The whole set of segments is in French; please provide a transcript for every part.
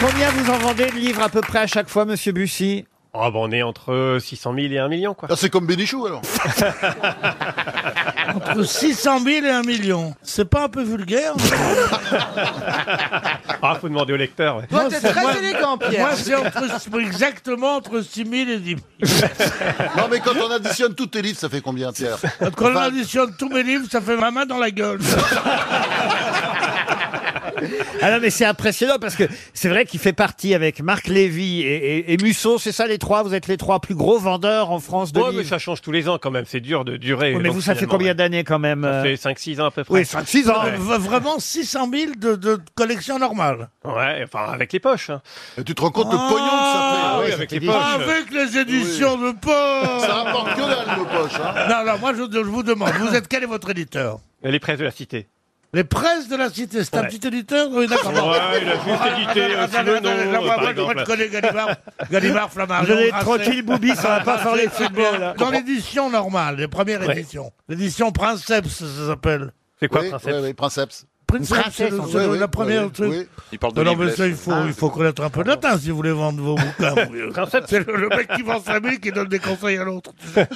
Combien vous en vendez de livres à peu près à chaque fois, monsieur Bussy Ah bah on est entre 600 000 et 1 million quoi. Ah, c'est comme Bénichou alors. Entre 600 000 et 1 million. C'est pas un peu vulgaire Ah faut demander au lecteur. ouais. Toi, t'es très élégant, Pierre. Moi, c'est entre- exactement entre 6 000 et 10 Non mais quand on additionne tous tes livres, ça fait combien Pierre 000. Quand on additionne tous mes livres, ça fait ma main dans la gueule. Ah non, mais c'est impressionnant parce que c'est vrai qu'il fait partie avec Marc Lévy et, et- et Musso, c'est ça les trois Vous êtes les trois plus gros vendeurs en France de Ouais, mais livres ça change tous les ans quand même, c'est dur de durer. Oui, mais donc vous, ça fait finalement, combien ouais. d'années quand même Ça euh fait 5-6 ans à peu près. Oui, 5-6 ans. Euh, V- Vraiment 600 000 de, de collection normale. Ouais, enfin avec les poches. hein. Et Tu te rends compte le pognon Ah que ça oui, fait avec ça les fait poches. Avec les éditions de ouais. Ça Paul rapporte que dalle nos poches. Hein. Non, non, moi, je, je vous demande, vous êtes quel est votre éditeur Les presses de la cité. Les presses de la cité, c'est un Ouais. petit éditeur Oui, d'accord. Ah, Ouais, il a juste édité euh, Attendez, Simonon, attendez, euh, par Moi, moi, je exemple. connais Gallimard, Gallimard, Vous Flammarion. allez être Grasset. tranquille, Boubi, ça va pas faire les footballs. là. Dans l'édition normale, les premières hein. Ouais. éditions. L'édition Princeps, ça s'appelle. C'est quoi, oui, Princeps oui, oui, Princeps. Princeps, Princeps, c'est le- on c'est le- Oui, la oui, première oui, truc. oui. Ah, Il parle de Non, non, mais Liblesse. ça, il faut, il faut connaître un peu de latin si vous voulez vendre vos bouquins. Ah, mon vieux. Princeps, C'est le, le mec qui vend sa mille qui donne des conseils à l'autre. tu sais.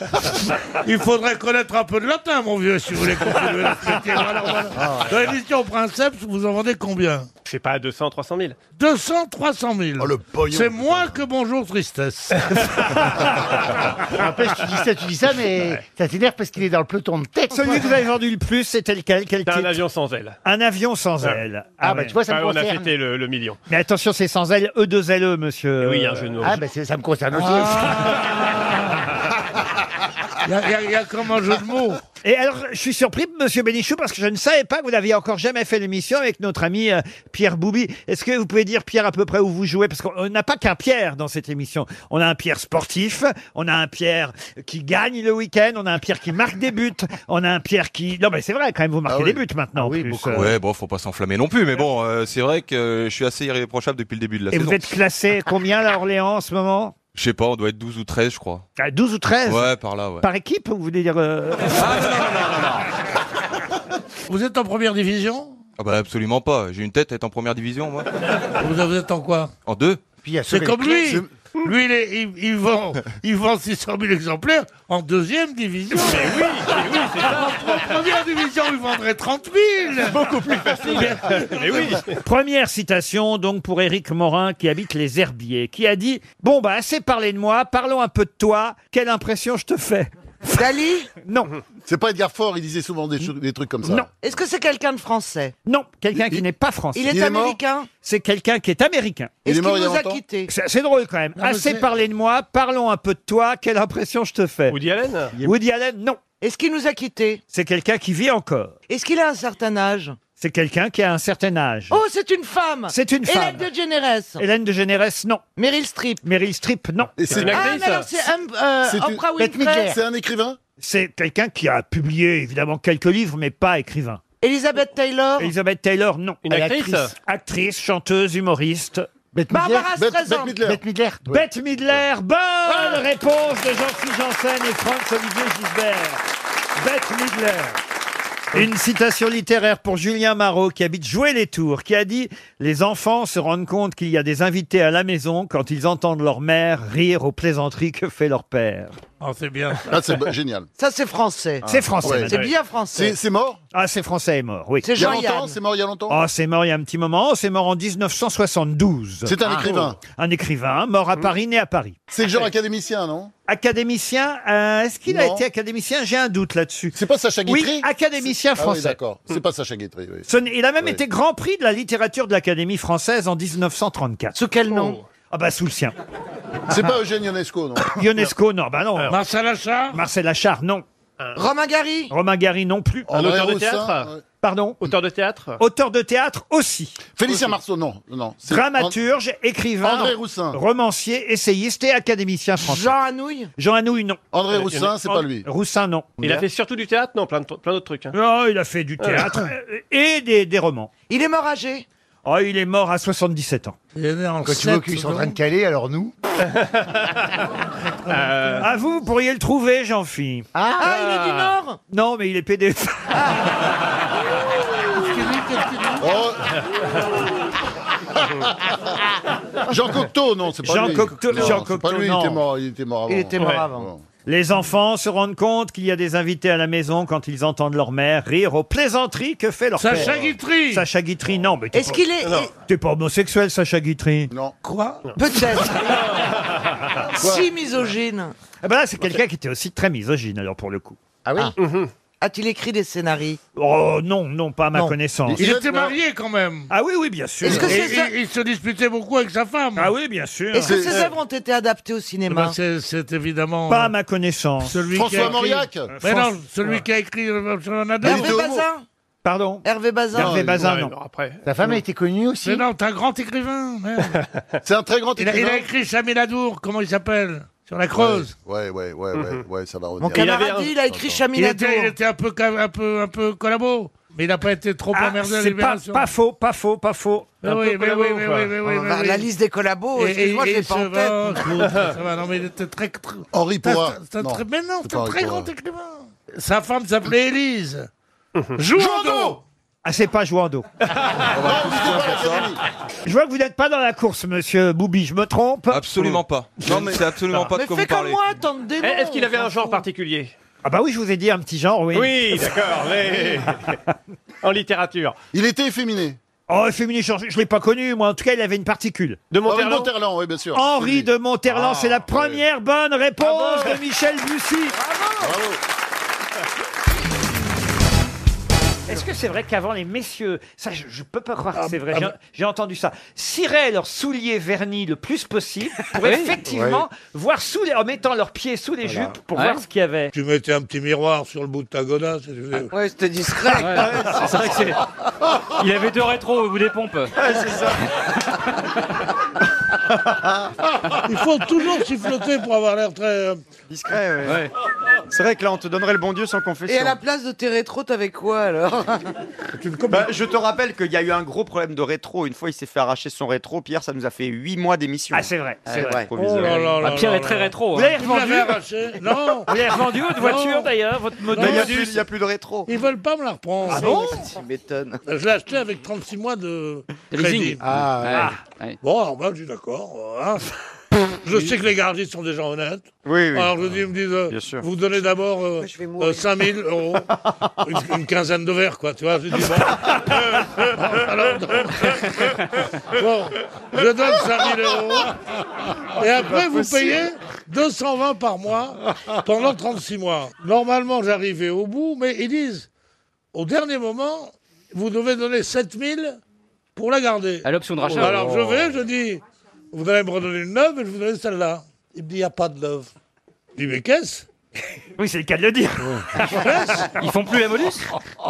Il faudrait connaître un peu de latin, mon vieux, si vous voulez continuer la société. Voilà, voilà. Dans l'édition Princeps, vous en vendez combien je sais pas, 200, 300 000. 200, 300 000. Oh, le pognon. C'est moins que Bonjour Tristesse. N'empêche, tu dis ça, tu dis ça, mais ça t'énerve parce qu'il est dans le peloton de tête. Celui que vous avez vendu le plus, c'était lequel Quel T'as un titre avion sans aile. Un avion sans aile. Ah, bah ouais. tu vois, ça Enfin, me on a concerne. fêté le, le million. Mais attention, c'est sans aile, E 2 LE, monsieur. Oui, il y a un jeu de mots. Ah bah c'est- ça me concerne aussi. Ah. Il y, a- il y a- il y a comme un jeu de mots. Et alors, je suis surpris, monsieur Bénichou, parce que je ne savais pas que vous n'aviez encore jamais fait l'émission avec notre ami euh, Pierre Boubi. Est-ce que vous pouvez dire, Pierre, à peu près où vous jouez Parce qu'on n'a pas qu'un Pierre dans cette émission. On a un Pierre sportif, on a un Pierre qui gagne le week-end, on a un Pierre qui marque des buts, on a un Pierre qui... Non, mais c'est vrai, quand même, vous marquez Ah oui. des buts maintenant. en plus. Euh, Ouais, bon, faut pas s'enflammer non plus, mais bon, euh, c'est vrai que euh, je suis assez irréprochable depuis le début de la Et saison. vous êtes classé combien là, Orléans en ce moment Je sais pas, on doit être 12 ou 13, je crois. À 12 ou 13 Ouais, par là, ouais. Ah, Par équipe, vous voulez dire euh, Vous êtes en première division Ah bah absolument pas. J'ai une tête à être en première division, moi. vous, vous êtes en quoi En deux. Puis il y a ceux C'est avec- comme lui. Lui, il, est- il- il vend, il vend 600 000 exemplaires en deuxième division. Mais oui, En première division, il vendrait 30 000. Beaucoup plus facile. Mais Eh oui Première citation donc pour Éric Morin qui habite les Herbiers, qui a dit Bon bah assez parlé de moi, parlons un peu de toi, quelle impression je te fais Dali, Non, C'est pas Edgar Faure, il disait souvent des, cho- des trucs comme ça. non, est-ce que c'est quelqu'un de français non, quelqu'un qui n'est pas français. Il est, Il est mort américain C'est quelqu'un qui est américain. Il est Est-ce qu'il mort il y a nous a longtemps quittés C'est assez drôle quand même. mais assez c'est- parlé de moi, parlons un peu de toi, quelle impression je te fais Woody Allen Woody Allen, non. Est-ce qu'il nous a quittés C'est quelqu'un qui vit encore. Est-ce qu'il a un certain âge C'est quelqu'un qui a un certain âge. Oh, c'est une femme C'est une femme. Hélène de Généresse Hélène de Généresse, non. Meryl Streep Meryl Streep, non. um, Et C'est c'est une Ah, actrice mais alors ça. c'est Hum- euh, C'est une- Oprah Bette Midler. Winfrey C'est un écrivain C'est quelqu'un qui a publié évidemment quelques livres, mais pas écrivain. Elizabeth Taylor Elizabeth Taylor, non. Une Elle est actrice Actrice, chanteuse, humoriste. Bette Midler. Barbara Bette, Streisand Bette Midler. Bette Midler. Bette Midler, bonne réponse de Jean-Philippe Janssen et Franck-Olivier Gisbert. Bette Midler. Une citation littéraire pour Julien Marot qui habite Jouer-les-Tours, qui a dit « Les enfants se rendent compte qu'il y a des invités à la maison quand ils entendent leur mère rire aux plaisanteries que fait leur père. Oh, c'est bien. ça. Ah, c'est bah, génial. Ça, c'est français. ». Ah. C'est français. Ah. ouais. madame. C'est bien C'est français. c'est mort Ah, c'est français est mort, oui. C'est Il y a longtemps Jean-Yann. C'est mort il y a longtemps Oh, c'est mort il y a un petit moment. C'est mort en 1972. C'est un écrivain. Mmh. Un écrivain, mort à Paris, né à Paris. C'est le genre académicien, non Académicien, euh, est-ce qu'il a Non. été académicien J'ai un doute là-dessus. C'est pas Sacha Oui, Guitry académicien Ah oui, français. d'accord. C'est pas Sacha Guitry, oui. Ce n'est- il a même Oui. été grand prix de la littérature de l'Académie française en 1934. Sous quel nom Ah bah sous le sien. Ah. C'est pas Eugène Ionesco, non Ionesco, non, bah non. Mar- Marcel Achard Marcel Achard, non. Romain Gary Romain Gary, non plus. Un André auteur de Roussin, théâtre ouais. Pardon. Auteur de théâtre Auteur de théâtre aussi. Félicien Marceau, Ah, non. non. C'est- Dramaturge, écrivain, André Roussin. romancier, essayiste et académicien français. Jean Anouilh Jean Anouilh, non. Euh, Il André y en a- Roussin, c'est pas lui. Roussin, non. Il a fait surtout du théâtre Non, plein de- plein d'autres trucs. hein. Non, il a fait du théâtre Ah. euh, et des, des romans. Il est mort âgé Oh, il est mort à 77 ans. Il est né en Quand tu vois qu'ils sont en train de caler, alors nous. Ah, vous, vous pourriez le trouver, Jean-Phi. ah, il est du Nord Non, mais il est PDF. Oh, Jean Cocteau, non, c'est pas Jean lui. Cocteau- Non, Jean c'est Cocteau, pas lui, il non. était mort, il était mort avant. Il était mort Ouais. avant. Les enfants se rendent compte qu'il y a des invités à la maison quand ils entendent leur mère rire aux plaisanteries que fait leur Sacha père. Guitry Sacha Guitry, non, mais t'es Est-ce pas- qu'il est. T'es pas homosexuel, Sacha Guitry Non. Quoi Peut-être. si misogyne. Ah ben là, c'est quelqu'un qui était aussi très misogyne, alors, pour le coup. Ah oui A-t-il écrit des scénarios Oh non, non, pas à ma connaissance. Il Il était est- marié quand même. Ah oui, oui, bien sûr. Est-ce que Et, c'est ça et- il se disputait beaucoup avec sa femme. Ah oui, bien sûr. Est-ce que C'est- ces œuvres ont été adaptées au euh, Eh cinéma ben, c'est- C'est évidemment. euh, Pas à ma connaissance. celui qui a François écrit- Euh, Mauriac Mais François- non, celui qui a écrit euh, sur la Il nana. était Euh, Hervé homo. Bazin Pardon Hervé Bazin Hervé il- Bazin, Ouais, non. alors Après. Ta femme a été connue aussi Mais non, t'es un grand écrivain. merde. C'est un très grand Il a, il a écrivain. écrit Chamé Ladour, comment il s'appelle Sur la Creuse. Ouais, ouais, ouais, ouais, ouais, ça va Mon revenir. Il avait camarade, un- il a écrit Il était, il Chaminadour. était un peu, ca- un peu, un peu collabo, mais il n'a pas été trop Ah, emmerdé à c'est pas, Libération. pas faux, pas faux, pas faux. Mais un oui, peu mais oui, collabo, mais quoi. oui, mais oui, mais Ah, oui. La liste des collabos, excuse-moi, je l'ai pas en tête. ça va, non, mais il était très. très- Henri t'as- Pourra. t'as- Non. t'as- Mais non, C'est t'es pas un Henri très Pourra. grand écrivain. Sa femme s'appelait Élise. Jouando Ah, c'est pas Jouando. Je vois que vous n'êtes pas dans la course, monsieur Boubi, je me trompe. Absolument pas. Non, mais c'est Ah. absolument pas de Mais quoi fais vous comme parlez. moi, tente des Eh, Est-ce qu'il avait un genre particulier Ah bah oui, je vous ai dit un petit genre, oui. Oui, d'accord. mais- en littérature. Il était efféminé. Oh, féministe, je je l'ai pas connu, moi. En tout cas, il avait une particule. De Henri Monterland. Ah, Monterland, oui, bien sûr. Henri de Monterland, c'est la oui. première bonne réponse de Michel Bussy. Bravo. Est-ce que c'est vrai qu'avant les messieurs, ça je, je peux pas croire que c'est vrai, j'ai- j'ai entendu ça, ciraient leurs souliers vernis le plus possible pour effectivement voir sous les, en mettant leurs pieds sous les Ah. jupes pour voir ce qu'il y avait. Tu mettais un petit miroir sur le bout de ta godasse. et tu faisais- Ouais, c'était discret. C'est vrai que c'est. Il avait deux rétros au bout des pompes. Ah, Il faut toujours siffloter pour avoir l'air très. euh, Discret, ouais. C'est vrai que là, on te donnerait le bon Dieu sans Et confession. à la place de tes rétros, t'avais quoi alors Bah, je te rappelle qu'il y a eu un gros problème de rétro. Une fois, il s'est fait arracher son rétro. Pierre, ça nous a fait 8 mois d'émission. Ah c'est vrai, c'est vrai. Oh là là là Ah, Pierre là est très là. rétro. Vous hein. l'avez Vous l'avez revendu arraché Non Vous l'avez revendu votre voiture Oh. Non. d'ailleurs, votre Mais il n'y modèle a, plus- il y a plus de rétro. Ah Ils veulent pas me la reprendre. Ah Tu m'étonnes. Je l'ai acheté avec 36 mois de De leasing. crédit. Ah, Bon, alors, bah, je dis d'accord. euh, hein. Je sais que les garagistes sont des gens honnêtes. oui, oui. Alors je dis, ils me disent, euh, Bien sûr. vous donnez d'abord euh, je vais mourir. 5000 euros, une, une quinzaine de verres, quoi, tu vois. Je dis, bon, euh, euh, alors, bon, je donne 5000 euros, et après vous payez 220 par mois pendant 36 mois. Normalement, j'arrivais au bout, mais ils disent, au dernier moment, vous devez donner 7000 pour la garder. À l'option de Ah, rachat. Oh. Alors je vais, je dis, vous allez me redonner une neuve et je vous donne celle-là. Il me dit, il n'y a pas de neuve. Je dis, mais qu'est-ce Oh. Oui c'est le cas de le dire. Ils font plus la bonus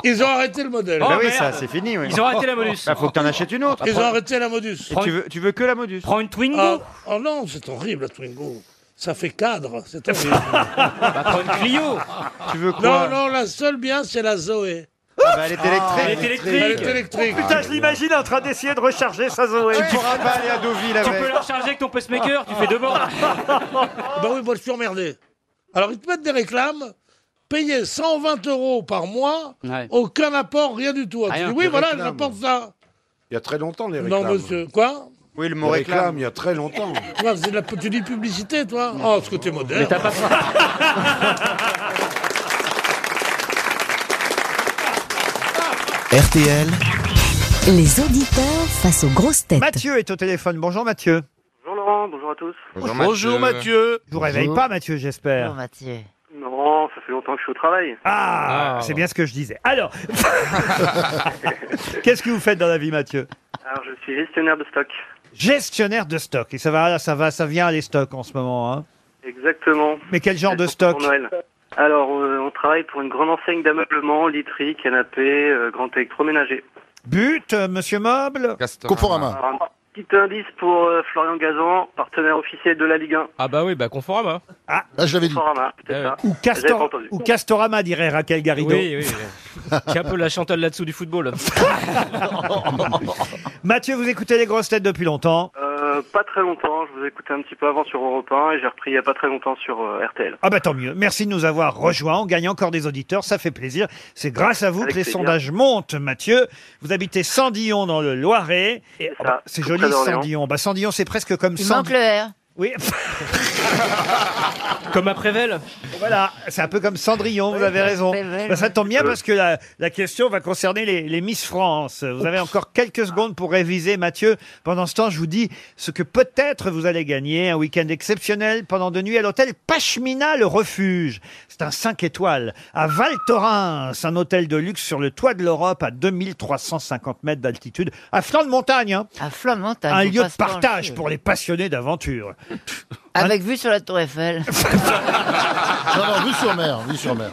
Ils ont arrêté le modèle. Oh, Bah oui, merde. ça, c'est fini. Oui. Ils ont arrêté la bonus. Bah, faut que t'en achètes une autre. Ils ont arrêté la modus. Et tu veux, tu veux que la modus. Prends une Ah, Twingo. oh non, c'est horrible la Twingo. Ça fait cadre, c'est horrible. Bah, prends une Clio. Tu veux quoi non, non, la seule bien, c'est la Zoé. Ah, bah, Elle est Elle électrique. est Elle est électrique. Oh, électrique. Oh, Putain je l'imagine en train d'essayer de recharger sa Zoé. Tu pourras pas aller à Deauville Tu peux avec. la recharger avec ton pacemaker, tu fais deux bords. Bah oui, moi je suis emmerdé. Alors ils te mettent des réclames, payer 120 euros par mois, Ouais. aucun apport, rien du tout. Rien, tu dis, oui, des voilà, réclames. j'apporte ça. Il y a très longtemps, les réclames. Non, monsieur, quoi Oui, le Les mot réclames, réclame. il y a très longtemps. Toi, c'est de la- Tu dis publicité, toi Oh, ce que t'es moderne. T'as pas RTL, Les auditeurs face aux grosses têtes. Mathieu est au téléphone, bonjour Mathieu. Bonjour Laurent, bonjour à tous. Bonjour, Mathieu. Je vous réveille pas Mathieu j'espère. Non, Mathieu. Non, ça fait longtemps que je suis au travail. Ah, c'est bien ce que je disais. Alors, qu'est-ce que vous faites dans la vie, Mathieu Alors, je suis gestionnaire de stock. Gestionnaire de stock. Et ça va, ça va, ça vient les stocks en ce moment. hein. Exactement. Mais quel genre de Surtout stock pour Noël. Alors, euh, on travaille pour une grande enseigne d'ameublement, literie, canapé, euh, grand électroménager. But, euh, Monsieur Meuble Conforama. Alors, un petit indice pour euh, Florian Gazan, partenaire officiel de la Ligue 1, Ah bah oui, bah conforme. Ah, je l'avais dit. Forama, c'est Ah ça. ou, Castor- J'avais pas entendu. ou Castorama, dirait Raquel Garrido. Oui, oui. C'est un peu la chantale là-dessous du football. Mathieu, vous écoutez les grosses têtes depuis longtemps. Euh, pas très longtemps, je vous écoutais un petit peu avant sur Europe 1 et j'ai repris il n'y a pas très longtemps sur euh, RTL. Ah bah tant mieux. Merci de nous avoir rejoints. On gagne encore des auditeurs, ça fait plaisir. C'est grâce à vous Avec que les plaisir. sondages montent, Mathieu. Vous habitez Sandillon dans le Loiret. Et- ah bah, C'est tout joli près d'Orléans. Sandillon. Bah Sandillon, c'est presque comme Il Sand- manque le R. Oui. Comme à Prével Voilà, c'est un peu comme Cendrillon, vous avez raison. Prével. Bah, ça tombe Euh, Euh. bien parce que la, la question va concerner les, les Miss France. Vous avez encore quelques secondes pour réviser, Mathieu. Pendant ce temps, je vous dis ce que peut-être vous allez gagner. Un week-end exceptionnel pendant deux nuits à l'hôtel Pachmina le Refuge. C'est un 5 étoiles à Val Thorens, un hôtel de luxe sur le toit de l'Europe à 2350 mètres d'altitude, à flanc de montagne. hein. À Flamantin. un lieu de partage pour les passionnés d'aventure. Avec Hein vue sur la Tour Eiffel. Non, non, vue sur mer, vue sur mer.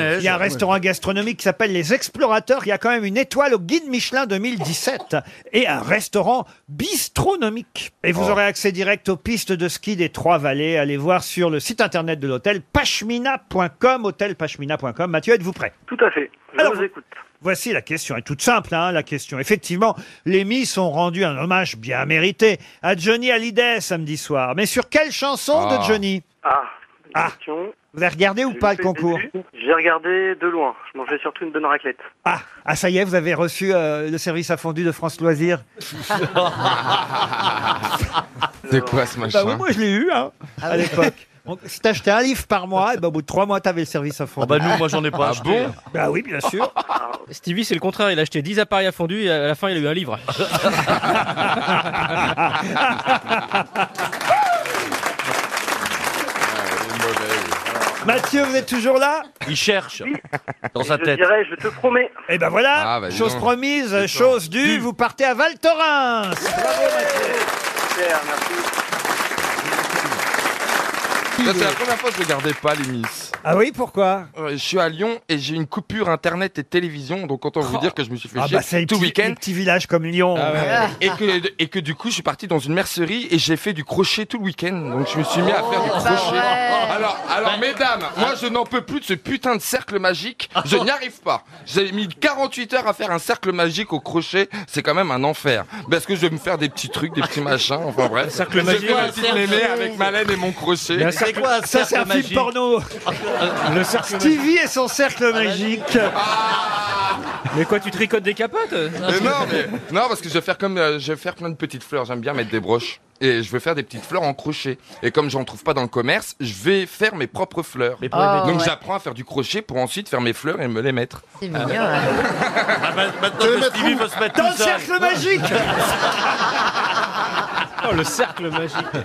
Euh, Il y a un restaurant gastronomique qui s'appelle Les Explorateurs. Il y a quand même une étoile au guide Michelin 2017 et un restaurant bistronomique. Et Oh. vous aurez accès direct aux pistes de ski des Trois Vallées. Allez voir sur le site internet de l'hôtel pashmina.com, hôtelpashmina.com. Mathieu, êtes-vous prêt Tout à fait. Je vous écoute. Voici la question, elle est toute simple, hein, la question. Effectivement, les Miss ont rendu un hommage bien mérité à Johnny Hallyday samedi soir. Mais sur quelle chanson Ah. de Johnny Ah, une question. Vous avez regardé ou pas le J'ai concours début, J'ai regardé de loin. Je mangeais surtout une bonne raclette. Ah, ah, ça y est, vous avez reçu euh, le service à fondu de France Loisirs. Ah, C'est quoi ce Bah oui, moi je l'ai eu hein, Ah à oui. l'époque. On- Si t'achetais un livre par mois, et ben, au bout de trois mois, t'avais le service à fondu. bah nous, moi, j'en ai pas Ah acheté. bon Bah oui, bien sûr. Stevie, c'est le contraire. Il a acheté 10 appareils à fondu et à la fin, il a eu un livre. Mathieu, vous êtes toujours là Il cherche. Dans Et je dirais, je te promets. Eh ben voilà, Ah, bah, dis chose donc. promise, chose due, vous partez à Val Thorens. Super, merci. Ça, c'est la première fois que je regardais pas les Miss. Euh, Ah oui, pourquoi Je suis à Lyon et j'ai une coupure internet et télévision, donc autant vous dire que je me suis fait Ah chier bah c'est les tout petits, week-end. les petits villages comme Lyon. Ah Et, que, et que du coup, je suis parti dans une mercerie et j'ai fait du crochet tout le week-end. Donc je me suis mis à faire du c'est pas crochet. vrai. Alors, alors mesdames, moi je n'en peux plus de ce putain de cercle magique. Je n'y arrive pas. J'ai mis 48 heures à faire un cercle magique au crochet. C'est quand même un enfer. Parce que je vais me faire des petits trucs, des petits machins. Enfin bref. cercle Je fais magique. ma petite mémé avec ma laine et mon crochet. Mais c'est quoi un Ça, c'est un film porno. Le cercle Stevie et son cercle magique. Mais quoi, tu tricotes des capotes Mais non, mais- non, parce que je vais faire comme euh, je vais faire plein de petites fleurs. J'aime bien mettre des broches. Et je vais faire des petites fleurs en crochet. Et comme j'en trouve pas dans le commerce, je vais faire mes propres fleurs. pour les mettre- Donc ouais. j'apprends à faire du crochet pour ensuite faire mes fleurs et me les mettre. Ah. C'est mignon. hein. Ah, bah, Maintenant, Stevie va se Bah, mettre Dans le cercle magique Oh, le cercle magique bah,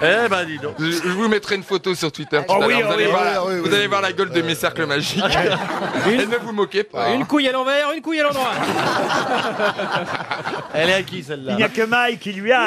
Eh ben dis donc. Je, je vous mettrai une photo sur Twitter. tout Oh à oui, l'heure. oh vous allez oui, voir, oui, la- oui, vous oui. allez voir la gueule de mes cercles magiques. Et ne vous moquez pas. Une couille à l'envers, une couille à l'endroit Elle est à qui celle-là Il n'y a que Mike qui lui a.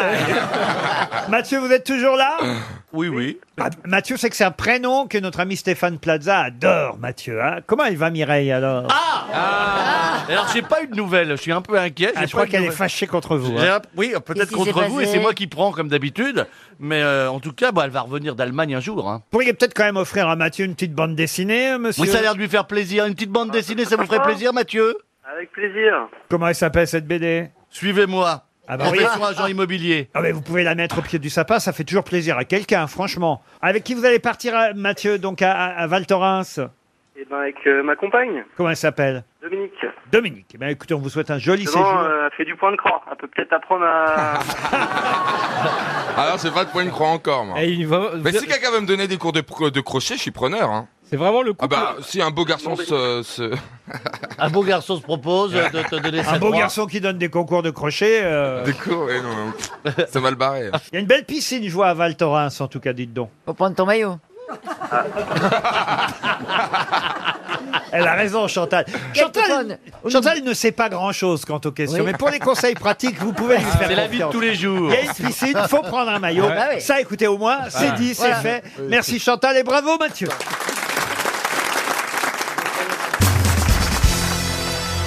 Mathieu, vous êtes toujours là Ah, Oui, oui. Mathieu, c'est que c'est un prénom que notre ami Stéphane Plaza adore, Mathieu. hein. Comment elle va, Mireille, alors Ah, Alors, j'ai pas eu de nouvelles, je suis un peu inquiet. Ah, Je crois qu'elle est fâchée contre vous. J'ai hein. un- Oui, Qu'est-ce peut-être qui contre s'est vous, et passé c'est moi qui prends comme d'habitude. Mais euh, en tout cas, bah, elle va revenir d'Allemagne un jour. Hein. Vous pourriez peut-être quand même offrir à Mathieu une petite bande dessinée, hein, monsieur Oui, ça a l'air de lui faire plaisir. Une petite bande dessinée, ça vous ferait plaisir, Mathieu Ah. Avec plaisir. Comment elle s'appelle cette BD Suivez-moi. Ah On oui. fait sur agent immobilier. Ah, mais vous pouvez la mettre au pied du sapin, ça fait toujours plaisir à quelqu'un, franchement. Avec qui vous allez partir, à- Mathieu, donc à, à- à Val Thorens Et ben avec euh, ma compagne, Comment elle s'appelle Dominique. Dominique. Eh bien, écoutez, on vous souhaite un joli Justement, séjour. euh, elle fait du point de croix. Elle peut peut-être apprendre à. Alors j'ai pas de point de croix encore. Moi. Eh, Mais si quelqu'un veut me donner des cours de, pro- de crochet, je suis preneur. Hein. C'est vraiment le coup. Ah bah si un beau garçon se- se... Un beau garçon se propose euh, de te donner sa Un beau croix. garçon qui donne des concours de crochet. euh, Du coup, ouais, non, non. ça va le hein. barrer. Il y a une belle piscine, je vois, à Val Thorens, en tout cas, dites donc. Faut prendre ton maillot. Elle a raison, Chantal. Chantal, Chantal ne sait pas grand-chose quant aux questions, Oui. mais pour les conseils pratiques, vous pouvez lui Ah, faire c'est la vie de confiance. tous les jours. Il y a une piscine, faut prendre un maillot. Ah bah oui. Ça, écoutez, au moins, c'est Ah. dit, c'est Voilà. fait. Oui. Merci Chantal et bravo Mathieu.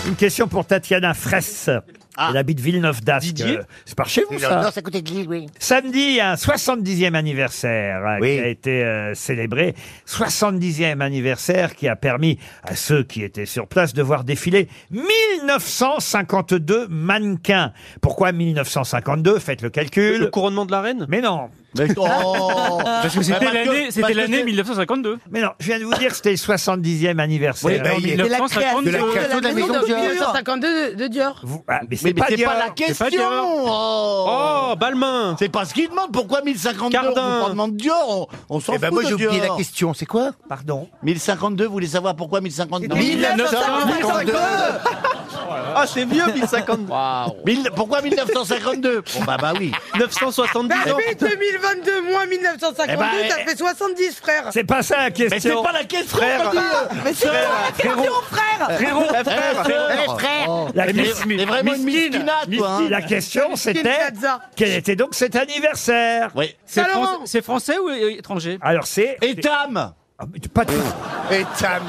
Une question pour Tatiana Fraisse. Elle habite Villeneuve-d'Ascq. Ah. Didier Euh, C'est par chez vous, ça Non, c'est à côté de Lille, oui. Samedi, il y a un 70e anniversaire euh, qui a été euh, célébré. 70e anniversaire qui a permis à ceux qui étaient sur place de voir défiler 1952 mannequins. Pourquoi 1952 Faites le calcul. Le couronnement de la reine Mais non. oh Parce que c'était Parce que- l'année, parce c'était que l'année c'est- 1952. Mais non, je viens de vous dire que c'était le 70e anniversaire. Oui, bah, il était la création de la de la maison de 1952 de, de Dior. Vous- ah, mais Mais, c'est mais pas, c'est Dior. pas la C'est question Dior. Oh, Balmain C'est pas ce qu'il demande, pourquoi 1052 Cardin. On vous demande Dior, on, on s'en Eh fout ben moi de j'ai oublié Dior. la question, c'est quoi Pardon 1052, vous voulez savoir pourquoi 1052 1952. Ah, c'est vieux, 1052 Mille- Pourquoi 1952 Bon, bah, bah oui 970 Bah oui, 2022 moins 1952, Eh ben, ça fait 70, frère. C'est pas ça la question. Mais c'est pas la question, frère. Frère. Mais c'est Frère. pas la question, frère. Frérot, Eh, frère, frère. frérot. Eh, frère. Oh. La Mais- question- mais- mais vraiment une Miskine. miskinade, toi, hein. La question, c'était Miskine Plaza. quel était donc cet anniversaire Oui. C'est fran- c'est français ou é- étranger Alors c'est Ah, Etam. Pas tout. Etam.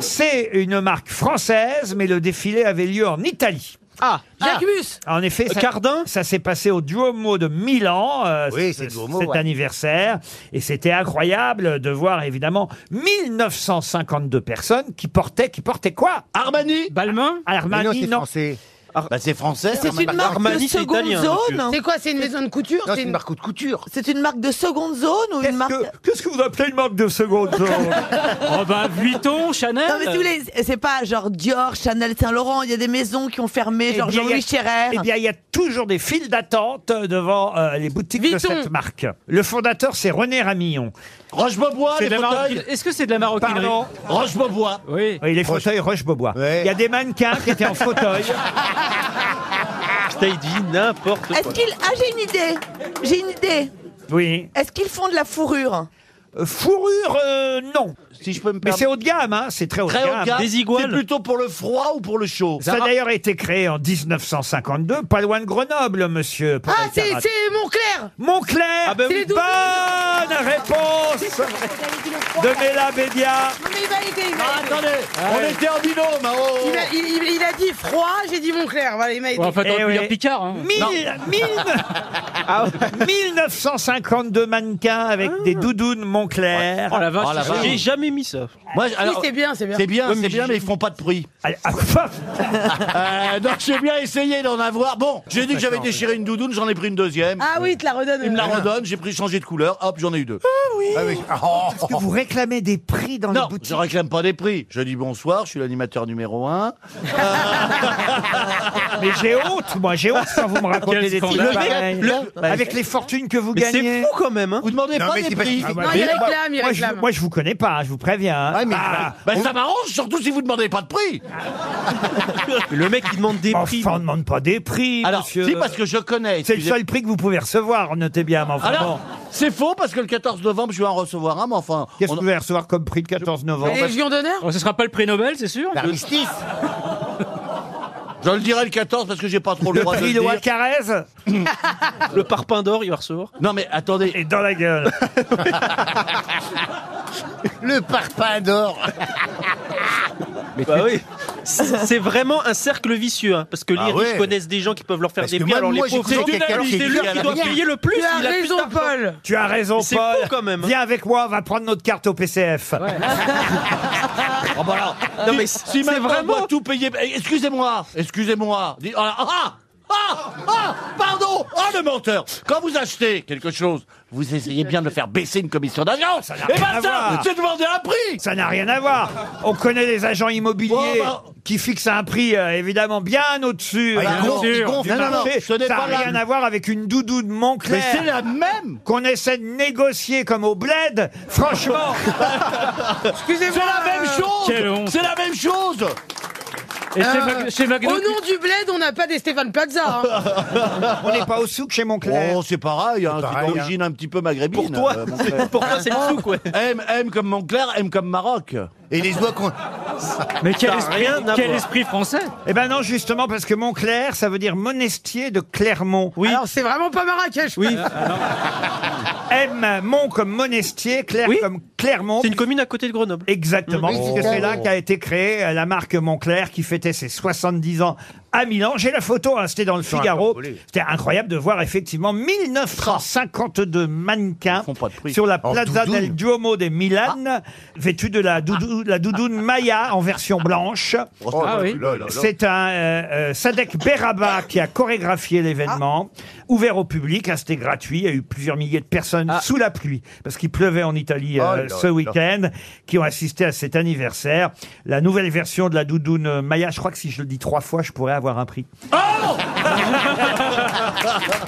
C'est une marque française, mais le défilé avait lieu en Italie. Ah, Jacquemus En effet, ça, Euh, Cardin ça s'est passé au Duomo de Milan, euh, Oui, c- c'est c- Duomo, cet ouais. anniversaire. Et c'était incroyable de voir évidemment 1952 personnes qui portaient, qui portaient quoi Armani Balmain Armani, Mais non, c'est non. français. Bah, c'est français. C'est une marque de seconde hein, zone. C'est quoi C'est une maison de couture Non, c'est une marque de couture. C'est une marque de seconde zone ou une marque Qu'est-ce que vous appelez une marque de seconde zone Oh bah, Vuitton, Chanel. Non mais tous les- c'est pas genre Dior, Chanel, Saint Laurent. Il y a des maisons qui ont fermé, genre Eh bien, il y a- Jean-Louis Scherer. Eh bien, il y a toujours des files d'attente devant euh, les boutiques de Vuitton. cette marque. Le fondateur, c'est René Ramillon. Roche-Beaubois, C'est de la maroquinerie. Est-ce que c'est de la maroquinerie Pardon Roche-Beaubois. Oui. Oui, les fauteuils Roche-Beaubois. Il y a des mannequins qui étaient en fauteuil. Putain, il dit n'importe Est-ce qu'ils Ah j'ai une idée. J'ai une idée. Oui. Est-ce qu'ils font de la fourrure Euh, Fourrure, euh, non. Si je peux me Mais permettre. c'est haut de gamme, hein, c'est très haut Très de haut de gamme. gamme. C'est plutôt pour le froid ou pour le chaud Ça a d'ailleurs été créé en 1952, pas loin de Grenoble, monsieur. Ah c'est Pocatcarat. c'est Montclair. Montclair Ah, ben oui. C'est les douze Bonne réponse de Mela Bédia. Non, mais il va aider. Il va aider. On était en binôme hein, oh, oh. Il a, il- il- il a dit froid, j'ai dit Montclair. Voilà, il m'a aidé. Ouais, en fait, on Eh peut oui. dire Picard. hein. Mille- mille- Ah 1952 mannequins avec des doudounes Montclair. Oh la vache, Oh, la vache. j'ai jamais mis ça. Moi, Si, c'est bien, c'est bien. C'est bien, Ouais, c'est mais bien, j'ai- mais ils font pas de bruit. Allez, ah, Euh, donc j'ai bien essayé d'en avoir. Bon, j'ai dit que j'avais déchiré une doudoune, j'en ai pris une deuxième. Ah oui, il te la redonne. Il me la euh, redonne, j'ai pris changé de couleur, hop, j'en ai eu deux. Ah oui. Parce que vous réclamez des prix dans Non, les boutiques. je réclame pas des prix. Je dis bonsoir, je suis l'animateur numéro un. Mais j'ai honte, moi, j'ai honte quand vous me racontez Quel des trucs scandale. pareils. Le- Avec les fortunes que vous Mais c'est gagnez. fou hein. quand même. Vous demandez pas des prix. Ah, bah, Non, mais- il réclame, il moi, je, réclame. moi, je vous connais pas, je vous préviens. hein. Ah, Bah, ça m'arrange, surtout si vous demandez pas de prix. Le mec, il demande des prix. enfin, on ne demande pas des prix, Alors, monsieur. si, parce que je connais. C'est le excusez- seul prix que vous pouvez recevoir, notez bien, mais enfin Alors, bon. c'est faux parce que le 14 novembre, je vais en recevoir un, mais enfin. Qu'est-ce on- que vous allez recevoir comme prix le 14 novembre Les Légions d'honneur Oh, ce sera pas le prix Nobel, c'est sûr. L'armistice Je le dirai le 14 parce que j'ai pas trop le, Le droit de prix le Loa dire. Carrez Le parpaing d'or, il va recevoir. Non, mais attendez. et dans la gueule. Le parpaing d'or Bah oui. C'est c'est vraiment un cercle vicieux, hein, parce que les Ah riches ouais. connaissent des gens qui peuvent leur faire Parce des que biens. moi- Alors les moi, j'ai pauvres, cru gens, qu'il y a quelqu'un c'est qui lui vit à qui la doit rien. payer le plus. Tu as il a plus raison, d'argent. Paul. Tu as raison, C'est Paul. fou, quand même. hein. Viens avec moi, on va prendre notre carte au PCF. Oh, bah alors, Non, mais si c'est maintenant vraiment- on doit tout payer. Eh, Excusez-moi, excusez-moi. Dis- Ah, ah, ah, ah, pardon, ah le menteur. Quand vous achetez quelque chose, vous essayez bien de le faire baisser une commission d'agence. n'a Et Ah, rien ben ça, à voir. c'est demander un prix. Ça n'a rien à voir. On connaît les agents immobiliers Ouais, bah- qui fixent un prix euh, évidemment bien au-dessus. Ah, il euh, gonfle, il du gonfle, marché. non, non, non, ce ça n'est n'a pas la- rien à voir avec une doudou de Montclair. Mais c'est la même. qu'on essaie de négocier comme au bled, franchement, C'est Excusez-moi. la même euh, quelle chose. honte. C'est la même chose. Et chez euh, Mag- chez Magno, Au nom du bled, on n'a pas des Stéphane Plaza. hein. on n'est pas au souk chez Montclair. Oh, c'est pareil, hein, c'est pareil, d'origine un petit peu Pour maghrébine. toi, euh, Montclair. pour toi, c'est le souk, ouais. M, M comme Montclair, M comme Maroc. Et les doigts qu'on... mais quel, Ça a esprit, rien à quel voir. esprit français Eh ben non, justement, parce que Montclair, ça veut dire monestier de Clermont. Oui. Alors c'est vraiment pas Marrakech. Oui, M, Mont comme monestier, Claire Oui. comme Clermont. c'est une commune à côté de Grenoble. Exactement, Oui, parce c'est que ça. c'est là qu'a été créée euh, la marque Montclair qui fêtait ses 70 ans à Milan. J'ai la photo, hein, c'était dans le Ils sont Figaro. interpellés. C'était incroyable de voir effectivement 1952 mannequins sur la En Plaza doudoune. Ah. del Duomo de Milan, vêtus de la, doudou- la doudoune Maya en version blanche. Oh là Ah oui. là là là. C'est un euh, euh, Sadek Beraba qui a chorégraphié l'événement, Ah. ouvert au public. hein, c'était gratuit. Il y a eu plusieurs milliers de personnes sous la pluie parce qu'il pleuvait en Italie euh, Oh là ce là. week-end qui ont assisté à cet anniversaire. La nouvelle version de la doudoune Maya. Je crois que si je le dis trois fois, je pourrais avoir un prix.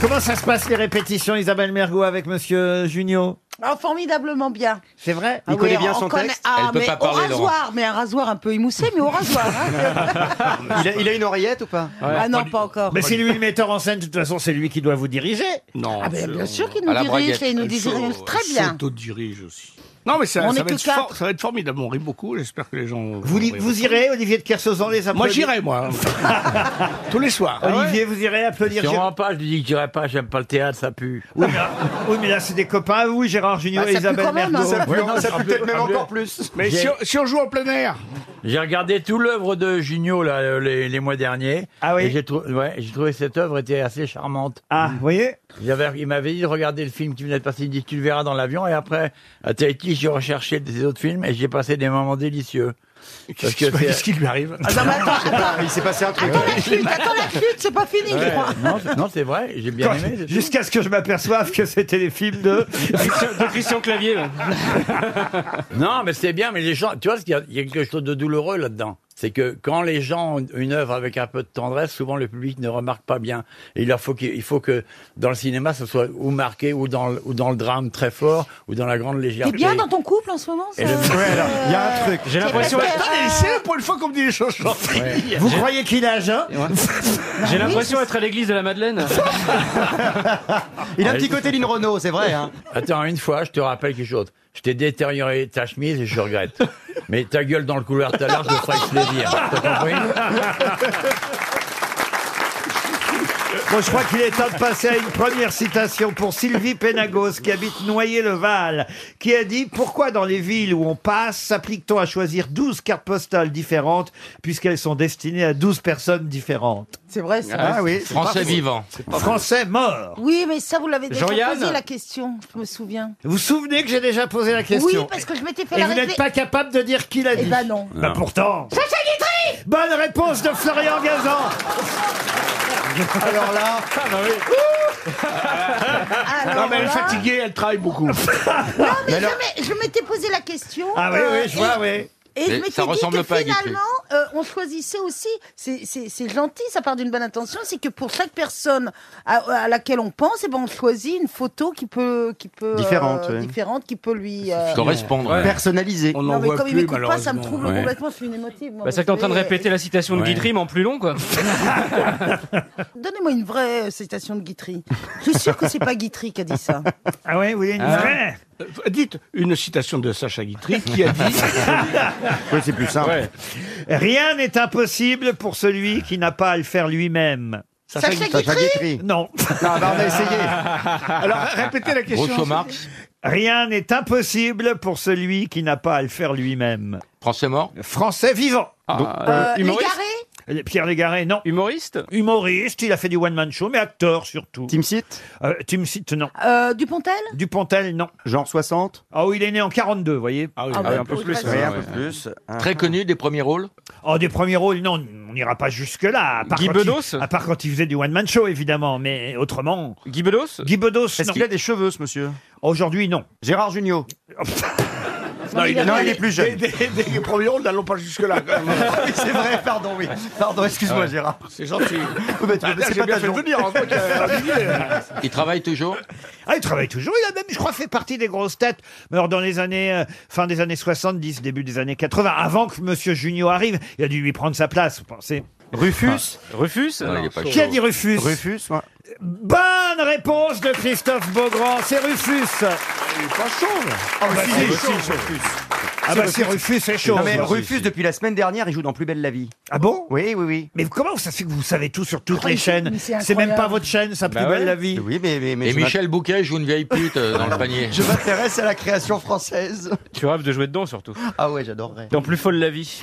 Comment ça se passe les répétitions, Isabelle Mergot, avec Monsieur Junio Ah, formidablement bien. C'est vrai Ah oui, on connaît- ah, mais Au Laurent. rasoir, mais un rasoir un peu émoussé, mais au rasoir. hein. Il a, il a une oreillette ou pas Ah non, pas encore. Mais c'est lui le metteur en scène, de toute façon, c'est lui qui doit vous diriger. Non. Ah ben, bien sûr qu'il nous dirige et il nous dirige très bien. s'autodirige aussi. Non, mais ça, On ça est va que être fort, quatre. ça va être formidable. On rit beaucoup. J'espère que les gens. vont Vous, li- rire. vous irez, Olivier de Kersauzon, les Moi, applaudir j'irai, moi. Tous les soirs. Ah Olivier, vous irez applaudir Si on Gérard- rend pas, je lui dis que j'irai pas, j'aime pas le théâtre, ça pue. Oui, mais, oui, mais là, c'est des copains à vous, Gérard Junior et Isabelle Mergo. plus. Mais si on, si on joue en plein air. J'ai regardé tout l'œuvre de Junio là, euh, les, les mois derniers. Ah oui J'ai trou- ouais, j'ai trouvé que cette œuvre était assez charmante. Ah, vous voyez il, avait- il m'avait dit de regarder le film qui venait de passer. Il dit Tu le verras dans l'avion. Et après, à Tahiti, j'ai recherché des autres films et j'ai passé des moments délicieux. Parce que c'est- Ah, Qu'est-ce qui lui arrive Ah Il s'est passé un truc. Attends la chute, attends la chute, c'est pas fini, je Ouais, crois. non, c'est- non, c'est vrai, j'ai bien Quand- aimé. c'est tout. Jusqu'à ce que je m'aperçoive que c'était les films de... de Christian Clavier. non, mais c'est bien, mais les gens, tu vois, il y, a- il y a quelque chose de douloureux là-dedans. C'est que quand les gens ont une œuvre avec un peu de tendresse, souvent le public ne remarque pas bien. Et il leur faut qu'il il faut que dans le cinéma, ce soit ou marqué ou dans le, ou dans le drame très fort ou dans la grande légèreté. T'es bien dans ton couple en ce moment ça Et le- il y a un truc. J'ai l'impression- Attendez, c'est pour une fois qu'on me dit les choses gentilles. Vous croyez qu'il hein a jeun J'ai l'impression d'être à l'église de la Madeleine. Il a un petit côté Lynn Renault, c'est vrai. hein. Attends, une fois, je te rappelle quelque chose. Je t'ai détérioré ta chemise et je regrette. Mais ta gueule dans le couloir tout à l'heure, je le ferai avec plaisir. T'as Ah, compris Bon, je crois qu'il est temps de passer à une première citation pour Sylvie Pénagos, qui habite Noyer-le-Val, qui a dit « Pourquoi dans les villes où on passe, s'applique-t-on à choisir 12 cartes postales différentes, puisqu'elles sont destinées à 12 personnes différentes ?» C'est vrai, ça. bah Ah oui. c'est Français pas faux. vivant. C'est pas faux. Français mort. Oui, mais ça, vous l'avez déjà Jean-Yann posé la question, je me souviens. Vous vous souvenez que j'ai déjà posé la question Oui, parce que je m'étais fait Et la vous réfé- n'êtes pas capable de dire qui l'a dit Eh ben non. Bah pourtant Sacha Guitry Bonne réponse de Florian Gazan Alors là... Ah, bah Ah, non, mais elle est voilà. fatiguée, elle travaille beaucoup. Non, Ah, mais jamais- je m'étais posé la question. Ah oui, euh, oui, je vois, et- oui. Et je Mais m'étais ça ressemble dit que pas à Guitry. finalement, euh, on choisissait aussi, c'est- c'est c'est gentil, ça part d'une bonne intention, c'est que pour chaque personne à, à laquelle on pense, eh ben, on choisit une photo qui peut... Qui peut euh, Différente, ouais. différente, qui peut lui... euh, Personnalisé. non, mais comme il m'écoute pas, ça me trouble complètement, je suis une émotive. moi, Bah, vous c'est que t'es en train de savez. répéter la citation de Ouais. Guitry, mais en plus long, quoi. Donnez-moi une vraie euh, citation de Guitry. Je suis sûr que c'est pas Guitry qui a dit ça. Ah ouais, vous voulez une Eh. vraie Euh, Dites une citation de Sacha Guitry qui a dit. Oui, c'est plus simple. Rien n'est impossible pour celui qui n'a pas à le faire lui-même. Sacha Sacha Guitry Guitry Non. bah, on a essayé. Alors, répétez la question. Groucho Marx. Rien n'est impossible pour celui qui n'a pas à le faire lui-même. Français mort Français vivant. Donc, Euh, Légaré Pierre Légaré, non. Humoriste Humoriste, il a fait du one-man show, mais acteur surtout. Tim Sit Tim Sit, non. Euh, Dupontel Dupontel, non. Genre 60 Ah oui, il est né en 42, vous voyez. oui, Ah, bah, un peu oui, plus, presque. ouais, Ouais, un peu ouais. plus. Très connu des premiers rôles Oh, des premiers rôles, non, on n'ira pas jusque-là. à part Guy quand il- Bedos À part quand il faisait du one-man show, évidemment, mais autrement. Guy Bedos Guy Bedos, Est-ce qu'il a des cheveux, ce monsieur Aujourd'hui, non. Gérard Junior Non, il, Non, il des- est plus jeune. Des, des, des premiers rôles, n'allons pas jusque-là. quand même. c'est vrai, pardon, oui. Pardon, excuse-moi, Ouais. Gérard. C'est gentil. mais tu- Bah, c'est j'ai pas ta bien fait de journée. venir. en fait, euh, Olivier. Il travaille toujours Ah, il travaille toujours. Il a même, je crois, fait partie des grosses têtes. Mais alors, dans les années, euh, fin des années 70, début des années 80, avant que Monsieur Junio arrive, il a dû lui prendre sa place, vous pensez Rufus Ah. Rufus Qui a dit Rufus Rufus, Bonne réponse de Christophe Beaugrand, c'est Rufus. Oh, Il est pas chaud. là. bah, Ah, bah, si, il est chaud, Rufus. Ah bah si Rufus c'est chaud. Non, mais Rufus, depuis la semaine dernière, il joue dans Plus belle la vie. Ah bon Oui, oui, oui. Mais comment ça se fait que vous savez tout sur toutes Ah, les mais c'est- chaînes mais c'est C'est même pas incroyable. votre chaîne, ça plus Bah ouais. belle la vie. Oui, mais, mais, mais Et je m'a- Michel Bouquet joue une vieille pute euh, dans le panier. Je m'intéresse à la création française. Tu rêves de jouer dedans surtout. Ah ouais, j'adorerais. Dans Plus folle la vie.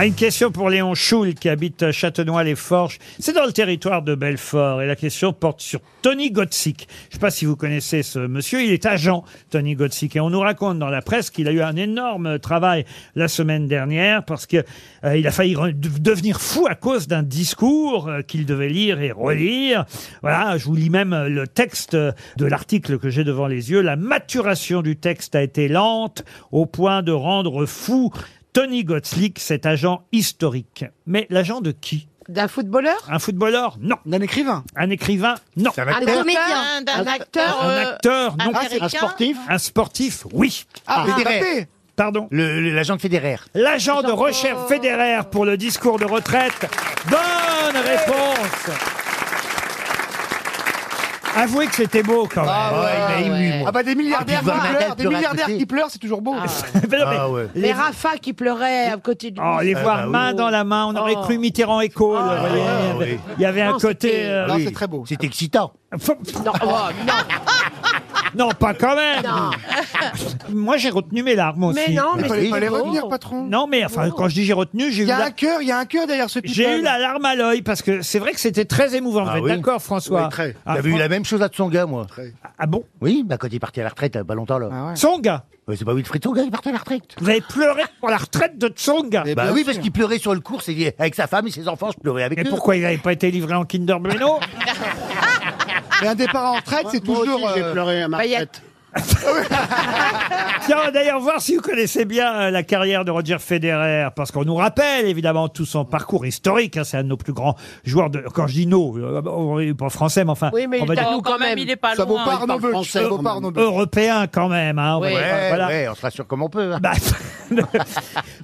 Ah, une question pour Léon Schul qui habite Châtenois-les-Forges. C'est dans le territoire de Belfort et la question porte sur Tony Gottsick. Je ne sais pas si vous connaissez ce monsieur, il est agent Tony Gottsick et on nous raconte dans la presse qu'il a eu un énorme travail la semaine dernière parce que euh, il a failli re- de- devenir fou à cause d'un discours euh, qu'il devait lire et relire. Voilà, je vous lis même euh, le texte de l'article que j'ai devant les yeux. La maturation du texte a été lente au point de rendre fou Tony Gottslick, cet agent historique. Mais l'agent de qui D'un footballeur Un footballeur Non. D'un écrivain Un écrivain Non. Un acteur Un comédien D'un acteur, Un euh, acteur Non. américain Ah, Un sportif Un sportif Oui. Ah, Ah, Federer. Mbappé. Pardon L'agent de Federer. L'agent de recherche Federer pour le discours de retraite. Bonne réponse Avouez que c'était beau quand même. Ah ouais, il m'a ému, moi. Ah bah des milliardaires Ah, puis qui vingt pleurent, mètres des de milliardaires raccourci. qui pleurent, c'est toujours beau. Mais non, mais Ah ouais. les- Les Rafa qui pleuraient à côté du. Oh, les Ah voir bah oui. main dans la main, on aurait Oh. cru Mitterrand et Kohl. Ah, vous voyez. ah, oui. Il y avait un Non, côté. c'était- euh, non, c'est très beau. C'est excitant. Non, oh, non, pas quand même. Moi, j'ai retenu mes larmes aussi. Mais non, mais Fallait c'est pas les beau. retenir, patron. Non, mais enfin, quand je dis j'ai retenu, j'ai eu Il y a la- un cœur, il y a un cœur derrière ce people. j'ai eu la larme à l'œil parce que c'est vrai que c'était très émouvant. Vous Ah êtes oui. d'accord, François Oui, très. Ah, J'avais eu Fran- la même chose à Tsonga, moi. Ah bon Oui, bah quand il est parti à la retraite, euh, pas longtemps Ah là. Tsonga Ouais, C'est pas Wilfried Tsonga, il est parti à la retraite. Vous avez pleuré pour la retraite de Tsonga Bah oui, parce qu'il pleurait sur le cours, c'est- avec sa femme et ses enfants, je pleurais avec Mais eux. pourquoi il n'avait pas été livré en Kinder Bueno Mais un départ en retraite, c'est toujours. euh, J'ai pleuré à ma retraite. Tiens, on va d'ailleurs voir si vous connaissez bien euh, la carrière de Roger Federer, parce qu'on nous rappelle évidemment tout son parcours historique. hein, c'est un de nos plus grands joueurs de. Quand je dis nos, euh, on est pas français, mais enfin. Oui, mais on il va est dire à nous quand même. Il est pas Ça vaut loin. pas Il parle Arnaud Beutch, français, ça quand vaut pas même. Arnaud Beutch. européen quand même. Hein, on va Ouais, dire, voilà. ouais, on se rassure comme on peut. hein. Bah,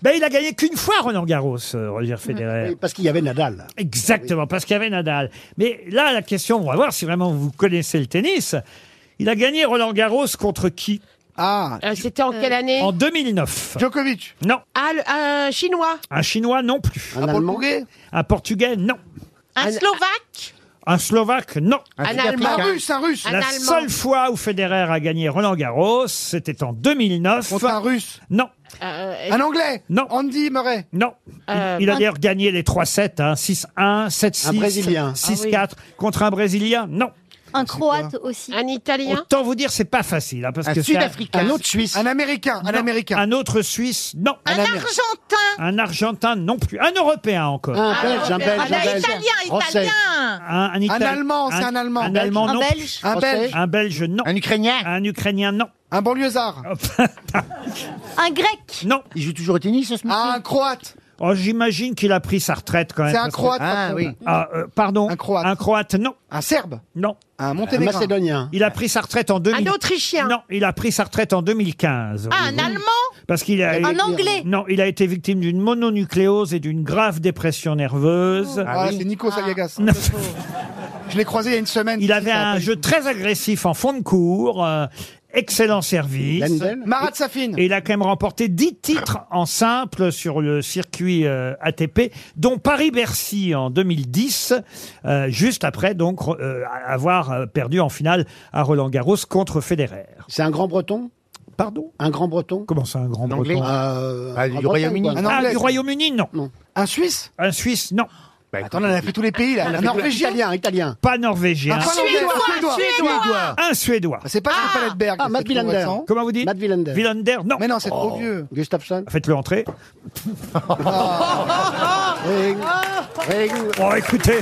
ben, il a gagné qu'une fois Roland Garros, euh, Roger Federer. Parce qu'il y avait Nadal. Exactement, parce qu'il y avait Nadal. Mais là, la question, on va voir si vraiment vous connaissez le tennis. Il a gagné Roland Garros contre qui Ah, Euh, C'était en quelle année En 2009. Djokovic. Non. Ah, le- un chinois. Un Chinois non plus. Un Allemand Portugais Un Portugais non. Un Slovaque Un Slovaque non. Un Allemand. Un Russe, un Russe. La seule fois où Federer a gagné Roland Garros, c'était en 2009. Contre un Russe. Non. Euh, Un Anglais. Non. Andy Murray. Non. Il- il a un- d'ailleurs gagné les 3-7, hein, 6-1, 7-6, Un Brésilien. 6-4 contre un Brésilien. Non. Un croate aussi. Un Oh. italien. Autant vous dire, c'est pas facile. hein, parce Un que c'est Sud-Africain. Un autre Suisse. Un Américain. Un Non. Américain. Un autre Suisse. Non. Un Argentin Un Argentin non plus. Un Européen encore. Un Belge, un Belge, un Belge. Italien, Français. Italien Un, un Italien- Allemand, c'est un Allemand. Un Allemand, Un non. Belge. Un Un Belge. Belge. Un Belge, non. Un Ukrainien. Un Ukrainien, non. Oh, Un banlieusard. Un grec. Non. Il joue toujours au tennis, ce monsieur Un Croate. Oh, j'imagine qu'il a pris sa retraite quand même. C'est un parce que- Croate. Ah, patron. oui. Ah, euh, pardon. Un croate. Un croate, non. Un Serbe. Non. Un Monténégrin. Macédonien. Il a pris sa retraite en 2000. Un Autrichien. Non, il a pris sa retraite en 2015. Ah, un Allemand Parce qu'il a. Un Anglais. Non, il a été victime d'une mononucléose et d'une grave dépression nerveuse. Ah, c'est Nico Saliagas. Non. Je l'ai croisé il y a une semaine. Il avait un jeu très agressif en fond de cours, euh, excellent service. Marat Safin. Et il a quand même remporté 10 titres en simple sur le circuit euh, ATP, dont Paris-Bercy en 2010, euh, juste après donc euh, avoir euh, perdu en finale à Roland Garros contre Federer. C'est un grand breton Pardon Un grand breton Comment ça, un grand Anglais. breton Euh, Ah, grand du breton, Royaume-Uni. quoi. Un Ah, Anglais. du Royaume-Uni, non. Un Suisse. Un Suisse, non. Attends, on en a fait tous les pays là. Un Norvégien. Italien, italien. Pas norvégien. Un Suédois. Suédois. Suédois. Un Suédois. C'est pas Jean Paletberg. Ah, Matt Villander. Comment vous dites Matt Villander. Villander, non. Mais non, c'est trop vieux. Gustafsson. Faites-le entrer. Ring. Ring. Bon, écoutez,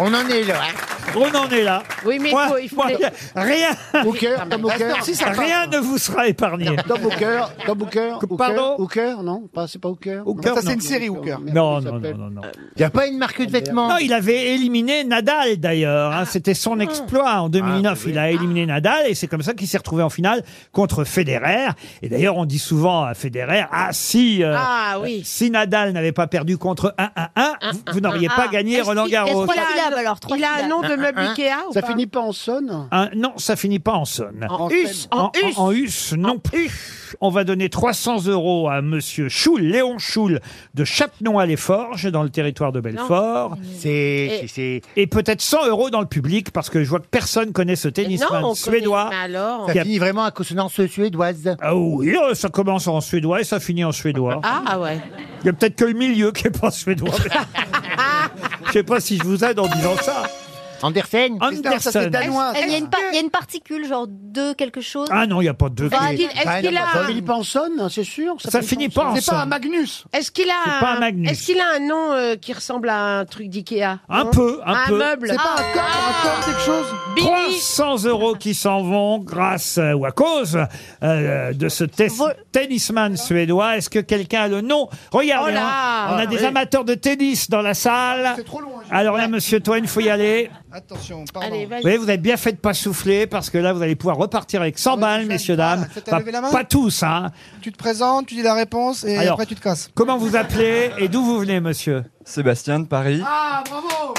On en est là. hein. On en est là. Oui, mais Moi- faut- il faut moi, les- Rien. Booker, Ah, mais Tom Bah, Booker. reste- si, ça passe. rien ne vous sera épargné. Tom Hooker, Tom Hooker, Hooker, Pardon Hooker, non, pas- c'est pas Hooker. non Hooker, Ça, c'est non. une série, Hooker. Non, non, non, non, non. Il n'y a pas une marque de vêtements Non, il avait éliminé Nadal d'ailleurs. hein. C'était son exploit en 2009. il a éliminé Nadal et c'est comme ça qu'il s'est retrouvé en finale contre Federer. Et d'ailleurs, on dit souvent à Federer Ah, si, euh, Ah, oui. euh, si Nadal n'avait pas perdu contre 1-1-1, vous, vous n'auriez Ah, pas gagné Roland Garros. qu'il a- il a un nom de meuble Hein, Ikea ou Ça pas finit pas en sonne Un- non, ça finit pas en sonne. En us, En, en en- en us, non plus. On va donner 300 euros à Monsieur Choul, Léon Choul, de Chapnon-à-les-Forges, dans le territoire de Belfort. C'est- Et peut-être 100 euros dans le public, parce que je vois que personne connaît ce non, on tennisman connaît, suédois. mais alors qui a- vraiment à consonance suédoise. Ah oui, euh, ça commence en suédois et ça finit en suédois. Ah, ah ouais. Il y a peut-être que le milieu qui n'est pas suédois. Je sais pas si je vous aide en disant ça. Andersen Andersen. Est-ce- Il y, a une par- il y a une particule, genre deux quelque chose. Ah non, il n'y a pas de. Bah, Est-ce qu'il- est-ce Ah, qu'il non, a Ça un- finit pas en sonne, hein, c'est sûr Ça finit pas en C'est pas sonne. un Magnus Est-ce qu'il C'est pas un a, un- Magnus. est-ce qu'il a un nom euh, qui ressemble à un truc d'Ikea Un non peu, un peu. meuble. Ah. C'est pas un corps, quelque chose. 300 euros qui s'en vont grâce euh, ou à cause euh, de ce te- tennisman suédois. Est-ce que quelqu'un a le nom Regardez, Oh là hein, on a Ah, des oui. amateurs de tennis dans la Ah, salle. Alors là, monsieur Toine, il faut y aller. Attention, Allez, Vous vas-y. voyez, vous avez bien fait de pas souffler parce que là, vous allez pouvoir repartir avec 100 balles, messieurs, dames. Faites Enfin, Ah, lever la main. pas tous, hein. Tu te présentes, tu dis la réponse et Alors, après tu te casses. Comment vous appelez et d'où vous venez, monsieur Sébastien de Paris. Ah, bravo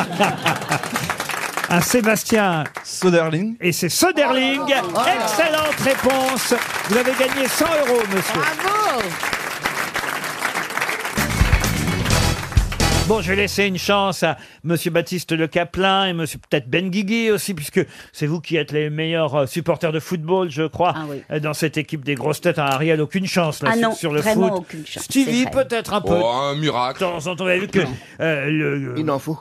Un Sébastien Soderling. Et c'est Soderling. Oh Excellente réponse. Vous avez gagné 100 euros, monsieur. Bravo Bon, je vais laisser une chance à Monsieur Baptiste Le Caplin et Monsieur peut-être Ben Guigui aussi, puisque c'est vous qui êtes les meilleurs euh, supporters de football, je crois, euh, dans cette équipe des grosses têtes. Hein, Ariel, aucune chance là, Ah sur- non, sur le vraiment foot. aucune chance, Stevie, c'est vrai. peut-être un peu. Oh, un miracle. De temps en temps, vous avez vu que euh, le, le- en faut.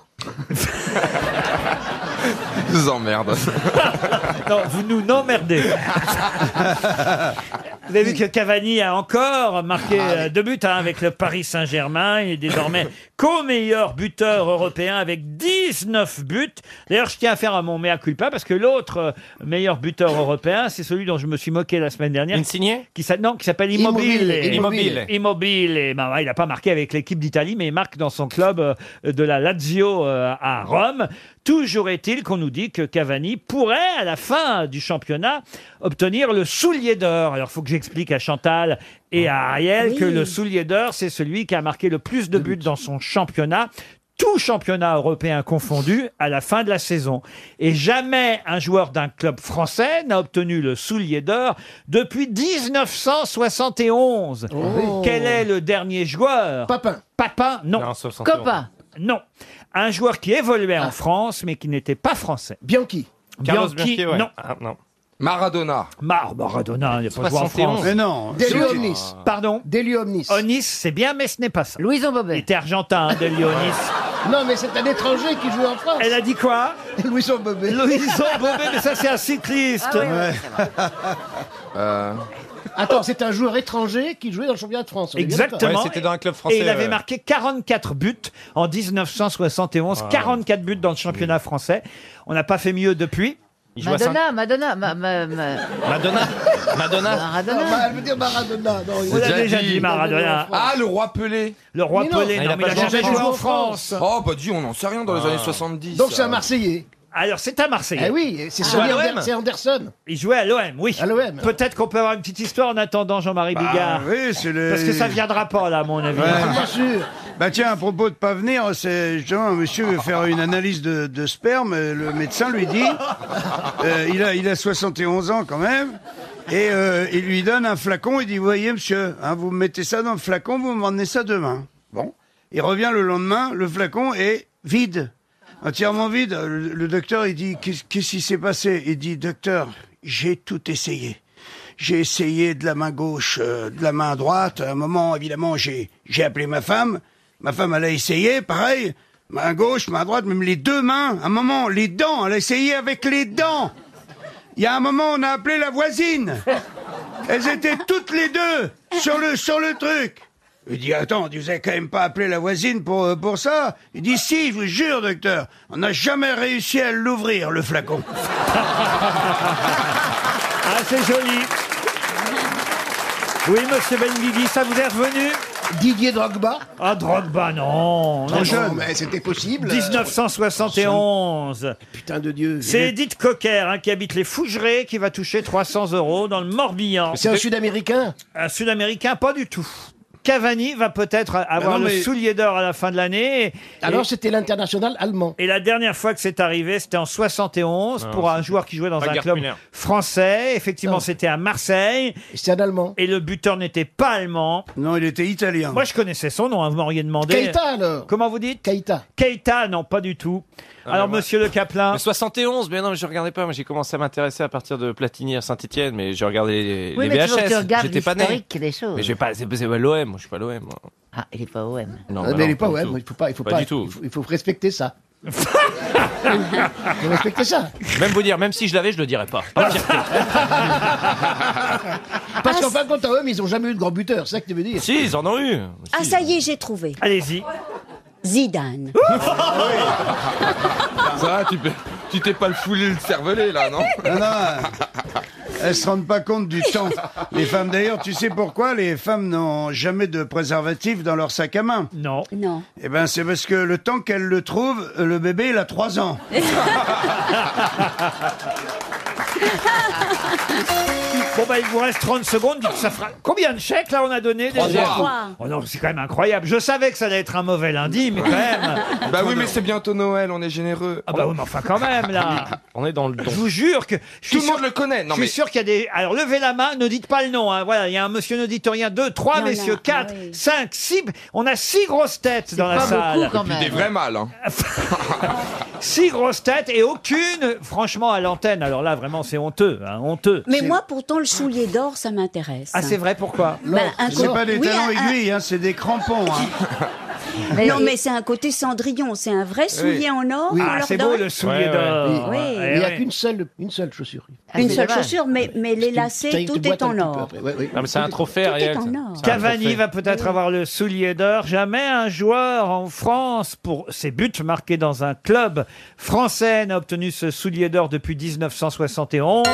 Vous emmerde. non, vous nous n'emmerdez. Vous avez vu que Cavani a encore marqué euh, deux buts hein, avec le Paris Saint-Germain. Il est désormais co-meilleur buteur européen avec 19 buts. D'ailleurs, je tiens à faire un mon mea culpa parce que l'autre euh, meilleur buteur européen, c'est celui dont je me suis moqué la semaine dernière. Insigné qui s'a- Non, qui s'appelle Immobile. Immobile. Immobile. Immobile. Et ben, ouais, il n'a pas marqué avec l'équipe d'Italie, mais il marque dans son club euh, de la Lazio euh, à Rome. Toujours est-il qu'on nous dit que Cavani pourrait, à la fin du championnat, obtenir le soulier d'or. Alors, il faut que j'explique à Chantal et à Ariel que Oui. le soulier d'or, c'est celui qui a marqué le plus de buts dans son championnat. Tout championnat européen confondu à la fin de la saison. Et jamais un joueur d'un club français n'a obtenu le soulier d'or depuis 1971. Quel est le dernier joueur Papin. Papin, non. Copa. Non. Un joueur qui évoluait en France, mais qui n'était pas français. Bianchi. Carlos Bianchi, Ah, Bianchi, ouais. non. Maradona. Mar Maradona, il n'y a pas de joueur en 71. France. Mais non, Delio Delio Omnis. Pardon Delio Omnis. Omnis, c'est bien, mais ce n'est pas ça. Louison Bobet. Il était argentin, hein, Delio Omnis. Non, mais c'est un étranger qui joue en France. Elle a dit quoi Louison Bobet. Louison Bobet, mais ça, c'est un cycliste. Ah oui, oui, Euh, Attends, c'est un joueur étranger qui jouait dans le championnat de France. on est hein. bien d'accord Exactement. Et il ouais. avait marqué 44 buts en 1971. 44 buts dans le championnat français. On n'a pas fait mieux depuis. Madonna, Madonna, ma- ma- ma- Madonna. Maradona. Ah, Non, bah, elle veut dire Maradona. Non, il- On l'a déjà dit, Maradona. Ah, le roi Pelé. Le roi Mais non. Pelé, Ah, non, mais il a jamais joué en France. Ah. Oh, bah dis, on n'en sait rien dans les années 70. Donc c'est euh. un Marseillais. Alors c'est un Marseillais. Eh oui, c'est Ah, celui à l'O M. Ander- c'est Anderson. Il jouait à l'OM, oui. Peut-être qu'on peut avoir une petite histoire en attendant Jean-Marie Bah Bigard. oui, c'est le- Parce que ça viendra pas, là, à mon avis. Ouais. Bah tiens, à propos de pas venir, c'est justement un monsieur veut faire une analyse de, de sperme. euh, Le médecin lui dit, euh, il a il a 71 ans quand même, et euh, il lui donne un flacon. Il dit, voyez monsieur, hein, vous mettez ça dans le flacon, vous m'emmenez ça demain. Bon, il revient le lendemain, le flacon est vide, entièrement vide. Le, le docteur il dit, qu'est-ce qu'est-ce qui s'est passé Il dit, docteur, j'ai tout essayé. J'ai essayé de la main gauche, euh, de la main droite. À un moment, évidemment, j'ai j'ai appelé ma femme. Ma femme, elle a essayé, pareil. Main gauche, main droite, même les deux mains. À un moment, les dents. Elle a essayé avec les dents. Il y a un moment, on a appelé la voisine. Elles étaient toutes les deux sur le, sur le truc. Il dit, attends, vous avez quand même pas appelé la voisine pour, euh, pour ça Il dit, si, je vous jure, docteur, on n'a jamais réussi à l'ouvrir, le flacon. Ah, c'est joli. Oui, monsieur Benguigui, ça vous est revenu Didier Drogba Ah, Drogba, non. Trop non, jeune. non. Mais c'était possible. Ah, 1971. Putain de Dieu. C'est Edith Cocker hein, qui habite les Fougerets qui va toucher 300 euros dans le Morbihan. C'est un Sud-Américain Un Sud-Américain, pas du tout. Cavani va peut-être avoir non, le mais- soulier d'or à la fin de l'année. Alors, c'était l'international allemand. Et la dernière fois que c'est arrivé, c'était en 71 Non, pour un joueur qui jouait dans Pas un Gerd club Müller. français. Effectivement, c'était à Marseille. C'était un allemand. Et le buteur n'était pas allemand. Non, il était italien. Moi, je connaissais son nom, hein, vous m'auriez demandé. Keita, alors Comment vous dites Keita. Keita, non, pas du tout. Ah, alors, mais moi- monsieur Le Caplin. Mais 71, mais non, mais je regardais pas. Moi, j'ai commencé à m'intéresser à partir de Platini à Saint-Etienne, mais j'ai regardé les, Oui, les mais tu vois, VHS. tu regardes J'étais pas né. l'historique des choses. Mais j'ai pas, c'est c'est pas l'OM. Moi, je suis pas l'OM. Ah, il est pas OM. Non, Ah, bah mais non, il est pas, du ouais, tout. il faut pas, il faut Pas pas, du tout. Il faut, il faut respecter ça. il faut respecter ça. Même vous dire, même si je l'avais, je le dirais pas. Pas de fierté. Parce qu'en fin de compte, à eux, ils ont jamais eu de grand buteur, c'est ça que tu veux dire. si, ils en ont eu. Ah, ça y est, j'ai trouvé. Allez-y. Oh, Zidane. Ça va, tu peux- tu t'es pas le foulé le cervelet là, non Non, non, elles se rendent pas compte du temps. Les femmes, d'ailleurs, tu sais pourquoi les femmes n'ont jamais de préservatif dans leur sac à main Non. Non. Eh ben, c'est parce que le temps qu'elles le trouvent, euh, le bébé, il a 3 ans. Bon, bah, il vous reste 30 secondes. Dites, ça fera... Combien de chèques, là, on a donné déjà Trois. Oh non, c'est quand même incroyable. Je savais que ça allait être un mauvais lundi, mais quand même. Bah oui, mais c'est bientôt Noël, on est généreux. Ah bah oui, mais enfin quand même là. On est dans le don. Je vous jure que Tout le monde le connaît. Non je suis mais sûr qu'il y a des. Alors levez la main, ne dites pas le nom. hein. Voilà, il y a un monsieur n'auditorien, deux, trois Il y en a, messieurs, ah quatre, cinq, six. On a six grosses têtes dans la pas salle. beaucoup, quand Et puis même. des vrais mâles. hein. six grosses têtes et aucune, franchement, à l'antenne. Alors là, vraiment, c'est honteux, hein, honteux. Mais C'est- moi, pourtant, le soulier d'or, ça m'intéresse. Ah, c'est vrai. Pourquoi Bah, un c'est co- pas des oui, ah, talons un- aiguilles, hein, c'est des crampons. hein. non, mais c'est un côté cendrillon. C'est un vrai soulier en or. qu'on Ah, Ah, leur donne. Oui. Oui. Mais Il n'y a qu'une seule, une seule chaussure. Ah, Ah, Une seule chaussure, mais, mais les lacets, tout est en or. Non, mais c'est un trophée, Tout est Ariel. en ça. or. C'est un Cavani trophée. va peut-être avoir le soulier d'or. Jamais un joueur en France, pour ses buts marqués dans un club français, n'a obtenu ce soulier d'or depuis 1971.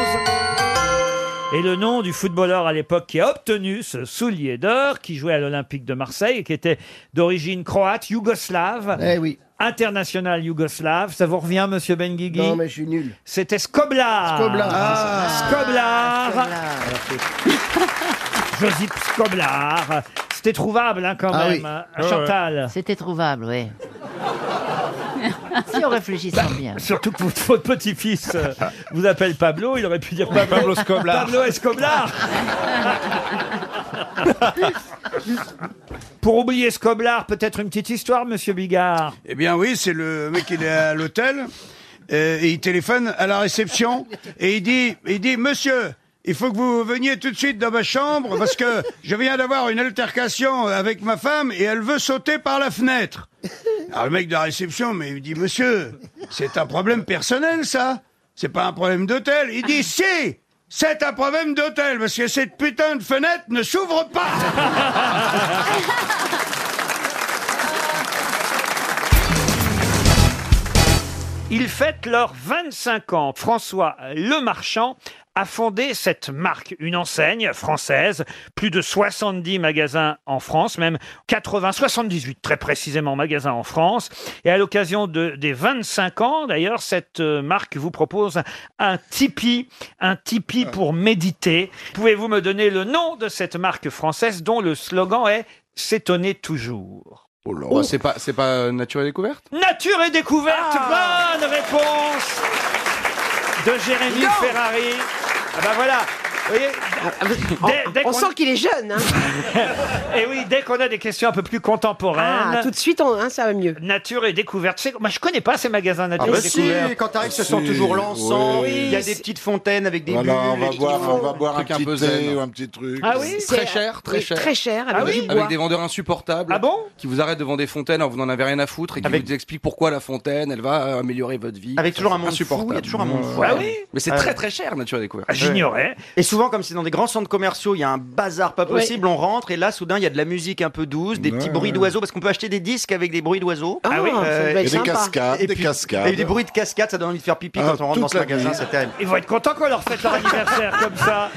Et le nom du footballeur à l'époque qui a obtenu ce soulier d'or, qui jouait à l'Olympique de Marseille et qui était d'origine croate, yougoslave. Eh oui. International yougoslave. Ça vous revient, monsieur Benguigui Non, mais je suis nul. C'était Skoblar. Skoblar, Ah, c'est ça. Skoblar. Ah, Josip Skoblar. C'était trouvable hein, quand Ah même, oui. hein, Oh, Ouais, Chantal. C'était trouvable, oui. si on réfléchissait Bah, bien. Surtout que votre, votre petit-fils euh, vous appelle Pablo, il aurait pu dire Pablo, Pablo Skoblar. Pablo Escobar. Pour oublier Skoblar, peut-être une petite histoire, monsieur Bigard. Eh bien oui, c'est le mec il est à l'hôtel euh, et il téléphone à la réception et il dit il dit monsieur il faut que vous veniez tout de suite dans ma chambre parce que je viens d'avoir une altercation avec ma femme et elle veut sauter par la fenêtre. Alors le mec de la réception mais il dit monsieur c'est un problème personnel ça c'est pas un problème d'hôtel il dit si c'est un problème d'hôtel parce que cette putain de fenêtre ne s'ouvre pas. Ils fêtent leurs 25 ans. François Lemarchand a fondé cette marque, une enseigne française, plus de 70 magasins en France, même 80, 78 très précisément magasins en France. Et à l'occasion de- des 25 ans, d'ailleurs, cette euh, marque vous propose un Tipeee, un Tipeee pour méditer. Pouvez-vous me donner le nom de cette marque française dont le slogan est « S'étonner toujours ». Oh, Oh Bah, c'est pas, c'est pas euh, nature et découverte Nature et découverte, Ah. bonne réponse de Jérémy Ferrari. Ah bah voilà. Vous voyez, dès- dès Ah, On qu'on- sent qu'il est jeune. Hein. Eh oui, dès qu'on a des questions un peu plus contemporaines. Ah, tout de suite, on- hein, ça va mieux. Nature et découverte. C'est- Moi, je connais pas ces magasins nature Ah bah et si, découverte. quand t'arrives, ce sont toujours l'encens, Oui, il y a des c'est- petites fontaines avec des Voilà, bulles. on va et qui boire- font- on va boire truc un peu petit zen. thé ou un petit truc. Ah oui Très C'est- cher, très oui, cher. Très cher. Ah oui Avec des vendeurs insupportables. Ah bon Qui vous arrêtent devant des fontaines alors vous n'en avez rien à foutre et qui vous expliquent pourquoi la fontaine, elle va euh, améliorer votre vie. Avec toujours un monde fou, insupportable. il y a toujours un monde fou. Ouais. Ah oui Mais c'est Ah très ouais. très cher, nature et découverte. J'ignorais. Et souvent, comme c'est dans des grands centres commerciaux, il y a un bazar pas Ouais. possible, on rentre et là, soudain, il y a de la musique un peu douce, des petits Ouais. bruits d'oiseaux, parce qu'on peut acheter des disques avec des bruits d'oiseaux. Euh, Ah oui, ça doit être Et des sympa. cascades, Et des puis- cascades. Et des bruits de cascades, ça donne envie de faire pipi Ah, quand on rentre toute dans ce la magasin, nuit. c'est terrible. Ils vont être contents quand on leur fête leur anniversaire comme ça.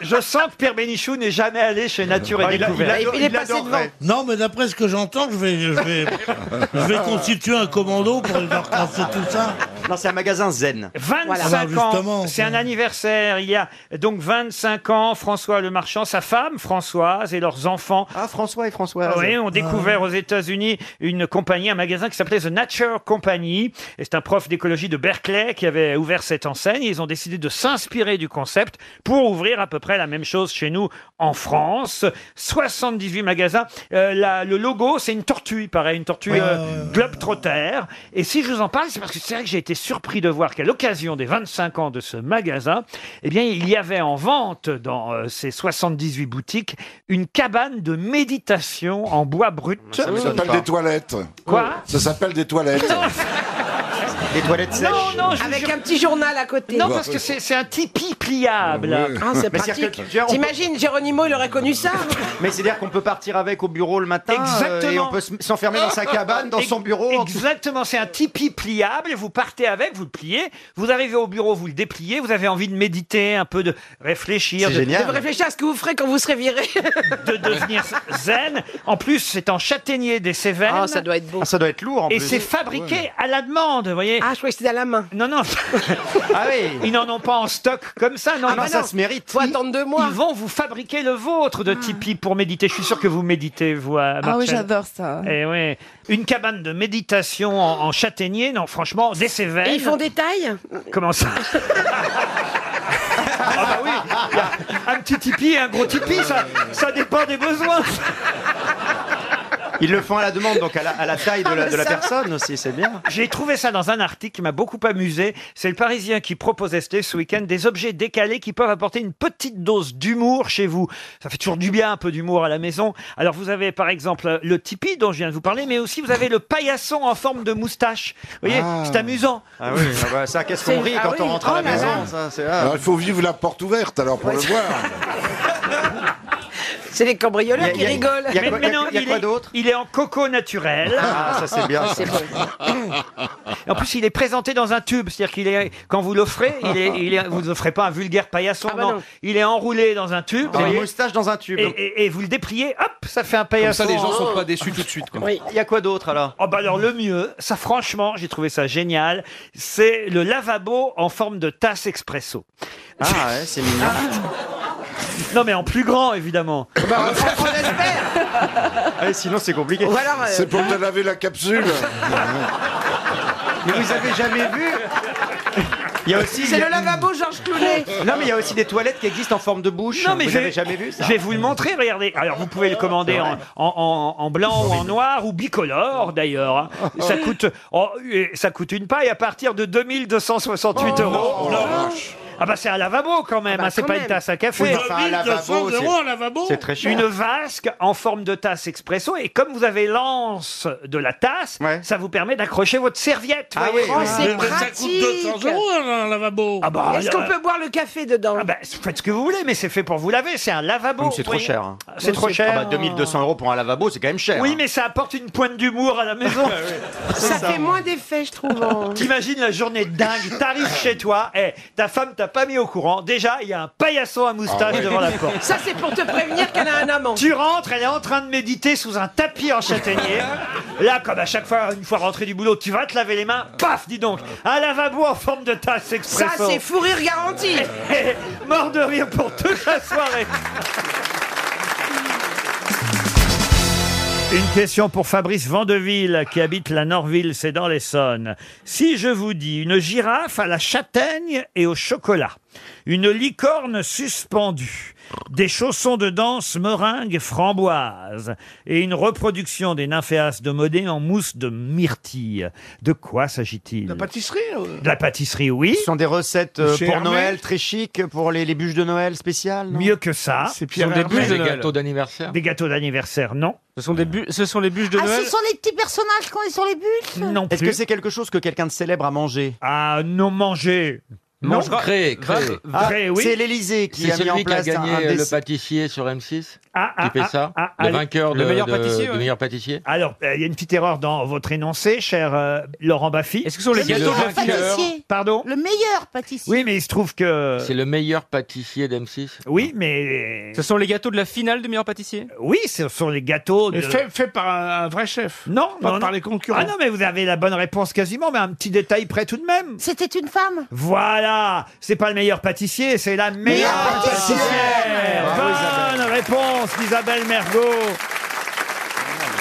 Je sens que Pierre Bénichou n'est jamais allé chez Nature et Découverte. adorerait. Non, mais d'après ce que j'entends, je vais, je vais, je vais constituer un commando pour leur casser tout ça. Non, c'est un magasin zen. Ah ben, 25 Alors, justement, ans, c'est un anniversaire. Il y a donc 25 ans, François Le Marchand, sa femme Françoise et leurs enfants. Ah, François et Françoise. Oui, ont découvert aux États-Unis une compagnie, un magasin qui s'appelait The Nature Company. Et c'est un prof d'écologie de Berkeley qui avait ouvert cette enseigne. Ils ont décidé de s'inspirer du concept pour ouvrir à peu près la même chose chez nous en France. 78 magasins. Euh, la- le logo, c'est une tortue, pareil, une tortue euh, globe-trotter. Et si je vous en parle, c'est parce que c'est vrai que j'ai été surpris de voir qu'à l'occasion des 25 ans de ce magasin, eh bien, il y avait en vente dans euh, ces 78 boutiques une cabane de méditation en bois brut. Ça s'appelle des toilettes. Quoi Ça s'appelle des toilettes. des toilettes Ah Non, non, je vous Avec jure- un petit journal à côté. Non, parce que c'est c'est un tipi pliable. Ah, c'est Mais c'est-à-dire pratique. que tu- on peut- T'imagines, Géronimo, il aurait connu ça. Mais c'est-à-dire qu'on peut partir avec au bureau le matin Exactement. euh, et on peut se- s'enfermer dans sa cabane, dans son bureau. Exactement, c'est un tipi pliable. et Vous partez avec, vous le pliez. Vous arrivez au bureau, vous le dépliez. Vous avez envie de méditer, un peu de réfléchir. de- De réfléchir à ce que vous ferez quand vous serez viré. de devenir zen. En plus, c'est en châtaignier des Cévennes. Ah, ça doit être beau. Ah, ça doit être lourd, en Et plus. c'est fabriqué Ouais. à la demande, vous voyez. Ah, je croyais que c'était à la main. Non, non. ah oui. Ils n'en ont pas en stock comme ça, non. Ah, bah Ça non. se mérite. Faut attendre deux mois. Ils vont vous fabriquer le vôtre de Tipeee pour méditer. Je suis sûr que vous méditez, vous, à Ah oui, Marcel. j'adore ça. Eh ouais. Une cabane de méditation en, en châtaignier, non, franchement, des Cévennes. Et ils font des tailles Comment ça Ah bah oui, il y a un petit tipi et un gros tipi, ça, ça dépend des besoins. Ils le font à la demande, donc à la, à la taille de la, de la Ah, Ça va. personne aussi, c'est bien. J'ai trouvé ça dans un article qui m'a beaucoup amusé. C'est le Parisien qui proposait c'était ce week-end des objets décalés qui peuvent apporter une petite dose d'humour chez vous. Ça fait toujours du bien un peu d'humour à la maison. Alors vous avez par exemple le tipi dont je viens de vous parler, mais aussi vous avez le paillasson en forme de moustache. Vous voyez, Ah. c'est amusant. Ah oui, ah bah ça, qu'est-ce C'est- qu'on rit ah quand oui. on rentre à la Oh là maison là. ça, c'est- ah. Alors, il faut vivre la porte ouverte alors pour le voir. C'est les cambrioleurs Il y qui a- il y a- rigolent. il y a quoi- Mais- mais non, il y a quoi il est- d'autre Il est en coco naturel. Ah, ça, c'est bien, ça. C'est Et En plus, il est présenté dans un tube, c'est-à-dire qu'il est quand vous l'offrez, il est, il est- vous ne offrez pas un vulgaire paillasson, Ah bah non. il est enroulé dans un Dans tube, vous une voyez. moustache dans un tube. et, et- et vous le dépliez, hop, ça fait un Comme paillasson. ça, les gens en- sont pas déçus tout de suite. quoi. Oui. Il y a quoi d'autre alors Oh bah alors le mieux, ça franchement, j'ai trouvé ça génial, c'est le lavabo en forme de tasse expresso. Ah ouais, c'est mignon. Non mais en plus grand évidemment. Ah, sinon, c'est compliqué. Ou alors, euh, C'est pour te laver la capsule. Mais vous avez jamais vu Il y a aussi. C'est le lavabo Georges Clooney. Non, mais il y a aussi des toilettes qui existent en forme de bouche. Non mais vous je n'avez vais, jamais vu ça je vais vous le montrer, regardez. Alors vous pouvez le commander en, en- en- en blanc ou en noir ou bicolore d'ailleurs. hein. Ça coûte oh, et ça coûte une paille à partir de 2268 euros. Ah bah c'est un lavabo quand même, hein, c'est quand pas même. une tasse à café. Oui, enfin, un lavabo, 2200 c'est- euros, un lavabo. c'est très cher. Une vasque en forme de tasse expresso et comme vous avez l'anse de la tasse, ça vous permet d'accrocher votre serviette. Ah voyez. oui, oui, oui. Mais ça Ça coûte 200 euros hein, un lavabo. Ah bah, Est-ce qu'on peut boire le café dedans Ah bah, faites ce que vous voulez, mais c'est fait pour vous laver, c'est un lavabo. Mais C'est trop voyez. cher. hein. C'est trop cher. Ah bah, 2200 euros pour un lavabo, c'est quand même cher. hein. Oui, mais ça apporte une pointe d'humour à la maison. Ça fait moins d'effet, je trouve. en- T'imagines la journée dingue, t'arrives chez toi, et ta femme t'a pas mis au courant. Déjà, il y a un paillasson à moustache Ah ouais. devant la porte. Ça, c'est pour te prévenir qu'elle a un amant. Tu rentres, elle est en train de méditer sous un tapis en châtaignier. Là, comme à chaque fois, une fois rentré du boulot, tu vas te laver les mains, paf, dis donc, un lavabo en forme de tasse Ça, expresso. c'est fou rire garanti. Mort de rire pour toute la soirée. Une question pour Fabrice Vandeville qui habite la Norville, c'est dans l'Essonne. Si je vous dis une girafe à la châtaigne et au chocolat, une licorne suspendue, des chaussons de danse meringue framboise et une reproduction des nymphéas de Modée en mousse de myrtille, de quoi s'agit-il De la pâtisserie euh De la pâtisserie, oui. Ce sont des recettes euh, Chez pour Hermès Noël très chic, pour les, les bûches de Noël spéciales. non Mieux que ça. C'est Pierre Ce sont des Hermès. bûches de Des Noël. gâteaux d'anniversaire. Des gâteaux d'anniversaire, non. Ce sont, des ce sont les bûches de Ah, ce sont les petits personnages qu'on est sur les bus Non Est-ce plus. que c'est quelque chose que quelqu'un de célèbre a mangé Ah non, manger. Non, Mangera- créé, Va- créé. va- Ah, créé, oui. C'est l'Élysée qui C'est a mis celui en place qui a un- gagné euh, un le déc- pâtissier sur M6 Ah, qui fait ça Le vainqueur de- de- du meilleur pâtissier Alors, euh, il y a une petite erreur dans votre énoncé, cher euh, Laurent Baffy. Est-ce que sont les C'est gâteaux le meilleur vainqueurs pâtissier. Pardon Le meilleur pâtissier. Oui, mais il se trouve que... C'est le meilleur pâtissier d'M6 Oui, mais... Ce sont les gâteaux de la finale du meilleur pâtissier Oui, ce sont les gâteaux de... Fait, fait par un, un vrai chef. Non, pas non, par non. les concurrents. Ah non, mais vous avez la bonne réponse quasiment, mais un petit détail près tout de même. C'était une femme Voilà C'est pas le meilleur pâtissier, c'est la meilleure Meilleure pâtissière Bravo, Bonne réponse d'Isabelle Mergot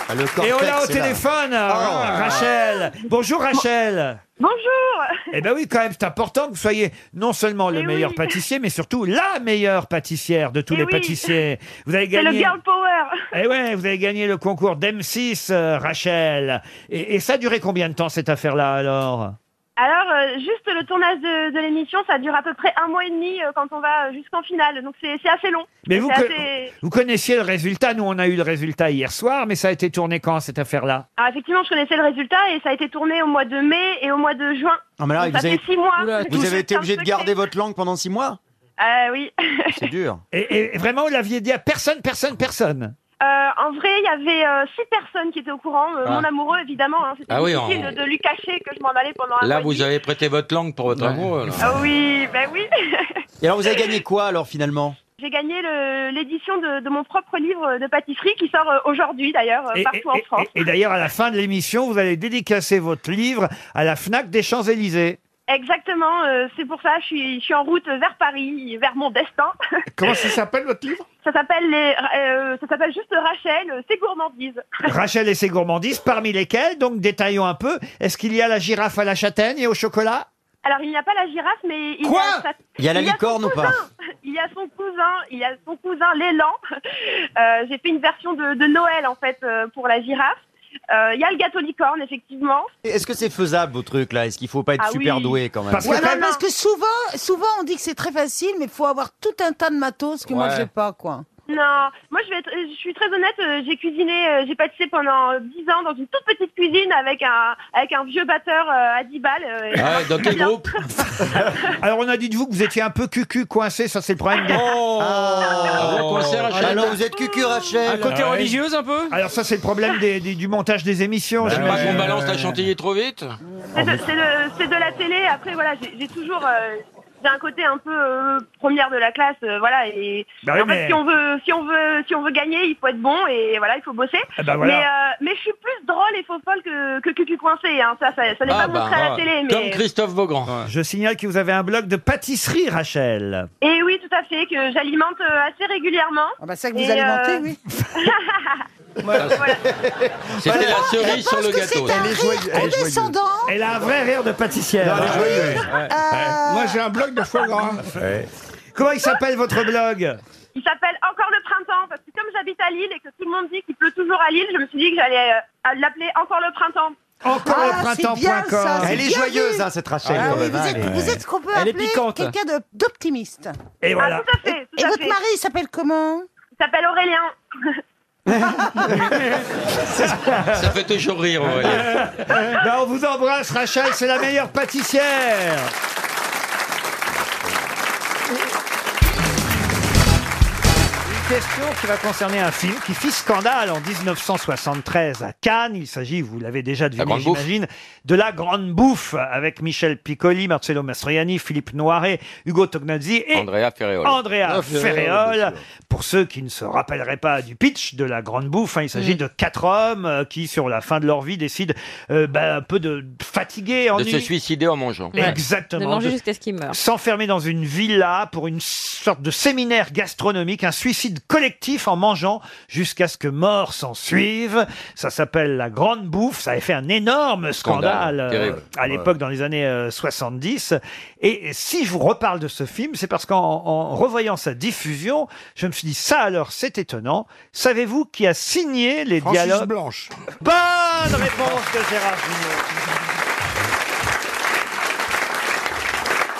Ah, Le Et on cortex, l'a au c'est là. Oh. téléphone, euh, Rachel Bonjour Rachel Bonjour Eh ben oui, quand même, c'est important que vous soyez non seulement le meilleur pâtissier, mais surtout la meilleure pâtissière de tous Eh les oui. pâtissiers. Vous avez C'est gagné. le girl power Eh ouais, vous avez gagné le concours d'M6, euh, Rachel. Et, et ça a duré combien de temps cette affaire-là alors Alors, euh, juste le tournage de, de l'émission, ça dure à peu près un mois et demi euh, quand on va euh, jusqu'en finale, donc c'est c'est assez long. Mais vous, C'est co- assez- vous connaissiez le résultat. Nous, on a eu le résultat hier soir, mais ça a été tourné quand cette affaire-là Alors, effectivement, je connaissais le résultat et ça a été tourné au mois de mai et au mois de juin. Ah, mais là, Donc, vous ça avez- fait six mois. Vous avez été obligé de garder votre langue pendant six mois Euh, oui. C'est dur. et, et vraiment, vous l'aviez dit à personne, personne, personne. Euh, en vrai, il y avait euh, six personnes qui étaient au courant. euh, Ah. Mon amoureux, évidemment. hein, C'était Ah oui, difficile on- de, de lui cacher que je m'en allais pendant Ah, un Là, mois. vous avez prêté votre langue pour votre amoureux. là. Ah oui, ben oui. Et alors, vous avez gagné quoi, alors, finalement J'ai gagné le- l'édition de, de mon propre livre de pâtisserie qui sort euh, aujourd'hui d'ailleurs euh, Et, partout et- en France. et- et d'ailleurs, à la fin de l'émission, vous allez dédicacer votre livre à la Fnac des Champs-Élysées. Exactement, euh, c'est pour ça je suis, je suis en route vers Paris, vers mon destin. Comment ça s'appelle votre livre Ça s'appelle les, euh, ça s'appelle juste Rachel, euh, ses gourmandises. Rachel et ses gourmandises, parmi lesquelles, donc détaillons un peu, est-ce qu'il y a la girafe à la châtaigne et au chocolat Alors il n'y a pas la girafe, mais il Quoi y a, sa- Il y a la son licorne ou pas cousin. Il y a son cousin, il y a son cousin l'élan. Euh, J'ai fait une version de, de Noël en fait euh, pour la girafe. Euh, Il y a le gâteau licorne effectivement. Est-ce que c'est faisable, vos trucs, là Est-ce qu'il faut pas être Ah super oui. doué, quand même Ouais, non, parce que souvent, souvent, on dit que c'est très facile, mais il faut avoir tout un tas de matos que moi, Ouais. j'ai pas, quoi. Non, moi je vais être, je suis très honnête, euh, j'ai cuisiné, euh, j'ai pâtissé pendant euh, 10 ans dans une toute petite cuisine avec un avec un vieux batteur euh, à 10 balles. euh, et ça marche très bien. Alors, on a dit de vous que vous étiez un peu cucu, coincé, ça c'est le problème. des- Ah, Ah, Alors, vous êtes Ah cucu, Rachel Un côté religieuse, un peu Alors ça, c'est le problème des- des- du montage des émissions. J'aime Bah, pas j'imagine. qu'on balance la chantilly trop vite C'est de, c'est de- c'est de la télé, après voilà, j'ai j'ai toujours euh, j'ai un côté un peu euh, première de la classe, euh, voilà et Bah oui, en fait, mais- si on veut si on veut si on veut gagner, il faut être bon et voilà, il faut bosser. Eh ben voilà. Mais euh, mais je suis plus drôle et faux folle que que cucu coincé hein, ça ça, ça n'est Ah Ah, pas bah, montré à la télé mais bah, Christophe Beaugrand. Je signale que vous avez un blog de pâtisserie, Rachel. Et oui, tout à fait, que j'alimente euh, assez régulièrement. Ah bah ça que Et, euh, vous alimentez, oui. C'était la cerise sur le que gâteau. c'est un rire condescendant. Elle a un vrai rire de pâtissière. Non, elle est joyeuse. Euh, Moi j'ai un blog de foie gras. Comment il s'appelle votre blog Il s'appelle Encore le printemps, parce que comme j'habite à Lille et que tout le monde dit qu'il pleut toujours à Lille, je me suis dit que j'allais euh, à l'appeler Encore le printemps. Encore Ah, le c'est bien printemps.com. ça, c'est Elle est bien joyeuse, vu. hein, cette Rachel, Ah quand oui, même. hein, vous, êtes, elle est- vous êtes ce qu'on peut Elle est appeler piquante. quelqu'un de- d'optimiste. Et voilà. Ah, tout à fait, Et votre mari, il s'appelle comment Il s'appelle Aurélien. Ça fait toujours rire, Aurélien. Ben, on vous embrasse, Rachel, c'est la meilleure pâtissière. Une question qui va concerner un film qui fit scandale en 1973 à Cannes. Il s'agit, vous l'avez déjà deviné, Grande Bouffe. j'imagine, de La Grande Bouffe avec Michel Piccoli, Marcello Mastroianni, Philippe Noiret, Hugo Tognazzi et Andrea Ferreol. Andrea Ah, Ferreol, bien Ferreol. sûr. Pour ceux qui ne se rappelleraient pas du pitch de la Grande Bouffe, hein, il Mm. s'agit de quatre hommes euh, qui, sur la fin de leur vie, décident euh, bah, un peu de fatiguer, De se ennui, suicider en mangeant. Exactement. De manger De- jusqu'à ce qu'il meure. s'enfermer dans une villa pour une sorte de séminaire gastronomique, un suicide collectif en mangeant jusqu'à ce que mort s'en suive. Ça s'appelle la grande bouffe. Ça avait fait un énorme scandale, Scandale, euh, terrible. à l'époque dans les années euh, 70. Et si je vous reparle de ce film, c'est parce qu'en en revoyant sa diffusion, je me suis dit ça alors c'est étonnant. Savez-vous qui a signé les Francis dialogues Blanche. Bonne réponse de Gérard Junior.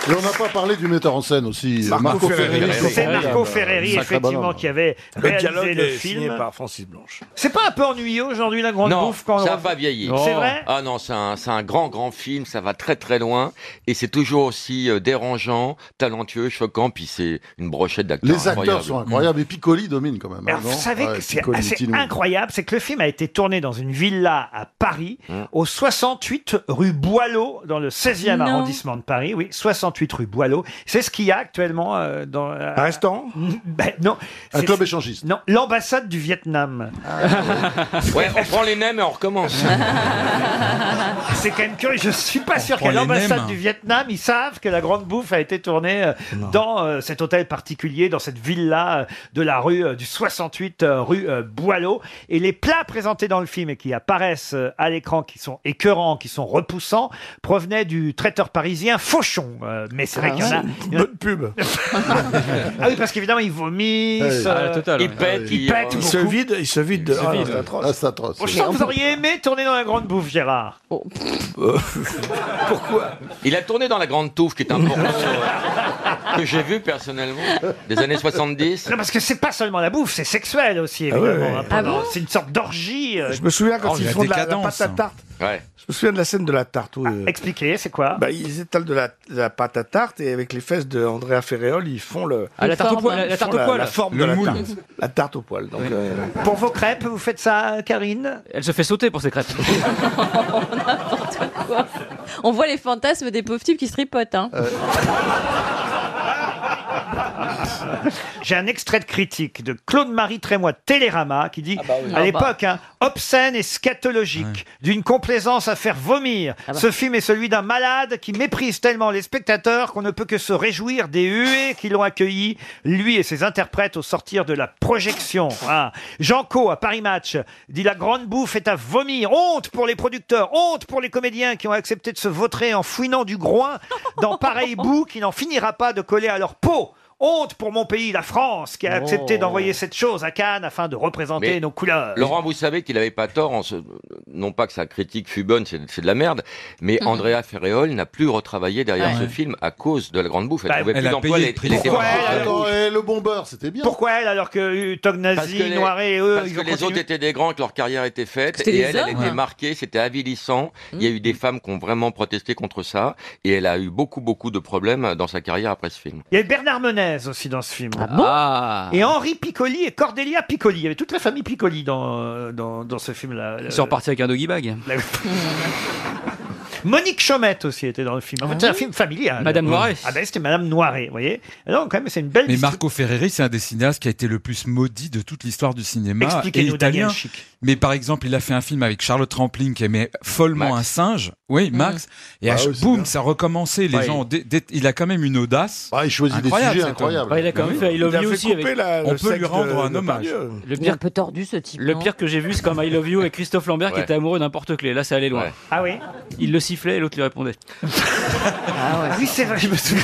Et on n'a pas parlé du metteur en scène aussi. Marco Ferreri. C'est Marco Ferreri, Sacré effectivement, bonhomme. qui avait réalisé le film. Francis Blanche. C'est pas un peu ennuyeux aujourd'hui, la grande Non, bouffe quand on ça re- va vieillir. C'est vrai Ah non, c'est un, c'est un grand, grand film, ça va très, très loin. Et c'est toujours aussi euh, dérangeant, talentueux, choquant, puis c'est une brochette d'acteurs. Les acteurs sont incroyables et Piccoli domine quand même. hein, Alors, vous savez que Ah, c'est assez incroyable, c'est que le film a été tourné dans une villa à Paris, au 68 rue Boileau, dans le 16e Non. arrondissement de Paris. Oui, 68 rue Boileau. C'est ce qu'il y a actuellement euh, dans. Un restaurant Non. Un Ah, club échangiste Non, l'ambassade du Vietnam. Ouais, on prend les nems et on recommence. C'est quand même curieux. Je suis pas sûr prend qu'à les l'ambassade nems. du Vietnam, ils savent que la grande bouffe a été tournée euh, dans euh, cet hôtel particulier, dans cette villa euh, de la rue euh, du 68 euh, rue euh, Boileau. Et les plats présentés dans le film et qui apparaissent euh, à l'écran, qui sont écœurants, qui sont repoussants, provenaient du traiteur parisien Fauchon. Euh, mais c'est vrai Ah qu'il y en a. ouais. il y en a- ah oui, parce qu'évidemment, ils vomissent, Ah, euh, total, ouais. ils pètent, Ah oui. ils pètent. Il beaucoup. il se vide. Ah, c'est atroce. Ah, c'est atroce. Bon, je sens que vous auriez aimé tourner dans la grande bouffe, Gérard. Oh. Pourquoi Il a tourné dans La Grande Touffe, qui est un porno euh, que j'ai vu personnellement, des années 70. Non, parce que c'est pas seulement la bouffe, c'est sexuel aussi, Ah ouais, évidemment. ouais. hein, Ah pendant- c'est une sorte d'orgie. euh. Je me souviens quand Oh, ils la font de la- la décadence, pâte à hein. tarte. Ouais. Je me souviens de la scène de la tarte. Ah, Où, euh, Expliquez, c'est quoi bah, Ils étalent de la, de la pâte à tarte et avec les fesses de Andrea Ferréol, ils font le. Ah, la tarte au Ils poil, la font tarte au poil. La forme Le de la moule. tarte. La tarte au poil. Donc, euh, Pour vos crêpes, vous faites ça, Karine Elle se fait sauter pour ses crêpes. On voit les fantasmes des pauvres types qui se tripotent. Hein. Euh. Ah. J'ai un extrait de critique de Claude-Marie Trémois de Télérama qui dit oui. Ah à bah. l'époque hein, obscène et scatologique, d'une complaisance à faire vomir. bah. Ce film est celui d'un malade qui méprise tellement les spectateurs qu'on ne peut que se réjouir des huées qui l'ont accueilli, lui et ses interprètes au sortir de la projection. Ah. Jean Co à Paris Match dit la grande bouffe est à vomir. Honte pour les producteurs, honte pour les comédiens qui ont accepté de se vautrer en fouinant du groin dans pareil bout qui n'en finira pas de coller à leur peau. Honte pour mon pays, la France, qui a accepté d'envoyer cette chose à Cannes afin de représenter Mais nos couleurs. Laurent, vous savez qu'il n'avait pas tort, en se- non pas que sa critique fut bonne, c'est c'est de la merde, mais Andrea Ferréol n'a plus retravaillé derrière Mhm. Ouais. ce film à cause de la grande bouffe. Elle Bah, ne trouvait elle plus a d'emploi, payé elle le prix. était- elle était Pourquoi en- elle, alors Attends, et le bon beurre, c'était bien. Pourquoi elle, alors que euh, Parce que Tognazi, les- Noiret et eux, parce ils que ont les continué autres étaient des grands, que leur carrière était faite, C'était et des elle, elle hommes, était hein. Mmh. marquée, c'était avilissant. Il y a eu des femmes qui ont vraiment protesté contre ça, et elle a eu beaucoup, beaucoup de problèmes dans sa carrière après ce film. Il y avait Bernard Menez aussi dans ce film. Ah. Et Henri Piccoli et Cordelia Piccoli. Il y avait toute la famille Piccoli dans, euh, dans, dans ce film-là. Euh, Ils sont repartis avec un doggy bag. La- Monique Chaumette aussi était dans le film. En fait, Ah c'est un oui film familial. Madame Noiret. Ah ben, c'était Madame Noiret, vous voyez. Non, quand même, c'est une belle Mais histoire. Marco Ferreri, c'est un des cinéastes qui a été le plus maudit de toute l'histoire du cinéma et Expliquez-nous, italien. Daniel Chic. Mais par exemple, il a fait un film avec Charlotte Rampling qui aimait follement un singe. Oui, Max. Et Ah à ch- oui, c'est boum, bien. ça recommençait. Les Ouais. gens, ont dé- dé- il a quand même une audace. il choisit des sujets cet homme. incroyables. Ouais, il a quand même fait I Love Il a You aussi couper avec- la- le On peut sexe lui rendre de- un de hommage. Pardieu. Le Il est pire, un peu tordu ce type. le non pire que j'ai vu, c'est comme I Love You avec Christophe Lambert qui Ouais. était amoureux d'un porte-clés. Là, ça allait loin. Ah oui Il le sifflait et l'autre lui répondait. Ah oui, c'est vrai, je me souviens.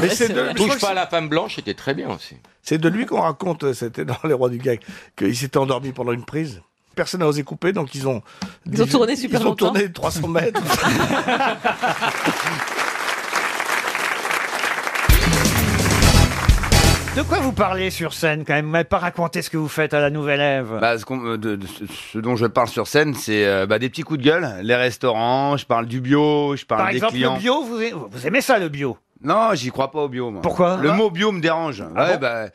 Mais c'est de- je crois Touche que pas à la femme blanche, c'était très bien aussi. C'est de lui qu'on raconte, euh, c'était dans Les Rois du Gag, qu'il s'était endormi pendant une prise. Personne n'a osé couper, donc ils ont. Ils ont tourné super Ils ont longtemps. tourné 300 mètres. De quoi vous parlez sur scène quand même Vous m'avez pas raconté ce que vous faites à la Nouvelle Ève. Bah, ce, qu'on- euh, de- de- ce- ce dont je parle sur scène, c'est euh, bah, des petits coups de gueule. Les restaurants, je parle du bio, je parle Par des exemple, clients. le bio, vous, vous aimez ça le bio Non, j'y crois pas au bio. Moi. Pourquoi Le Ah. mot bio me dérange. Ah ouais, bon bah, euh,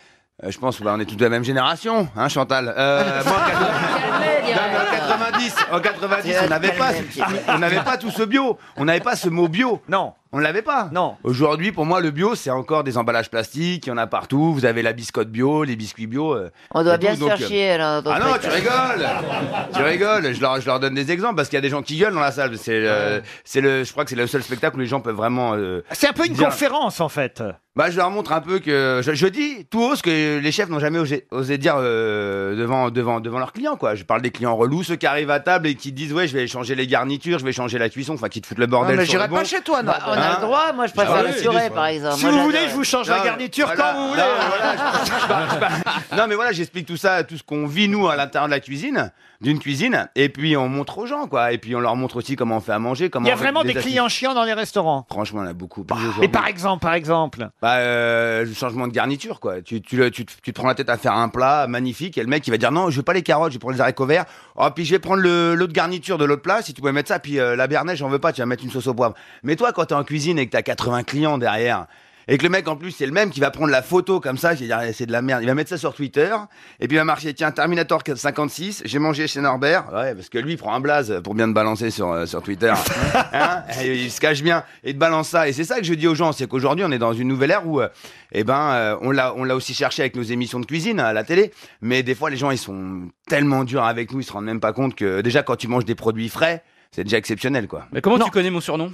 je pense qu'on est tous de la même génération, hein, Chantal. Euh, moi, en 90, en 90, on n'avait pas, on n'avait pas tout ce bio. On n'avait pas ce mot bio. Non. On l'avait pas. Non. Aujourd'hui, pour moi, le bio, c'est encore des emballages plastiques. Il y en a partout. Vous avez la biscotte bio, les biscuits bio. euh, On doit et bien tout, se faire donc, euh, chier là. dans ah non, notre tu état. rigoles Tu rigoles, je leur, je leur donne des exemples parce qu'il y a des gens qui gueulent dans la salle. C'est le, c'est le, je crois que c'est le seul spectacle où les gens peuvent vraiment. euh, C'est un peu une dire- conférence en fait. Bah, je leur montre un peu que. Je, je dis tout haut ce que les chefs n'ont jamais osé, osé dire euh, devant, devant, devant leurs clients, quoi. Je parle des clients relous, ceux qui arrivent à table et qui disent Ouais, je vais changer les garnitures, je vais changer la cuisson, enfin, qui te foutent le bordel. mais sur j'irai le bon. pas chez toi, non. Bah, On est a le droit. Moi, je préfère Ah le oui, suré, des- par exemple. Moi, j'adore. Non, voilà, non, voilà, je- je parle- je parle- Non, mais voilà, j'explique tout ça, tout ce qu'on vit, nous, à l'intérieur de la cuisine, d'une cuisine, et puis on montre aux gens, quoi. Et puis on leur montre aussi comment on fait à manger, comment Il y a on fait vraiment des assiettes. clients chiants dans les restaurants. Franchement, on a beaucoup. Mais par exemple, par exemple. Bah, euh, le changement de garniture, quoi. Tu, tu, le- tu, te- tu te prends la tête à faire un plat magnifique et le mec, il va dire non, je veux pas les carottes, je vais prendre les haricots verts. Oh, puis je vais prendre le- l'autre garniture de l'autre plat, si tu pouvais mettre ça. Puis euh, la béarnaise, j'en veux pas, tu vas mettre une sauce au poivre. Mais toi, quand t'es en cuisine et que t'as 80 clients derrière, et que le mec, en plus, c'est le même qui va prendre la photo comme ça, qui va dire, c'est de la merde. Il va mettre ça sur Twitter, et puis il va marcher, tiens, Terminator 56, j'ai mangé chez Norbert. Ouais, parce que lui, il prend un blaze pour bien te balancer sur, euh, sur Twitter. Hein Et il se cache bien, et te balance ça. Et c'est ça que je dis aux gens, c'est qu'aujourd'hui, on est dans une nouvelle ère où, euh, eh ben, euh, on l'a, on l'a aussi cherché avec nos émissions de cuisine hein, à la télé. Mais des fois, les gens, ils sont tellement durs avec nous, ils se rendent même pas compte que, déjà, quand tu manges des produits frais, c'est déjà exceptionnel, quoi. Mais comment tu connais mon surnom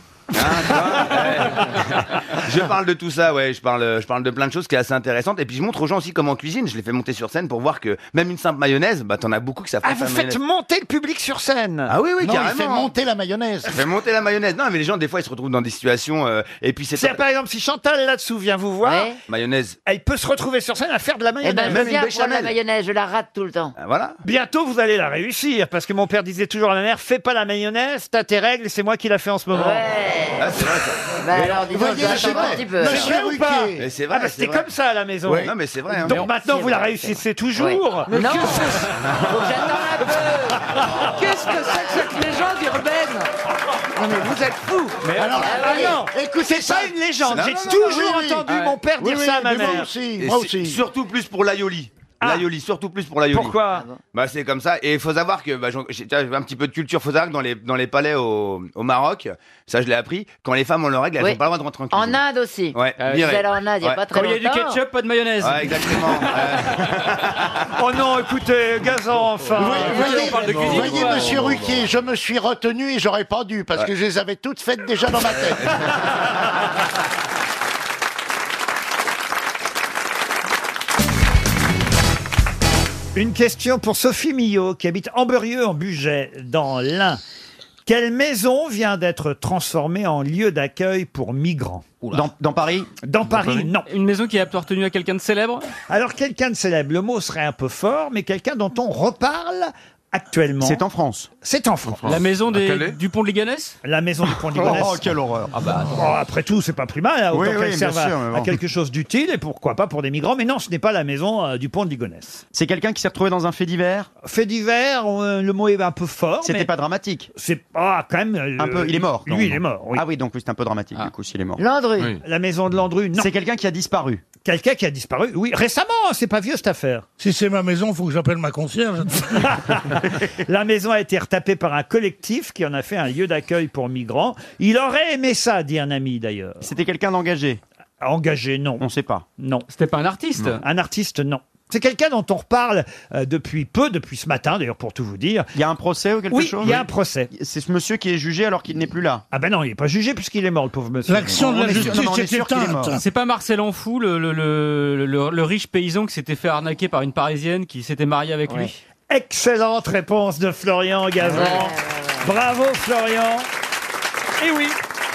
Je parle de tout ça, ouais. Je parle, je parle de plein de choses qui est assez intéressante. Et puis je montre aux gens aussi comment on cuisine. Je les fais monter sur scène pour voir que même une simple mayonnaise, bah t'en as beaucoup qui savent. Ah, pas vous faire faites mayonnaise. monter le public sur scène. Ah oui, oui, Non, il carrément. fait monter la mayonnaise. Fait monter la mayonnaise. Non, mais les gens des fois ils se retrouvent dans des situations. euh, et puis c'est C'est-à-dire, par exemple, si Chantal là-dessous vient vous voir, mayonnaise. elle peut se retrouver sur scène à faire de la Eh mayonnaise. ben, je viens prendre la mayonnaise, je la rate tout le temps. Ah, Voilà. Bientôt, vous allez la réussir, parce que mon père disait toujours à ma mère, fais pas la mayonnaise, t'as tes règles, c'est moi qui la fais en ce moment. Ah, Bah alors, dis donc, Voyez, je vais je sais attendre pas. un petit peu. Monsieur C'est vrai ou pas Ruquier. Mais c'est Ah, vrai. bah, c'est c'était vrai. comme ça à la maison. Ouais. Non, mais c'est vrai. hein. Donc maintenant, vous la réussissez toujours. Mais non. Qu'est-ce que c'est que cette légende urbaine Non mais vous êtes fous Mais alors, ah non, écoutez, c'est pas une légende. Non, J'ai Bah, non, non, toujours oui, oui. entendu Ouais. mon père dire Oui, oui, ça à ma mais mère. Ah. Moi aussi, moi aussi. Surtout plus pour l'aioli. L'aioli, surtout plus pour l'aioli. Pourquoi Bah c'est comme ça. Et il faut savoir que bah, j'en- j'ai tiens, j'ai un petit peu de culture. Faut savoir que dans les dans les palais au, au Maroc, ça je l'ai appris. Quand les femmes ont leurs règles, elles Oui. n'ont Ah pas le droit de rentrer en cuisine. En Inde aussi. Ouais, Je suis direct. allée en Inde il n'y a Ouais. pas très Quand longtemps. il y a du ketchup, pas de mayonnaise. Ouais, exactement. Oh non, écoutez, gazon, enfin. Ah, Voyez, voyez, monsieur Ruquier. Ruquier, je me suis retenu et j'aurais pas dû parce que je les avais toutes faites déjà dans ma tête. Une question pour Sophie Millot, qui habite Amberieux en Bugey, dans l'Ain. Quelle maison vient d'être transformée en lieu d'accueil pour migrants dans, Paris Dans Paris, non. Une maison qui a appartenu à quelqu'un de célèbre Alors, quelqu'un de célèbre, le mot serait un peu fort, mais quelqu'un dont on reparle actuellement. C'est en France C'est en France. La maison des- du pont de Liganès La maison du pont de Liganès. Oh, quelle horreur. Ah bah, Oh, après tout, c'est pas plus mal, hein, autant Oui, oui, qu'elle bien serve à- sûr, mais à bon. quelque chose d'utile, et pourquoi pas pour des migrants. Mais non, ce n'est pas la maison euh, du pont de Ligonesse. C'est quelqu'un qui s'est retrouvé dans un fait divers Fait divers, on- euh, le mot est un peu fort. C'était mais- pas dramatique. C'est ah, quand même. euh, Un peu, il est mort. Lui, il est mort. Ah oui, donc oui, c'est un peu dramatique du coup s'il est mort. Landru. Oui. La maison de Landru, non. C'est quelqu'un qui a disparu. Quelqu'un qui a disparu, oui. Récemment, hein, c'est pas vieux cette affaire. Si c'est ma maison, faut que j'appelle ma concierge. La maison a été retapée par un collectif qui en a fait un lieu d'accueil pour migrants. Il aurait aimé ça, dit un ami d'ailleurs. C'était quelqu'un d'engagé Engagé, non. On ne sait pas. Non. C'était pas un artiste Un artiste, non. C'est quelqu'un dont on reparle euh, depuis peu, depuis ce matin d'ailleurs, pour tout vous dire. Il y a un procès ou quelque chose Oui, il y a Oui. un procès. C'est ce monsieur qui est jugé alors qu'il n'est plus là. Ah ben non, il n'est pas jugé puisqu'il est mort, le pauvre monsieur. L'action de la justice est éteinte. C'est pas Marcel Anfou, le, le, le, le- le riche paysan qui s'était fait arnaquer par une parisienne qui s'était mariée avec lui Excellente réponse de Florian Gazan. Bravo Florian. Et oui.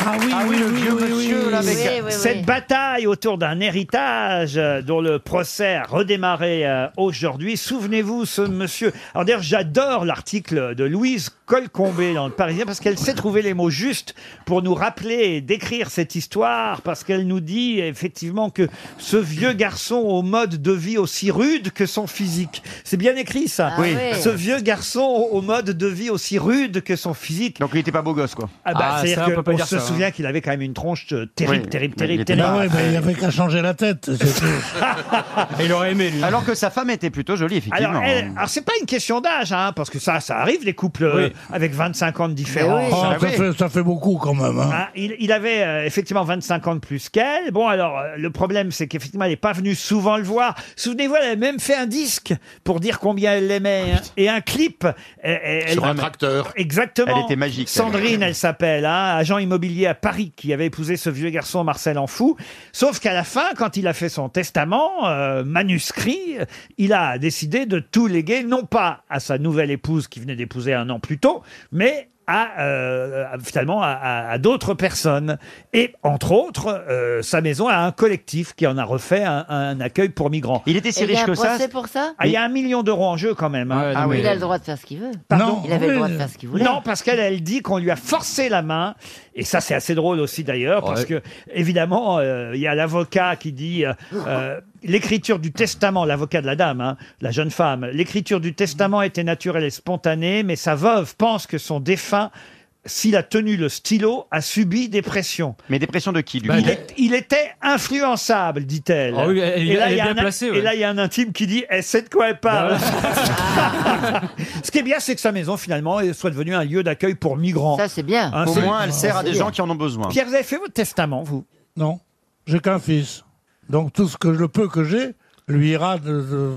Ah oui, oui, le vieux monsieur, là, avec- Oui, oui, Cette oui. bataille autour d'un héritage euh, dont le procès a redémarré euh, aujourd'hui. Souvenez-vous, ce monsieur. Alors d'ailleurs, j'adore l'article de Louise Colcombé dans le Parisien parce qu'elle sait trouver les mots justes pour nous rappeler et décrire cette histoire parce qu'elle nous dit effectivement que ce vieux garçon au mode de vie aussi rude que son physique. C'est bien écrit ça. Ah Oui. ouais. Ce vieux garçon au au mode de vie aussi rude que son physique. Donc il n'était pas beau gosse quoi. Ah bah Ah, c'est ça, on peut pas dire se ça, hein. souvient qu'il avait quand même une tronche euh, terrible, Oui, terrible, Ah mais il terrible, Ah était terrible. Bah ouais, bah, il avait qu'à changer la tête. c'est tout. il aurait aimé lui. hein. Alors que sa femme était plutôt jolie effectivement. Alors, elle- alors c'est pas une question d'âge, hein, parce que ça, ça arrive, les couples euh, avec 25 ans de différence. Ah, Oh, ça, fait, hein. ça fait beaucoup quand même. hein. Ah, il, il avait euh, effectivement 25 ans de plus qu'elle. Bon, alors, euh, le problème, c'est qu'effectivement, elle n'est pas venue souvent le voir. Souvenez-vous, elle avait même fait un disque pour dire combien elle l'aimait. Ah, hein, et un clip. Elle- elle- Sur elle- un tracteur. Exactement. Elle était magique, celle-là. Sandrine, elle s'appelle, hein, agent immobilier à Paris, qui avait épousé ce vieux garçon Marcel Enfou. Sauf qu'à la fin, quand il a fait son testament euh, manuscrit, il a décidé de tout léguer, non pas à sa nouvelle épouse qui venait d'épouser un an plus tôt, mais à euh, à- finalement à, à- à d'autres personnes. Et entre autres, euh, sa maison a un collectif qui en a refait un, un accueil pour migrants. Il était si Et il y a riche un que ça Ah procès Eh pour ça Ah, il y a un million d'euros en jeu quand même. hein. Il a le droit de faire ce qu'il veut. Pardon Il avait le droit de faire ce qu'il voulait. Non, parce qu'elle, elle dit qu'on lui a forcé la main. Et ça, c'est assez drôle aussi d'ailleurs, parce que, évidemment, euh, il y a l'avocat qui dit. euh, euh, L'écriture du testament, l'avocat de la dame, hein, la jeune femme, l'écriture du testament était naturelle et spontanée, mais sa veuve pense que son défunt, s'il a tenu le stylo, a subi des pressions. Mais des pressions de qui, Bah, lui Il, est- il était influençable, dit-elle. Ah oui, elle- et, là, elle il y est a bien un- placée, ouais. Bah, et là, il y a un intime qui hein. dit Eh, Elle sait de quoi elle parle. Ce qui est bien, c'est que sa maison, finalement, elle soit devenue un lieu d'accueil pour migrants. Ça, c'est bien. Hein, Au c'est- moins, elle sert à c'est des bien. gens qui en ont besoin. Pierre, vous avez fait votre testament, vous Non, j'ai qu'un fils. Donc tout ce que je peux que j'ai lui ira de- de-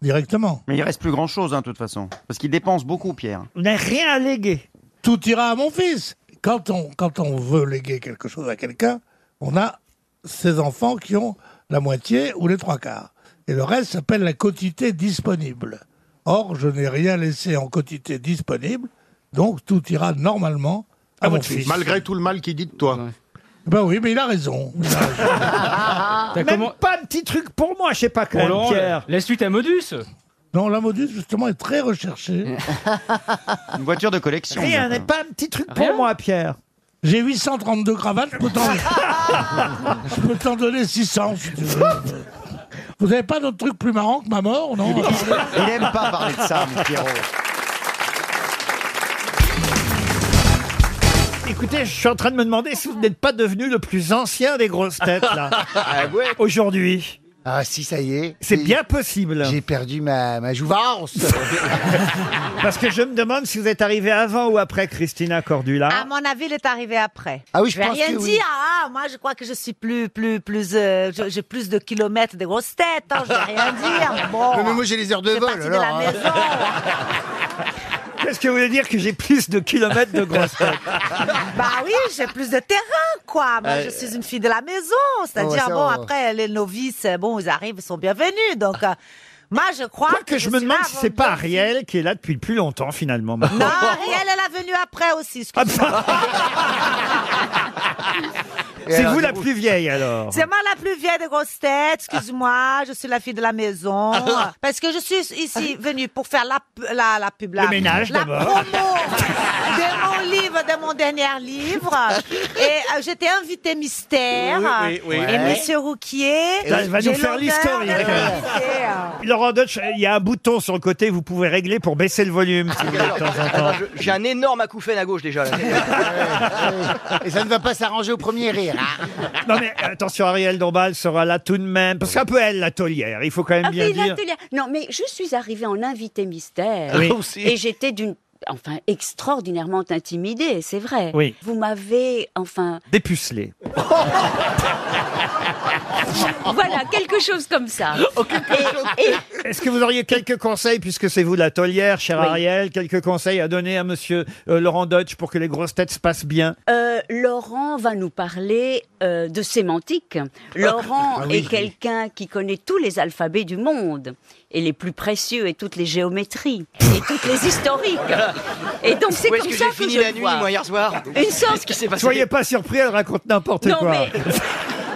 directement. Mais il reste plus grand chose, hein, de toute façon. Parce qu'il dépense beaucoup, Pierre. Vous n'avez rien allégué. Tout ira à mon fils. Quand on, quand on veut léguer quelque chose à quelqu'un, on a ses enfants qui ont la moitié ou les trois quarts. Et le reste s'appelle la quotité disponible. Or, je n'ai rien laissé en quotité disponible, donc tout ira Ah, normalement à, mon fils. Malgré tout le mal qu'il dit de toi. Ben oui, mais il a raison. Même pas un petit truc pour moi, je sais pas quand même, Pierre. laisse-lui ta modus. Non, la modus, justement, est très recherchée. Une voiture de collection. Rien ça. n'est pas un petit truc pour moi, Pierre. J'ai 832 cravates, je peux t'en, je peux t'en donner 600 si tu veux. Vous n'avez pas d'autre truc plus marrant que ma mort, non Il n'aime pas parler de ça, mon Pierrot. Écoutez, je suis en train de me demander si vous n'êtes pas devenu le plus ancien des grosses têtes, là. Ah Aujourd'hui. Ah si, ça y est. C'est bien possible. J'ai perdu ma, ma jouvence. Parce que je me demande si vous êtes arrivé avant ou après Christina Cordula. À mon avis, il est arrivé après. Ah oui, je vais pense rien que dire. oui. Ah, moi, je crois que je suis plus, plus, plus. euh, je- j'ai plus de kilomètres de grosses têtes. hein, je vais rien dire. Bon. Non, mais moi j'ai les heures de C'est vol. parti de alors, la hein. maison. Qu'est-ce que vous voulez dire que j'ai plus de kilomètres de grosses têtes bah oui, j'ai plus de terrain, quoi. Moi, Euh, je Oh, suis une fille de la maison. ouais, C'est-à-dire, ça, bon, on- après, les novices, euh, bon, ils arrivent, ils sont bienvenus. Donc, euh, moi, je crois Quoique je, me suis demande là si avant c'est de- pas Ariel qui est là depuis le plus longtemps finalement. Non, Ariel, elle est venue après aussi. Ah, excuse-moi. c'est vous la plus vieille alors. C'est moi la plus vieille des grosses têtes, excuse-moi, je suis la fille de la maison. Ah. Parce que je suis ici venue pour faire la, pu- la, la pub, la, Le ménage, la d'abord. promo de mon livre, de mon dernier livre. Et euh, j'étais invitée mystère. Oui, oui, oui. Et Ouais. Monsieur Rouquier. Ça va j'ai nous faire l'honneur de l'historique. l'inviter, euh, Laurent Deutsch, il y a un bouton sur le côté, vous pouvez régler pour baisser le volume si vous voulez de temps en temps. J'ai un énorme acouphène à gauche déjà. Là. Et ça ne va pas s'arranger au premier rire. hein. Non mais euh, attention, Ariel Dombal sera là tout de même, parce qu'un peu elle la taulière, il faut quand même Ah, bien puis dire. l'atelier- Non, mais je suis arrivée en invité mystère. Oui. Aussi. Et j'étais d'une. Enfin, extraordinairement intimidée, c'est vrai. Oui. Vous m'avez, enfin, Dépucelé. voilà, quelque chose comme ça. Oh, Est-ce que vous auriez quelques conseils, puisque c'est vous la taulière, cher Oui. Ariel, quelques conseils à donner à monsieur euh, Laurent Deutsch pour que les grosses têtes se passent bien Euh, Laurent va nous parler euh, de sémantique. Laurent Ah oui. est quelqu'un qui connaît tous les alphabets du monde et les plus précieux et toutes les géométries et toutes les historiques. Et donc c'est Où comme est-ce que ça j'ai que fini je la le nuit, vois. moi, hier soir Une sorte. Qu'est-ce qui s'est passé Soyez pas surpris, elle raconte n'importe Non, quoi. mais-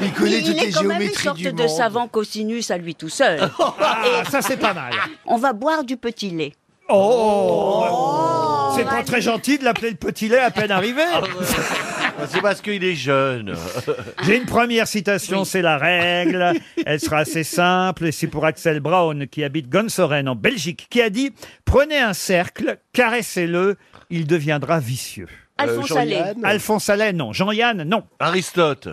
Il connaît il toutes est les quand même une géométries sorte du de monde. savant cosinus à lui tout seul. Ah, ça c'est pas mal. On va boire du petit lait. Oh, C'est pas Allez. très gentil de l'appeler le petit lait à peine arrivé. Ah, C'est parce qu'il est jeune. J'ai une première citation, c'est la règle. Elle sera assez simple et c'est pour Axel Braun qui habite Gonsoren en Belgique qui a dit Prenez un cercle, caressez-le, il deviendra vicieux. Alphonse Euh, Allais. Jean-Yann Alphonse Allais, non. Jean-Yann, non. Aristote.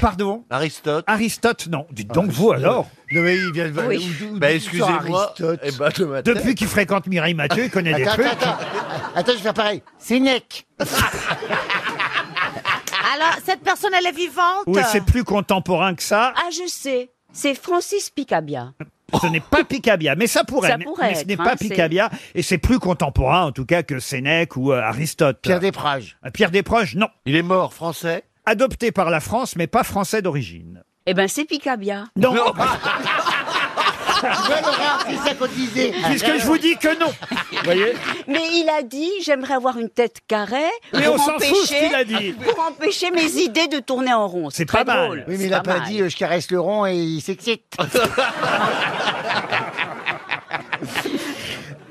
Pardon Aristote. Aristote, non. Dites Ah, donc vous alors. Non, mais il vient de. Oui. d'où- d'où- Bah, Ben, d'où excusez-moi. sort Aristote Eh ben, de ma tête. Depuis qu'il fréquente Mireille Mathieu, il connaît des Attends, trucs. Attends, attends, je vais faire pareil. Sénèque. Alors, cette personne, elle est vivante. Oui, c'est plus contemporain que ça. Ah, je sais. C'est Francis Picabia. Ce n'est pas Picabia, mais ça pourrait. Ça mais- pourrait mais ce n'est être, pas hein, c'est- Picabia, et c'est plus contemporain en tout cas que Sénèque ou euh, Aristote. Pierre Desproges. Pierre Desproges, non. Il est mort français. Adopté par la France, mais pas français d'origine. Eh ben, c'est Picabia. Non. si ça cotisait. Puisque je vous dis que non. Vous voyez Mais il a dit j'aimerais avoir une tête carrée Mais pour on s'en fout empêcher ce qu'il a dit. pour empêcher mes idées de tourner en rond. C'est très drôle. Oui, mais C'est il a pas mal. dit euh, je caresse le rond et il s'excite.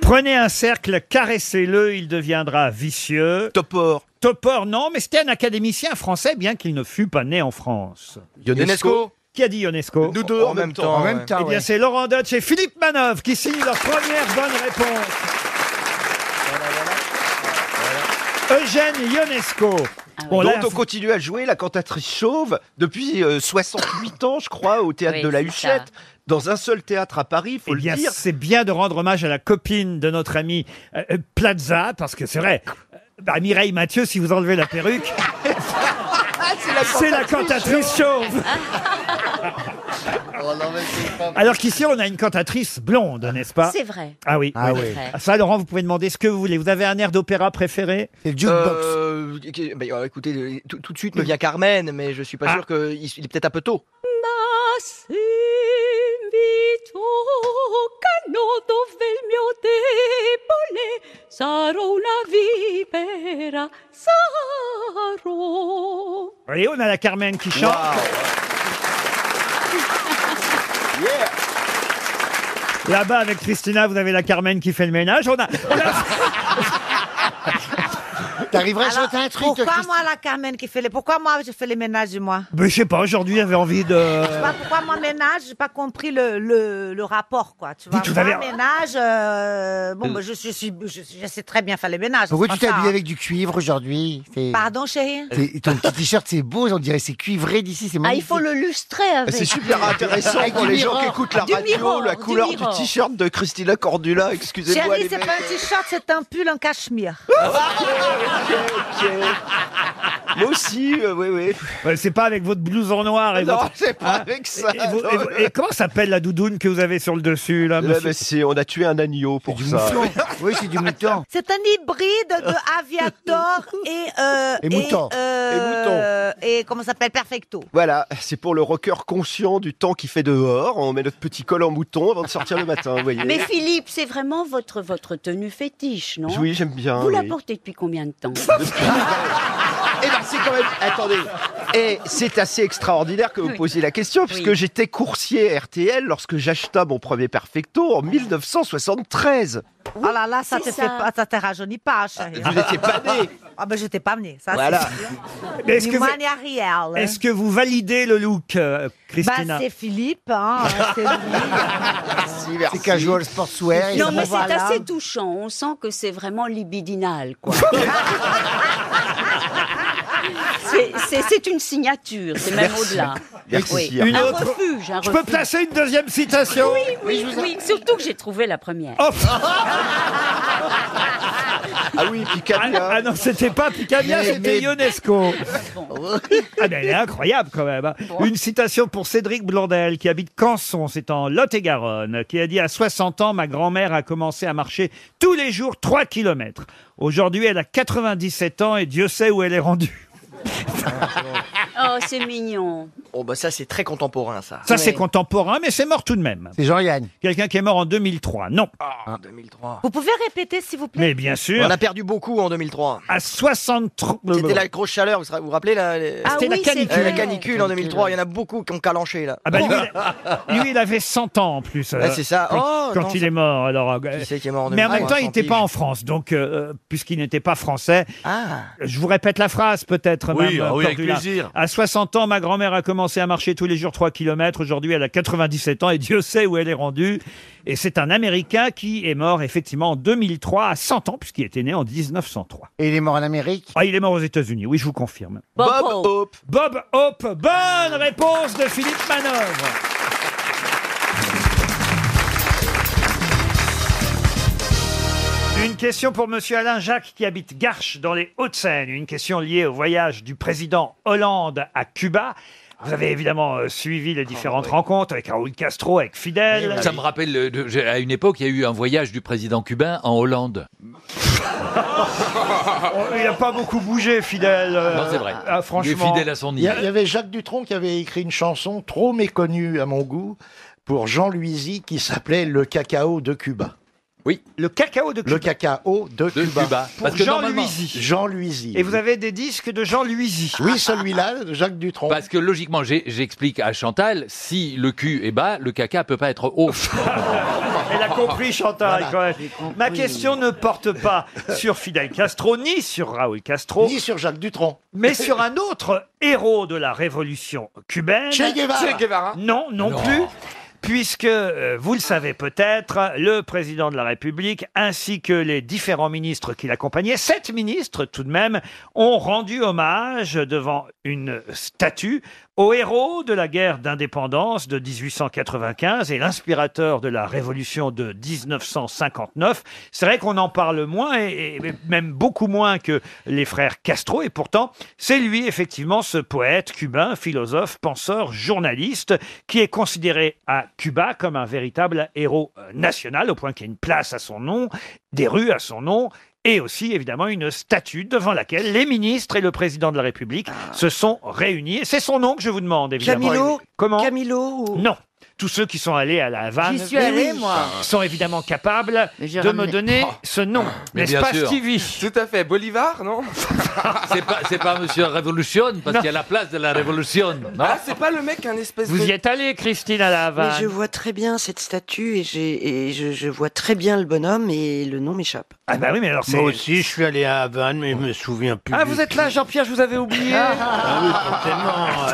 Prenez un cercle, caressez-le, il deviendra vicieux. Topor. Topor, non, mais c'était un académicien français, bien qu'il ne fût pas né en France. Ionesco Qui a dit Ionesco Nous deux, En en même même temps, temps, en même ouais. temps, Eh bien, ouais. c'est Laurent Deutsch et Philippe Manœuvre qui signent leur première bonne réponse. Eugène Ionesco. Bon, là, Dont on continue à jouer la cantatrice chauve depuis euh, 68 ans, je crois, au théâtre Oui, de la c'est Huchette, ça. dans un seul théâtre à Paris, faut Eh le bien, dire. c'est bien de rendre hommage à la copine de notre ami euh, euh, Plaza, parce que c'est vrai, euh, bah, Mireille Mathieu, si vous enlevez la perruque, c'est la cantatrice chauve. Alors qu'ici, on a une cantatrice blonde, n'est-ce pas C'est vrai. Ah oui. Ah oui. Ah, Ça, Laurent, vous pouvez demander ce que vous voulez. Vous avez un air d'opéra préféré C'est Euh, ok, bah, euh, écoutez, euh, tout, tout de suite me vient Carmen, mais je suis pas sûr que il, il est peut-être un peu tôt. Nascimito cano dove il mio debole sarò una vipera sarò Vous voyez, on a la Carmen qui chante. Là-bas, avec Christina, vous avez la Carmen qui fait le ménage. On a... on a- Alors, Pourquoi moi, la Carmen, qui fait les... Pourquoi moi, je fais les ménages, moi Mais je sais pas, aujourd'hui, j'avais envie de... Euh, Tu vois, pourquoi moi, ménage, j'ai pas compris le, le, le rapport, quoi. Tu vois, Dis tout à moi, l'heure. ménage, euh, bon, bah, je, je suis, je, je sais très bien faire les Ah, ménages. Pourquoi c'est tu pas t'es ça, habillé hein. avec du cuivre aujourd'hui C'est- Pardon, chérie T'es- Ton petit t-shirt, c'est beau, on dirait c'est cuivré d'ici, c'est Ah, magnifique. il faut le lustrer avec. Ah, C'est super intéressant Avec pour du les gens miroir. qui écoutent la Du radio, miroir, la du couleur du, miroir. t-shirt de Christina Cordula, excusez-moi Chérie, les c'est mecs. pas un t-shirt, c'est un pull en cachemire. Moi aussi, euh, oui, oui. Ouais, c'est pas avec votre blouse en noir et Non, votre- c'est pas Ah, avec ça, Et, et vous- non. et vous- et comment s'appelle la doudoune que vous avez sur le dessus là, Là, monsieur Euh, mais c'est- on a tué un agneau pour ça. Oui, c'est du mouton. C'est un hybride de aviator et... euh, Et mouton. euh, et comment ça s'appelle Perfecto. Voilà, c'est pour le rocker conscient du temps qu'il fait dehors. On met notre petit col en mouton avant de sortir le matin, vous voyez. Ah, Mais Philippe, c'est vraiment votre, votre tenue fétiche, non Oui, j'aime bien, Vous la oui. portez depuis combien de temps Eh ben, c'est quand même. Attendez. Eh, Et c'est assez extraordinaire que vous Oui. posiez la question, puisque Oui. j'étais coursier RTL lorsque j'acheta mon premier Perfecto en 1973. Oh là là, ça c'est te ça. fait pas, ça te rajeunit pas, chérie. Vous n'étiez pas né. Ah ben j'étais pas né, ça Voilà. c'est Mais sûr. est-ce Ni que vous- moi, ni Ariel. Est-ce que vous validez le look, euh, Bah Christina c'est Philippe, hein, c'est lui. C'est casual sportswear. Ah, Non, mais ils c'est sont- voilà. assez touchant. On sent que c'est vraiment libidinal, quoi. C'est- c'est c'est une signature, c'est même Merci. au-delà. Merci. Oui. Une un autre- refuge, un Je peux refuge. placer une deuxième citation Oui, oui, oui. Surtout que j'ai trouvé la première. Oh. Ah oui, Picabia. Ah, non, c'était pas Picabia, Mais- c'était mais- Ionesco. ah ben, elle est incroyable quand même. hein. Une citation pour Cédric Blondel qui habite Canson, c'est en Lot-et-Garonne, qui a dit à 60 ans, ma grand-mère a commencé à marcher tous les jours 3 kilomètres. Aujourd'hui, elle a 97 ans et Dieu sait où elle est rendue. Oh, c'est mignon. Oh bah ça c'est très contemporain ça. Ça, c'est contemporain, mais c'est mort tout de même. C'est Jean-Yann. Quelqu'un qui est mort en 2003. Non. Ah, En 2003. Vous pouvez répéter s'il vous plaît Mais bien sûr. On a perdu beaucoup en 2003. À 63. C'était la grosse chaleur, vous vous vous rappelez la, les- Ah C'était la oui, c'est canicule. Euh, La vrai. canicule en 2003, il y en a beaucoup qui ont calanché là. Ah bah, lui, il- lui, il avait 100 ans en plus. Ah, euh, c'est ça. Quand, Oh, quand non, il ça- est mort. Alors, euh, Qui c'est qui est mort en mais en 2003, même temps, il tant n'était pis. pas en France. Donc, euh, puisqu'il n'était pas français, Ah. je vous répète la phrase peut-être. Oui, même, ah oui, avec Cordula. plaisir. À 60 ans, ma grand-mère a commencé à marcher tous les jours 3 km. Aujourd'hui, elle a 97 ans et Dieu sait où elle est rendue. Et c'est un Américain qui est mort effectivement en 2003 à 100 ans, puisqu'il était né en 1903. Et il est mort en Amérique Ah, il est mort aux États-Unis, oui, je vous confirme. Bob Hope. Bob Hope, bonne réponse de Philippe Manœuvre. Une question pour Monsieur Alain Jacques qui habite Garches dans les Hauts-de-Seine. Une question liée au voyage du président Hollande à Cuba. Vous avez évidemment euh, suivi les différentes rencontres avec Raoul Castro, avec Fidel. Ça me rappelle, euh, de- j'ai- à une époque, il y a eu un voyage du président cubain en Hollande. Oh, Il n'a pas beaucoup bougé, Fidel. euh, Non, c'est vrai. ah, franchement. Il est fidèle à son Il y, île. a- il y avait Jacques Dutronc qui avait écrit une chanson trop méconnue à mon goût pour Jean Luisi qui s'appelait Le cacao de Cuba. Oui. Le cacao de Cuba. Le cacao de, Cuba. Cuba. Pour Parce que Jean normalement- Luisi. Jean Luisi. Et vous avez des disques de Jean Luisi Oui, celui-là, de Jacques Dutronc. Parce que logiquement, j'ai- j'explique à Chantal, si le cul est bas, le caca peut pas être haut. Elle a compris, Chantal, Voilà, quand même. Ma question ne porte pas sur Fidel Castro, ni sur Raoul Castro. Ni sur Jacques Dutronc. Mais sur un autre héros de la révolution cubaine. Che Guevara. Che Guevara. Non, non, Non. plus. Puisque, euh, vous le savez peut-être, le président de la République ainsi que les différents ministres qui l'accompagnaient, sept ministres tout de même, ont rendu hommage devant une statue au héros de la guerre d'indépendance de 1895 et l'inspirateur de la révolution de 1959. C'est vrai qu'on en parle moins et, et même beaucoup moins que les frères Castro et pourtant c'est lui effectivement ce poète cubain, philosophe, penseur, journaliste qui est considéré à Cuba comme un véritable héros euh, national au point qu'il y a une place à son nom, des rues à son nom et aussi évidemment une statue devant laquelle les ministres et le président de la République se sont réunis. Et c'est son nom que je vous demande évidemment. Ah. Camilo Comment Camilo ou- Non. Tous ceux qui sont allés à la Havane J'y suis allée, oui, moi. sont évidemment capables de me ramené- donner Oh. ce nom. Mais N'est-ce bien pas sûr. Stevie Tout à fait. Bolivar, non C'est pas, c'est pas Monsieur Révolution, parce qu'il y a la place de la Révolution. non Ah, c'est pas le mec un espèce de. Vous y êtes allé, Christine, à la Havane Mais je vois très bien cette statue et, j'ai- et je, je vois très bien le bonhomme et le nom m'échappe. Ah bah oui, mais alors c'est... Moi aussi, je suis allé à Havane, mais je me souviens plus. Ah, du vous tout. êtes là, Jean-Pierre, je vous avais oublié. Ah oui, forcément.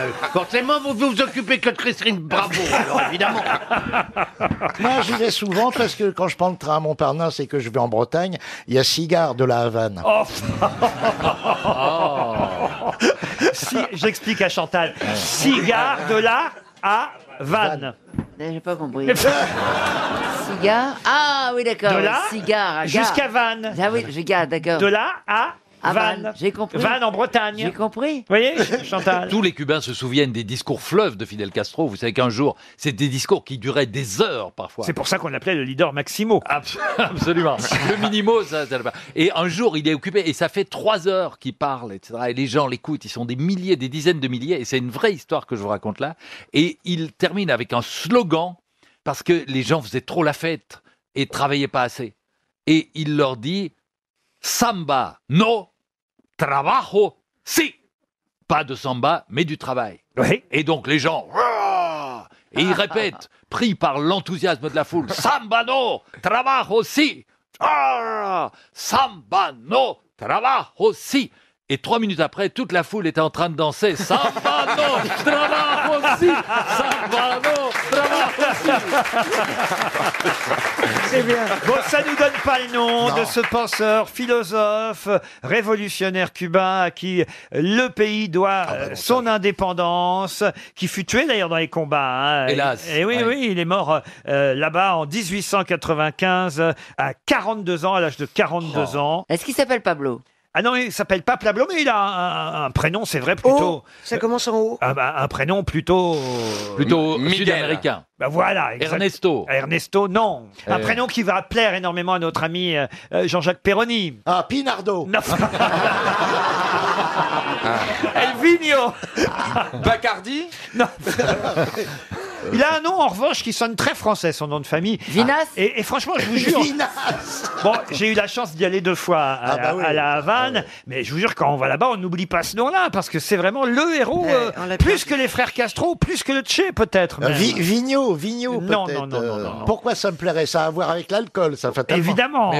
euh, forcément, vous vous vous occupez que de Christine Bravo, alors évidemment. Moi, j'y vais souvent parce que quand je prends le train à Montparnasse et que je vais en Bretagne, il y a six gares de la Havane. Oh. Ah. Si- J'explique à Chantal. Cigare de la Havane. Eh, J'ai pas compris. Cigare Ah oui, d'accord. De là Cigare. gare. jusqu'à Vannes. Ah oui, je garde, d'accord. De là à À Vannes. Vannes, j'ai compris. Vannes en Bretagne. J'ai compris. Vous voyez, Chantal Tous les Cubains se souviennent des discours fleuves de Fidel Castro. Vous savez qu'un jour, c'est des discours qui duraient des heures parfois. C'est pour ça qu'on l'appelait le leader Maximo. Absolument. Le minimo, ça, ça le va. Et un jour, il est occupé et ça fait trois heures qu'il parle, etc. Et les gens l'écoutent. Ils sont des milliers, des dizaines de milliers. Et c'est une vraie histoire que je vous raconte là. Et il termine avec un slogan parce que les gens faisaient trop la fête et travaillaient pas assez. Et il leur dit Samba, no, trabajo, si. Pas de samba, mais du travail. Et donc les gens. Roar Et ils répètent, pris par l'enthousiasme de la foule Samba no, trabajo si. Roar Samba no, trabajo si. Et trois minutes après, toute la foule était en train de danser Samba no, trabajo si. Samba no, trabajo C'est bien. Bon, ça nous donne pas le nom de ce penseur, philosophe, révolutionnaire cubain à qui le pays Ah, doit bah, euh, son indépendance, qui fut tué d'ailleurs dans les combats. hein. Hélas. Et oui, Ouais. oui, il est mort euh, là-bas en 1895 euh, à 42 ans, à l'âge de 42 Oh. ans. Est-ce qu'il s'appelle Pablo ah non, il s'appelle pas Pablo, mais il a un, un- un prénom, c'est vrai, plutôt. ça commence en haut. Un, un prénom plutôt. euh, Plutôt M- Miguel. sud-américain. Bah voilà. exact. Ernesto. Ernesto, non. Euh. Un prénom qui va plaire énormément à notre ami euh, euh, Jean-Jacques Perroni. Ah, Pinardo. Elvigno. Bacardi Non. Il a un nom, en revanche, qui sonne très français, son nom de famille. Ah, Vinas et, et franchement, je vous jure... Bon, j'ai eu la chance d'y aller deux fois à, Ah bah oui. à la Havane, mais je vous jure, quand on va là-bas, on n'oublie pas ce nom-là, parce que c'est vraiment le héros, euh, plus que les frères Castro, plus que le Tché, peut-être. Euh, même. Vi- Vigneault, Vigneault Non, peut-être. euh, non, non, non, non, non. Pourquoi ça me plairait Ça a à voir avec l'alcool, ça fatalement. Évidemment.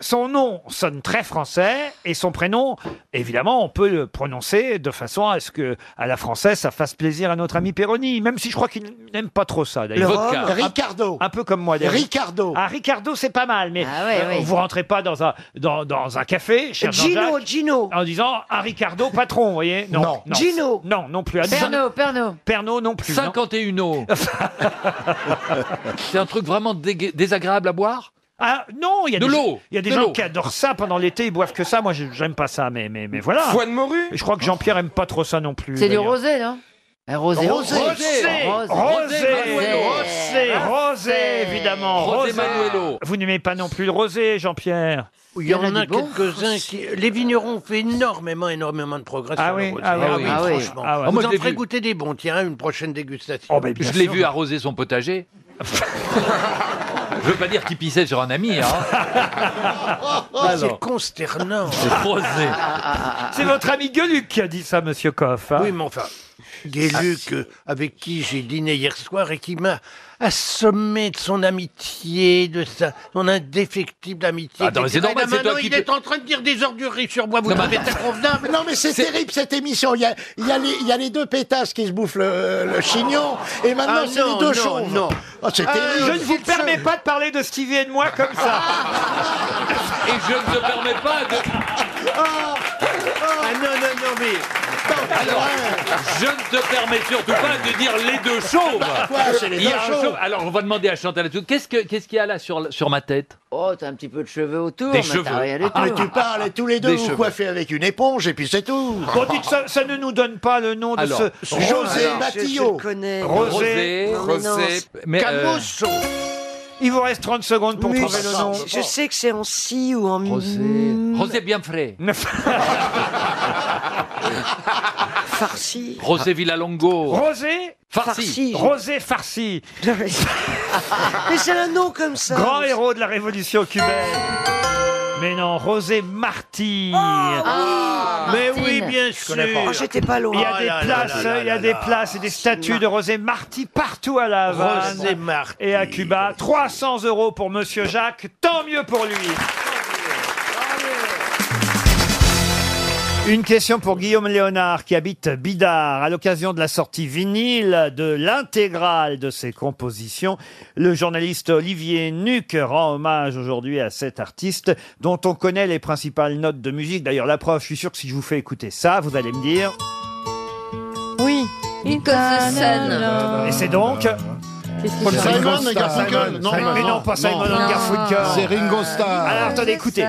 Son nom sonne très français et son prénom, évidemment, on peut le prononcer de façon à ce que, à la française, ça fasse plaisir à notre ami Perroni, même si je crois qu'il n'aime pas trop ça d'ailleurs. Le Vodka. rhum. Ricardo. Un, un peu comme moi d'ailleurs. Ricardo. Ah, Ricardo, c'est pas mal, mais Ah ouais, euh, ouais. vous rentrez pas dans un, dans, dans un café, cher Gino, Jean-Jacques, En disant un Ricardo patron, vous voyez Non. Gino. Non, non plus. Pernod, Pernod. Pernod non plus. 51 eaux. C'est un truc vraiment dégue- désagréable à boire Ah non, il y a De des, l'eau, il y a des de gens l'eau. qui adorent ça pendant l'été, ils boivent que ça. Moi, je- j'aime pas ça, mais mais mais voilà. Foie de morue Je crois que Jean-Pierre aime pas trop ça non plus. C'est du d'ailleurs. rosé, non Un rosé. Rosé, rosé, rosé, rosé, Rosé. rosé, évidemment. évidemment. José Rosa. Manuelo. Vous n'aimez pas non plus le rosé, Jean-Pierre Il y en a quelques-uns qui. Les vignerons ont fait énormément, énormément de progrès Ah sur oui, le rosé. ah oui, oui. Ah oui. franchement. Ah ouais. Vous Moi, je en l'ai ferez vu. goûter des bons, tiens, à une prochaine dégustation. Oh, je l'ai vu arroser son potager. je veux pas dire qu'il pissait sur un ami. hein. Ah, Mais Alors. Oh, C'est consternant. C'est votre ami Gueluc qui a dit ça, monsieur Coff. hein. Oui, mais enfin, Guéluc, euh, avec qui j'ai dîné hier soir et qui m'a assommé de son amitié, de sa, son indéfectible Ah, Ah, amitié. Attends, mais c'est etc. normal, Et là, c'est Eh toi ben, maintenant, qui il peux- est en train de dire des ordureries sur moi, vous Non, mais trouvez attends. ça convenable Non mais c'est terrible cette émission. Il y a, il y a les, il y a les deux pétasses qui se bouffent le, le chignon et maintenant Ah c'est les non, deux non, chauves. non. Oh, c'est Ah, terrible. Je ne vous permets pas de parler de Stevie et de moi comme ça. Et je ne te permets pas de. Ah non, non, non, mais... Alors, je ne te permets surtout pas de dire les deux chauves. Bah, Quoi, c'est les Il y a deux un chauves Alors, on va demander à Chantal tout. Qu'est-ce que- qu'est-ce qu'il y a là sur, sur ma tête Oh, t'as un petit peu de cheveux autour, Des mais cheveux. t'as rien du tout. Ah, mais tu parles et tous les deux Des vous cheveux. coiffez avec une éponge et puis c'est tout. Bon, dites, ça, ça ne nous donne pas le nom de Alors, ce José Alors, Batillot. Rosé. Mais, euh, Camusso. Il vous reste 30 secondes pour Oui, trouver le nom. je sais que c'est en si ou en Rosé bien frais. farci. Rosé Villalongo. Rosé Oh. Farci. Rosé Farci. Mais c'est un nom comme ça. Grand héros de la révolution cubaine. Mais non, Rosé Marty. Ah, Mais oui, bien sûr. Oh, j'étais pas loin. Il y a Oh des là là places, là là il y a là des Ah là. places et des statues de Rosé Marty partout à La Havane Rosé Marty. et à Cuba. 300 euros pour Monsieur Jacques, tant mieux pour lui. Une question pour Guillaume Léonard qui habite Bidart. À l'occasion de la sortie vinyle de l'intégrale de ses compositions, le journaliste Olivier Nuc rend hommage aujourd'hui à cet artiste dont on connaît les principales notes de musique. D'ailleurs, la preuve, je suis sûr que si je vous fais écouter ça, vous allez me dire. Oui. Because the sun. Et c'est donc. Qu'est-ce que c'est Simon Simon et Garfunkel. Non, Simon, mais non. non, pas Simon Non. and Garfunkel. Non. C'est Ringo Starr. Alors attendez, écoutez.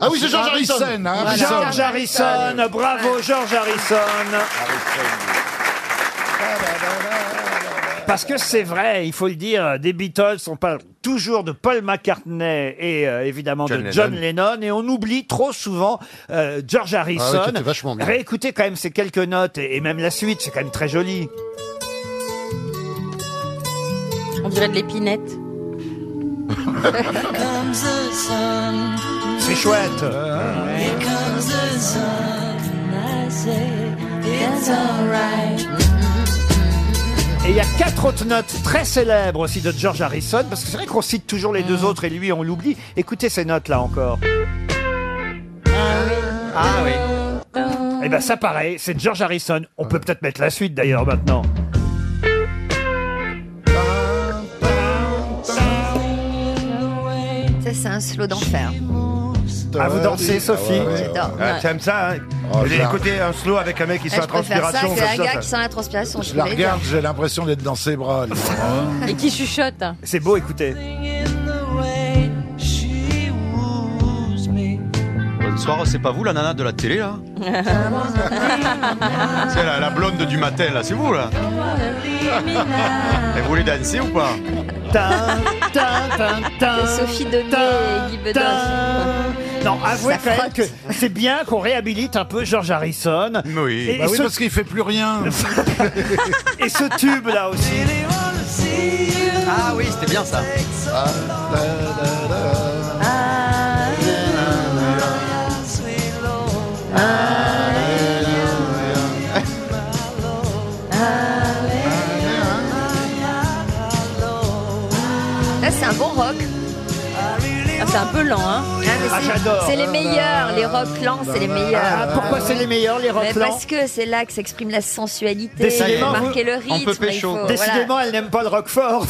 Ah oui, c'est George Harrison. Harrison, hein, George Harrison. Harrison, bravo George Harrison. Parce que c'est vrai, il faut le dire, des Beatles, on parle toujours de Paul McCartney et euh, évidemment John de Lennon. John Lennon, et on oublie trop souvent euh, George Harrison. Ah ouais, qui était vachement bien. Réécoutez quand même ces quelques notes et, et même la suite, c'est quand même très joli. On dirait de l'épinette. C'est chouette. Et il y a quatre autres notes très célèbres aussi de George Harrison, parce que c'est vrai qu'on cite toujours les deux autres et lui on l'oublie. Écoutez ces notes là encore. Ah oui. Eh Et ben ça pareil, c'est George Harrison. On peut peut-être mettre la suite d'ailleurs maintenant. Ça, c'est un slow d'enfer. Ah vous dansez Sophie J'adore. Ah, Ouais. T'aimes ça hein J'ai écouté un slow avec un mec qui Ah, sent je la préfère ça, transpiration. c'est un comme ça, gars ça. qui sent la transpiration. Je peux la les regarde, dire. j'ai l'impression d'être dans ses bras. lui. Et qui chuchote. C'est beau, écoutez. Bonsoir, ben, c'est pas vous la nana de la télé là Ah. C'est la, la blonde du matin là, c'est vous là Ah. Et vous voulez danser ou pas Sophie Donnet et Guy Bedos. Non, avouez Ça quand même frotte. que c'est bien qu'on réhabilite un peu George Harrison. Oui. Et Bah oui, ce- parce qu'il fait plus rien. Et ce tube là aussi. Ah oui, c'était bien ça. Ah, Ah. Là, c'est un bon rock. Ah, c'est un peu lent, hein Ah, mais Ah, c'est- j'adore. C'est les meilleurs, les rock lents, c'est les meilleurs. Ah, pourquoi c'est les meilleurs, les rock Mais lents Parce que c'est là que s'exprime la sensualité, euh, Décidément, marquer vous- le rythme. il faut- voilà. Décidément, elle n'aime pas le Roquefort.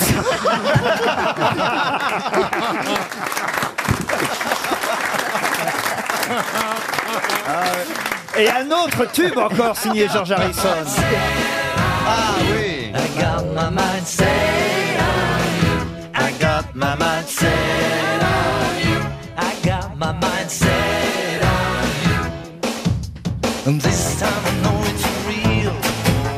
Ah Et un autre tube encore signé George Harrison. Ah oui. I got my mind set on you. I got my mind set on you. I got my mind set on you. And this time I know it's real.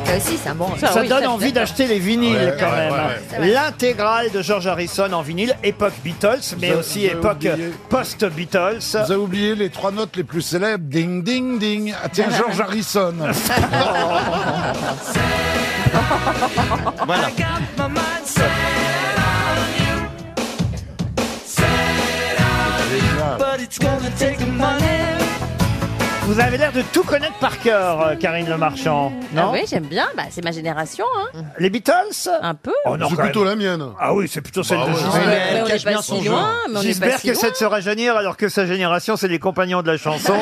Là aussi, c'est un bon Ça, donne envie d'acheter les vinyles Ouais, quand ouais, même. ouais, ouais. C'est vrai. L'intégrale de George Harrison en vinyle, époque Beatles, mais Vous a- aussi vous avez époque euh, oublié. post-Beatles. Vous avez oublié les trois notes les plus célèbres. Ding, ding, ding. Ah, tiens, George Harrison. Voilà. Vous avez l'air de tout connaître par cœur, euh, Karine Le Marchand. Non Ah oui, j'aime bien. Bah, c'est ma génération. Hein. Les Beatles Oh Un peu. C'est plutôt la mienne. Ah oui, c'est plutôt celle Bah de ouais. Gisbert. Mais elle on cache est pas bien si son loin, genre. mais on est pas Gisbert si qui essaie loin. de se rajeunir alors que sa génération, c'est les compagnons de la chanson.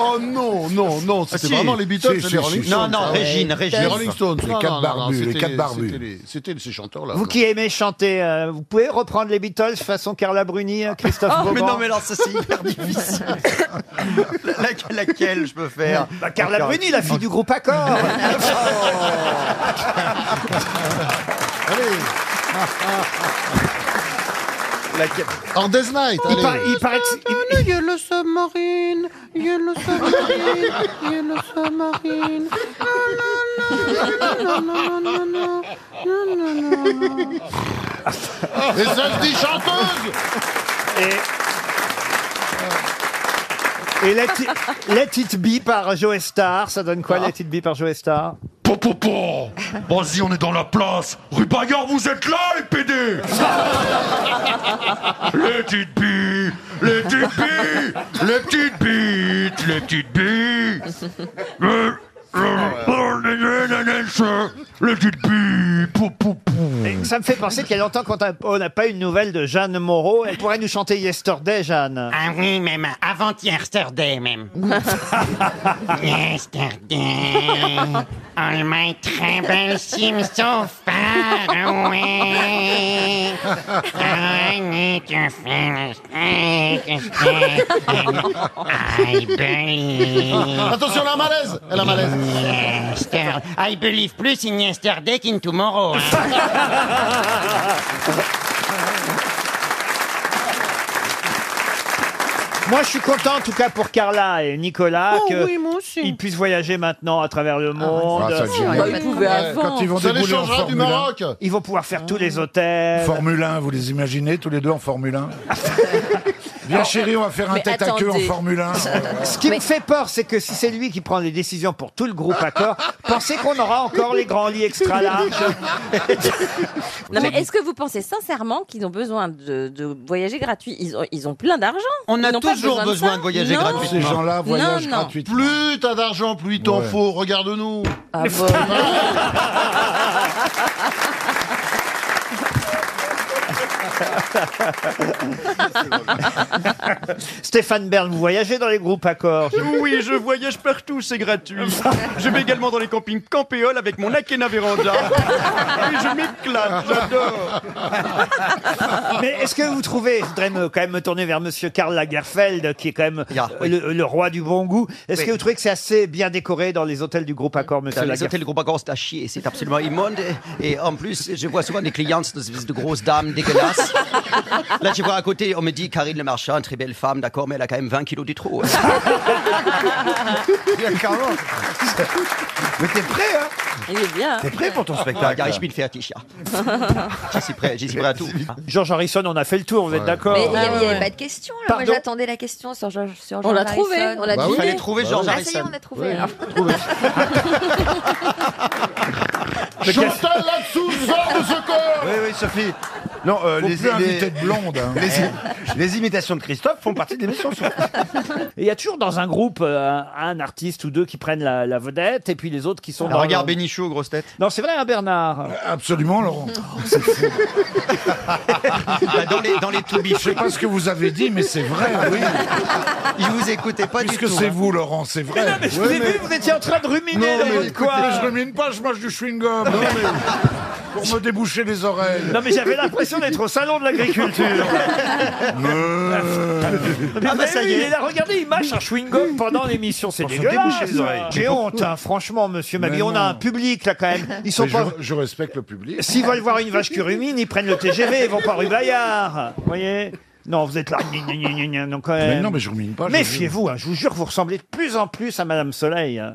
Oh non, non, non, Ah, c'était si. vraiment les Si, Beatles, c'est si, les si, Rolling si. Stones. Non, non, Ah ouais. Régine, Régine. Les Rolling Stones, les Non, quatre non, barbus, non, les c'était- quatre barbus. c'était C'était ces chanteurs-là. Vous qui aimez chanter, euh, vous pouvez reprendre les Beatles façon Carla Bruni, euh, Christophe Oh, Beaugrand mais non, mais alors ça c'est hyper difficile. laquelle, laquelle je peux faire Bah, Carla Bruni, la fille du groupe Accor Laquelle En Death Ah, Night, Il, allez. par- il paraît que c'est- Yellow submarine, yellow submarine, yellow submarine. Les seules dix chanteuses Et Let It, Let It Be par Joe Star, ça donne Ah. quoi Let It Be par Joe Star Popopo Vas-y, on est dans la place Rue Bagarre, vous êtes là, les PD Les petites billes Les petites billes Les petites billes Les petites billes Euh, Ah euh, Les petites billes Et Ça me fait penser qu'il y a longtemps qu'on a- on n'a pas eu de nouvelles de Jeanne Moreau. Elle pourrait nous chanter Yesterday, Jeanne. Ah oui, même avant-hier, yesterday même. yesterday, on my trouble seems so far away. I need to finish yesterday, and I believe. Attention, elle a un malaise Elle a un malaise Yester- I believe plus in yesterday qu'in tomorrow. Moi, je suis content en tout cas pour Carla et Nicolas Oh que oui, moi aussi. ils puissent voyager maintenant à travers le monde. Ah, ça, c'est génial. Bah, ils pouvaient avant. Quand ils vont Ça les débouler en changera du Formule un. Maroc. Ils vont pouvoir faire tous Mmh. les hôtels. Formule 1, vous les imaginez tous les deux en Formule 1 Viens Alors, chérie, on va faire un mais tête à queue en attendez. Formule Euh, 1. Ce qui me fait peur, c'est que si c'est lui qui prend les décisions pour tout le groupe Accor, pensez qu'on aura encore les grands lits extra larges. Non, mais est-ce que vous pensez sincèrement qu'ils ont besoin de, de voyager gratuit ils ont, ils ont plein d'argent. On a Ils n'ont pas toujours ça. besoin de voyager Non. gratuitement. Ces gens-là voyagent Non, non. gratuitement. Plus t'as d'argent, plus il t'en Ouais. faut, regarde-nous. Ah bon. Stéphane Bern, vous voyagez dans les groupes Accor Oui, je voyage partout, c'est gratuit. Je vais également dans les campings Campéole avec mon Akena Véranda. Et je m'éclate, j'adore. Mais est-ce que vous trouvez, je voudrais me- quand même me tourner vers Monsieur Karl Lagerfeld, qui est quand même le, le roi du bon goût. Est-ce Oui. que vous trouvez que c'est assez bien décoré dans les hôtels du groupe Accor, Monsieur Dans les Lagerfeld hôtels de gros vacances, c'est à chier, c'est absolument immonde. Et en plus, je vois souvent des clients, des espèces de grosses dames dégueulasses. Là, je vois à côté, on me dit Karine Le Marchand, très belle femme, d'accord, mais elle a quand même 20 kilos de trop. Mais t'es prêt, hein Il est bien. Ah, T'es prêt pour ton spectacle Ich bin fertig, ja. J'y suis prêt, j'y suis prêt à tout. George Harrison, on a fait le tour, vous êtes d'accord Ah, Mais Il n'y bah avait ouais. pas de question, là. Pardon Moi, j'attendais la question sur George sur On George l'a trouvé, Harrison. on l'a Bah oui, deviné. fallait trouver George Ah, ça y est, Harrison. on a trouvé. Ouais. hein. alors. hein. Chantal là-dessous, sort de ce corps Oui, oui, Sophie. Non, euh, Faut les, plus les- inviter de blonde, hein. les, les imitations de Christophe font partie de l'émission. surtout. Et Il y a toujours dans un groupe euh, un artiste ou deux qui prennent la, la vedette et puis les autres qui sont. dans regarde le- Bénichou, grosse tête. Non, c'est vrai, hein, Bernard. Euh, Absolument, Laurent. Bah, dans les, dans les to be Je sais pas ce que vous avez dit, mais c'est vrai, oui. Je vous écoutais pas Puisque du tout. c'est hein. vous, Laurent, c'est vrai. Mais non, mais je vous ai vu, vous étiez en train de ruminer non, dans mais votre écoutez, coin. Je rumine pas, je mange du chewing-gum. Non, mais Pour me déboucher les oreilles. Non, mais j'avais l'impression d'être au salon de l'agriculture. Ah, bah, ça y est. Euh. Il est là, regardez, il mâche un chewing-gum pendant l'émission, c'est Pour se dégueulasse. déboucher les oreilles. J'ai honte, hein, franchement, monsieur Mais Mabie, on a non. un public là quand même. Ils sont Mais pas. je, je respecte le public. S'ils veulent voir une vache qui rumine, ils prennent le TGV, ils vont pas rue Bayard. Vous voyez Non, vous êtes là. gna, gna, gna, gna, gna, non, quand même. Mais non, mais je rumine pas, je Méfiez-vous, hein, je vous jure, vous ressemblez de plus en plus à Madame Soleil. hein.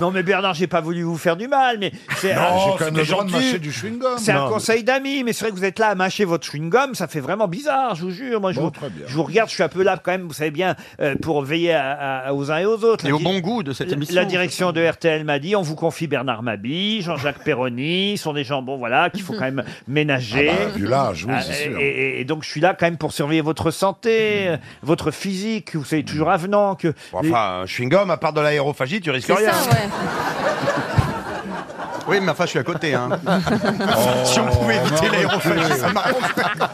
Non mais Bernard, j'ai pas voulu vous faire du mal, mais c'est Non, Ah, j'ai c'est quand même le droit de gentil. mâcher du chewing-gum. C'est un Non, mais- conseil d'amis, mais c'est vrai que vous êtes là à mâcher votre chewing-gum, ça fait vraiment bizarre, je vous jure. Moi, je, vous, je vous regarde, je suis un peu là quand même, vous savez bien, euh, pour veiller à- à- aux uns et aux autres. Et La au di- bon goût de cette la- émission. La direction de RTL m'a dit, on vous confie Bernard Mabi, Jean-Jacques Perroni, ce sont des gens, bon voilà, qu'il faut quand même ménager. Ah bah, vu l'âge, oui, Ah, c'est sûr. Et, et- et donc je suis là quand même pour surveiller votre santé, Hmm. euh, votre physique, que vous soyez toujours avenant, que... Enfin, un chewing-gum, à part de l'aérophagie, tu risques rien. Oui, mais enfin, je suis à côté. Hein. si on pouvait éviter Oh, non, l'aérophagie, arrêtez. ça m'arrange.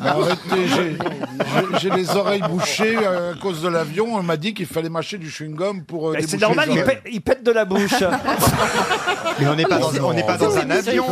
Mais arrêtez, j'ai- j'ai- j'ai les oreilles bouchées euh, à cause de l'avion. On m'a dit qu'il fallait mâcher du chewing-gum pour. euh, Mais c'est déboucher normal, les il, oreilles. Oh, pète- il pète de la bouche. Mais on n'est pas dans, on n'est pas dans un avion.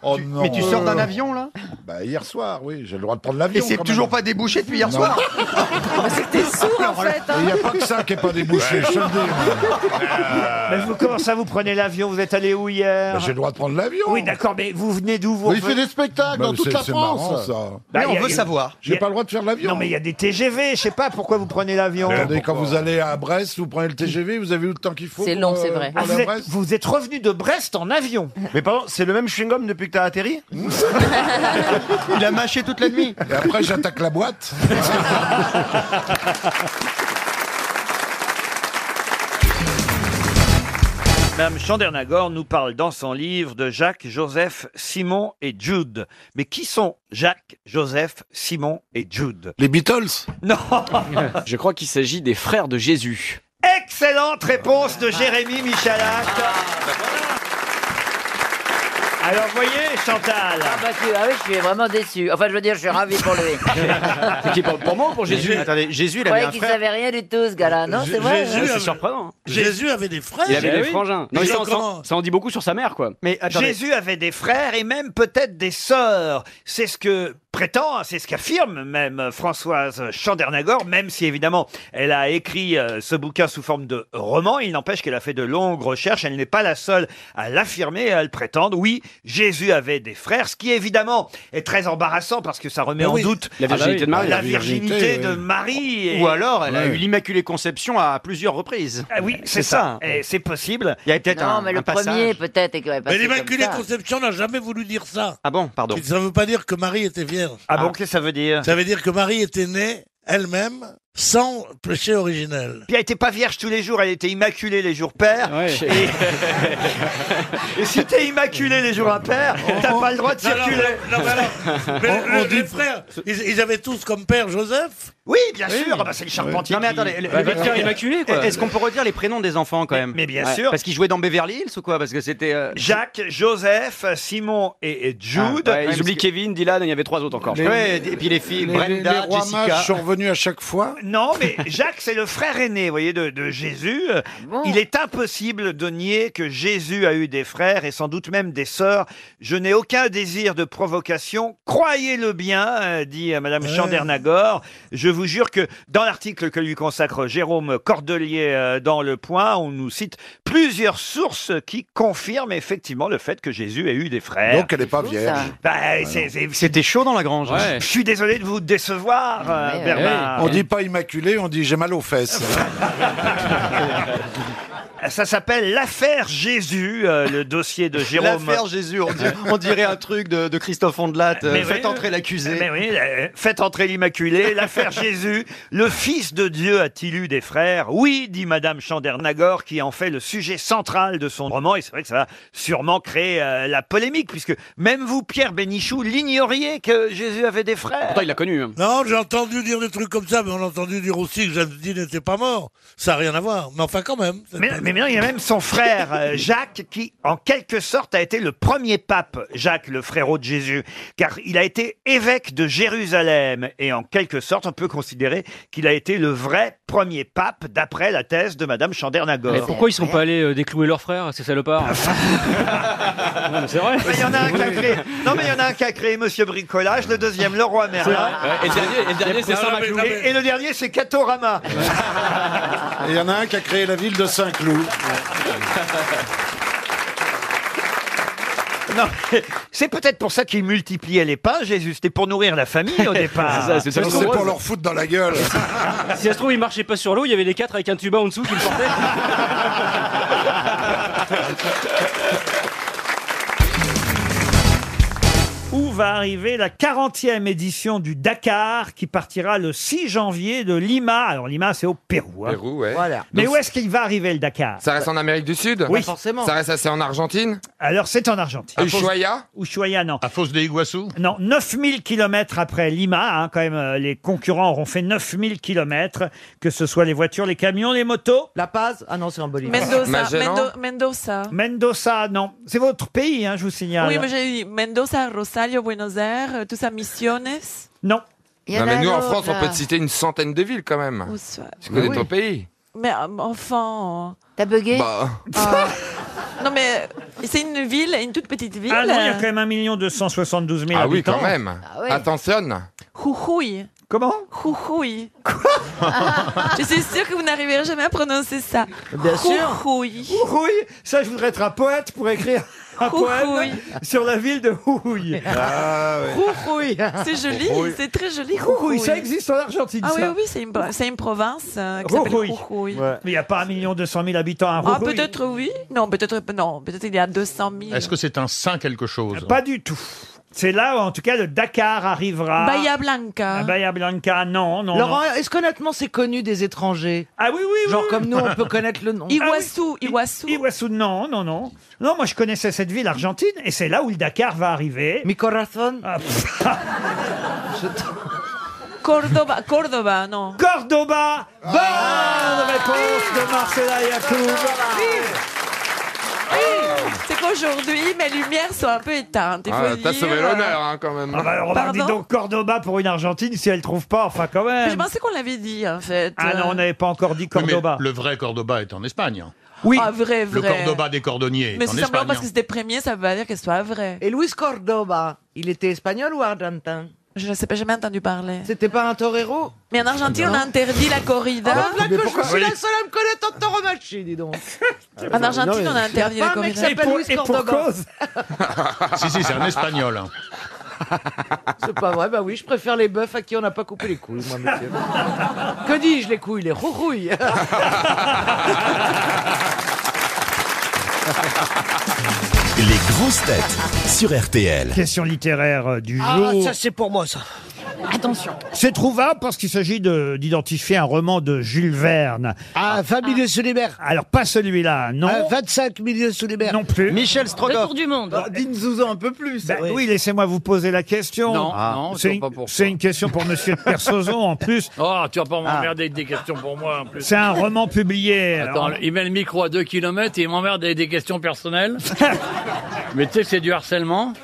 Oh Tu- non. mais tu sors d'un avion, là Bah hier soir, oui, j'ai le droit de prendre l'avion. Et c'est toujours pas débouché depuis hier soir Ah, bah, C'était sourd en fait. hein. Il n'y a pas que ça qui est pas débouché. je te le dis. Euh. Mais vous, comment ça, vous prenez l'avion Vous êtes allé où hier Bah, j'ai le droit de prendre l'avion. Oui, d'accord, mais vous venez d'où vous Mais il fait des spectacles Bah, dans toute c'est- la c'est France. marrant, ça. Mais on il y a- veut il y a- savoir. il y a- J'ai pas le droit de faire l'avion. Non, mais il y a des TGV, je sais pas pourquoi vous prenez l'avion. Attendez, quand vous allez à Brest, vous prenez le TGV, vous avez eu le temps qu'il faut. pour, euh, pour Ah, aller vous, à êtes, Brest. vous êtes revenu de Brest en avion. Mais pardon, c'est le même chewing-gum depuis que t'as atterri Il a mâché toute la nuit. Et après, j'attaque la boîte. Madame Chandernagor nous parle dans son livre de Jacques, Joseph, Simon et Jude. Mais qui sont Jacques, Joseph, Simon et Jude Les Beatles Non Je crois qu'il s'agit des frères de Jésus. Excellente réponse de Jérémy Michalak. bah Alors, voyez, Chantal. Ah, bah, tu- ah oui, je suis vraiment déçu. Enfin, je veux dire, je suis ravi pour lui. C'est qui pour, pour moi ou pour Jésus Attendez, Je croyais qu'il savait rien du tout, ce gars-là. Non, c'est vrai. hein. Jésus avait des frères. Il avait Eh des oui. frangins. Non, Mais mais ça, donc, ça- comment ça en dit beaucoup sur sa mère, quoi. Mais Jésus avait des frères et même peut-être des sœurs. C'est ce que prétend, c'est ce qu'affirme même Françoise Chandernagor, même si évidemment elle a écrit euh, ce bouquin sous forme de roman. Il n'empêche qu'elle a fait de longues recherches. Elle n'est pas la seule à l'affirmer, à le prétendre. Oui, Jésus avait des frères, ce qui évidemment est très embarrassant parce que ça remet Ah en oui. doute bah La virginité de Marie. La La virginité, virginité de oui. Marie. et- Ou alors, elle a Ouais. eu l'Immaculée Conception à plusieurs reprises. Ah oui, c'est ça. Et C'est possible. Il y a peut-être Non, un, mais un le passage. premier, peut-être, est quand même Mais passé Eh ben, comme l'Immaculée ça. Conception n'a jamais voulu dire ça. Ah bon, pardon. Ça ne veut pas dire que Marie était vierge. Ah bon, qu'est-ce que ça veut dire Ça veut dire que Marie était née elle-même sans péché originel. Puis elle n'était pas vierge tous les jours, elle était immaculée les jours pairs. Et, et si t'es immaculé les jours impairs, t'as pas le droit de Non, non, circuler. non, non, mais alors, mais le- les frères, ils, ils avaient tous comme père Joseph Oui, bien sûr, ah bah, c'est le charpentier. Non mais qui- attendez, le- Bah, le- Vatican immaculé, quoi. Est-ce qu'on peut redire les prénoms des enfants quand même mais bien sûr. Parce qu'ils jouaient dans Beverly Hills ou quoi Parce que c'était euh, Jacques, Joseph, Simon et, et Jude. Ah, ouais, ils oublient Kevin, Dylan, il y avait trois autres encore. Les- Ouais, et puis les filles, Les- les- les rois mages sont revenus à chaque fois. Non, mais Jacques, c'est le frère aîné, vous voyez, de, de Jésus. Il est impossible de nier que Jésus a eu des frères et sans doute même des sœurs. Je n'ai aucun désir de provocation. Croyez-le bien, euh, dit euh, Madame Chandernagor. Je vous jure que dans l'article que lui consacre Jérôme Cordelier euh, dans Le Point, on nous cite plusieurs sources qui confirment effectivement le fait que Jésus a eu des frères. Donc elle n'est pas vierge. Bah, c'est- c'est- C'était chaud dans la grange. hein. Ouais. Je suis désolé de vous décevoir, euh, Bernard. On dit pas immaculé, on dit j'ai mal aux fesses. Ça s'appelle l'affaire Jésus, euh, le dossier de Jérôme. L'affaire Jésus, on, dirait- on dirait un truc de, de Christophe Ondelat. euh, Mais faites oui. entrer l'accusé. Mais oui, euh, faites entrer l'Immaculée, l'affaire Jésus. Le Fils de Dieu a-t-il eu des frères Oui, dit Madame Chandernagor, qui en fait le sujet central de son roman. Et c'est vrai que ça va sûrement créer euh, la polémique, puisque même vous, Pierre Bénichou, l'ignoriez que Jésus avait des frères. Pourtant, il l'a connu. hein. Non, j'ai entendu dire des trucs comme ça, mais on a entendu dire aussi que Jésus n'était pas mort. Ça n'a rien à voir. Mais enfin, quand même. Mais, mais maintenant, il y a même son frère, euh, Jacques, qui, en quelque sorte, a été le premier pape, Jacques, le frérot de Jésus, car il a été évêque de Jérusalem. Et en quelque sorte, on peut considérer qu'il a été le vrai premier pape, d'après la thèse de Madame Chandernagor. Mais pourquoi ils sont pas allés euh, déclouer leurs frères, ces salopards Non, mais C'est vrai. Mais il y en a un qui a créé- Non, mais il y en a un qui a créé Monsieur Bricolage, le deuxième, le roi Merlin. Et le dernier, et le dernier, c'est Saint Maclou. Et, et le dernier, c'est Catorama. Et il y en a un qui a créé la ville de Saint-Cloud. Non, c'est peut-être pour ça qu'ils multipliaient les pains, Jésus. C'était pour nourrir la famille au départ. C'est ça, c'est Non, c'est pour leur foutre dans la gueule. Si ça se trouve, il marchait pas sur l'eau, il y avait les quatre avec un tuba en dessous qui le portaient. Où va arriver la 40e édition du Dakar qui partira le 6 janvier de Lima. Alors Lima, c'est au Pérou. hein. Pérou, ouais. Mais Donc, où est-ce qu'il va arriver le Dakar Ça reste en Amérique du Sud Oui. Pas forcément. Ça reste assez en Argentine Alors c'est en Argentine. Ah, Ushuaïa Ushuaïa, non. À Fosse de Iguassu Non, 9000 km après Lima, hein, quand même, euh, les concurrents auront fait 9000 km, que ce soit les voitures, les camions, les motos. La Paz Ah non, c'est en Bolivie. Mendoza, Mendo- Mendoza. Mendoza, non. C'est votre pays, hein, je vous signale. Oui, mais j'ai dit Mendoza, Rosario, Buenos Aires, euh, tout ça, Misiones. Non. Non, mais nous, en France, on peut te citer une centaine de villes quand même. Où ça Tu connais Ah oui. ton pays Mais euh, enfin. Ah. T'as bugué Bah. Non, mais c'est une ville, une toute petite ville. Ah non, il y a quand même 1 272 000 Ah oui, habitants. quand même. Ah oui. Attentionne. Jujuy. Comment Jujuy. Je suis sûre que vous n'arriverez jamais à prononcer ça. Bien sûr. Jujuy. Houhouille, ça je voudrais être un poète pour écrire un Houhouille. poème sur la ville de Houhouille. Ah Jujuy. C'est joli, c'est très joli. Jujuy, Jujuy. ça existe en Argentine. Ah oui, ça. oui, c'est une, pro- c'est une province euh, qui s'appelle Jujuy. Mais il n'y a pas 1 200 000 habitants à Ah, Houhouille. peut-être oui. Non, peut-être non. Peut-être il y a 200 000. Est-ce que c'est un saint quelque chose Pas du tout. C'est là où, en tout cas, le Dakar arrivera. Bahia Blanca. Ah, Bahia Blanca, non, non. Laurent, non. est-ce qu'honnêtement c'est connu des étrangers Ah oui, oui, Genre comme nous, on peut connaître le nom. Iguassou, Iguassou. Iguassou, non, non, non. Non, moi je connaissais cette ville argentine et c'est là où le Dakar va arriver. Ah, Mi corazón. Cordoba, Cordoba, non. Cordoba Bonne réponse de Marcela Yacoub. Oui, c'est qu'aujourd'hui mes lumières sont un peu éteintes. il faut Ah, le T'as dire. sauvé l'honneur hein, quand même. Ah bah, alors, on va Pardon dis donc Cordoba pour une Argentine si elle trouve pas, enfin quand Mais je même. pensais qu'on l'avait dit en fait. Ah non, on n'avait pas encore dit Cordoba. Le vrai Cordoba est en Espagne. hein. Oui. Ah, vrai, Le vrai. Cordoba des cordonniers Mais est en c'est simplement Espagne. parce que c'était premier, ça veut pas dire qu'elle soit vraie. Et Luis Cordoba, il était espagnol ou argentin Je ne sais pas, j'ai jamais entendu parler. C'était pas un torero Ah, Mais en Argentine, on a interdit la corrida. Ah, que je suis la seule à me connaître en tauromachie, dis donc. En Argentine, Ah, Non, mais- on a interdit Y a la pas un mec qui corrida. s'appelle Et pour- Luis et pour Cordoba. cause. si, si, c'est un espagnol. C'est pas vrai, bah oui, je préfère les bœufs à qui on n'a pas coupé les couilles, moi, monsieur. que dis-je, les couilles, les rourouilles Ah, Les grosses têtes sur RTL. Question littéraire euh, du Ah, jour. ça, c'est pour moi ça. Attention. Ah, bah, C'est trouvable parce qu'il s'agit de- d'identifier un roman de Jules Verne. Ah, 20 milieux sous les mers. Alors pas celui-là, non. 25 milieux sous les mers. Non plus. Michel Strogoff. Le tour du monde. Euh, Dites-nous un peu plus. bah, oui, laissez-moi vous poser la question. Ah. Non, non, je c'est vois une, pas pourquoi. c'est une question pour Monsieur de Kersozon en plus. Ah. Oh, tu vas pas m'emmerder avec des questions pour moi en plus. C'est un roman publié. Attends, alors- il met le micro à 2 km et il m'emmerde avec des questions personnelles. Mais tu sais, c'est du harcèlement.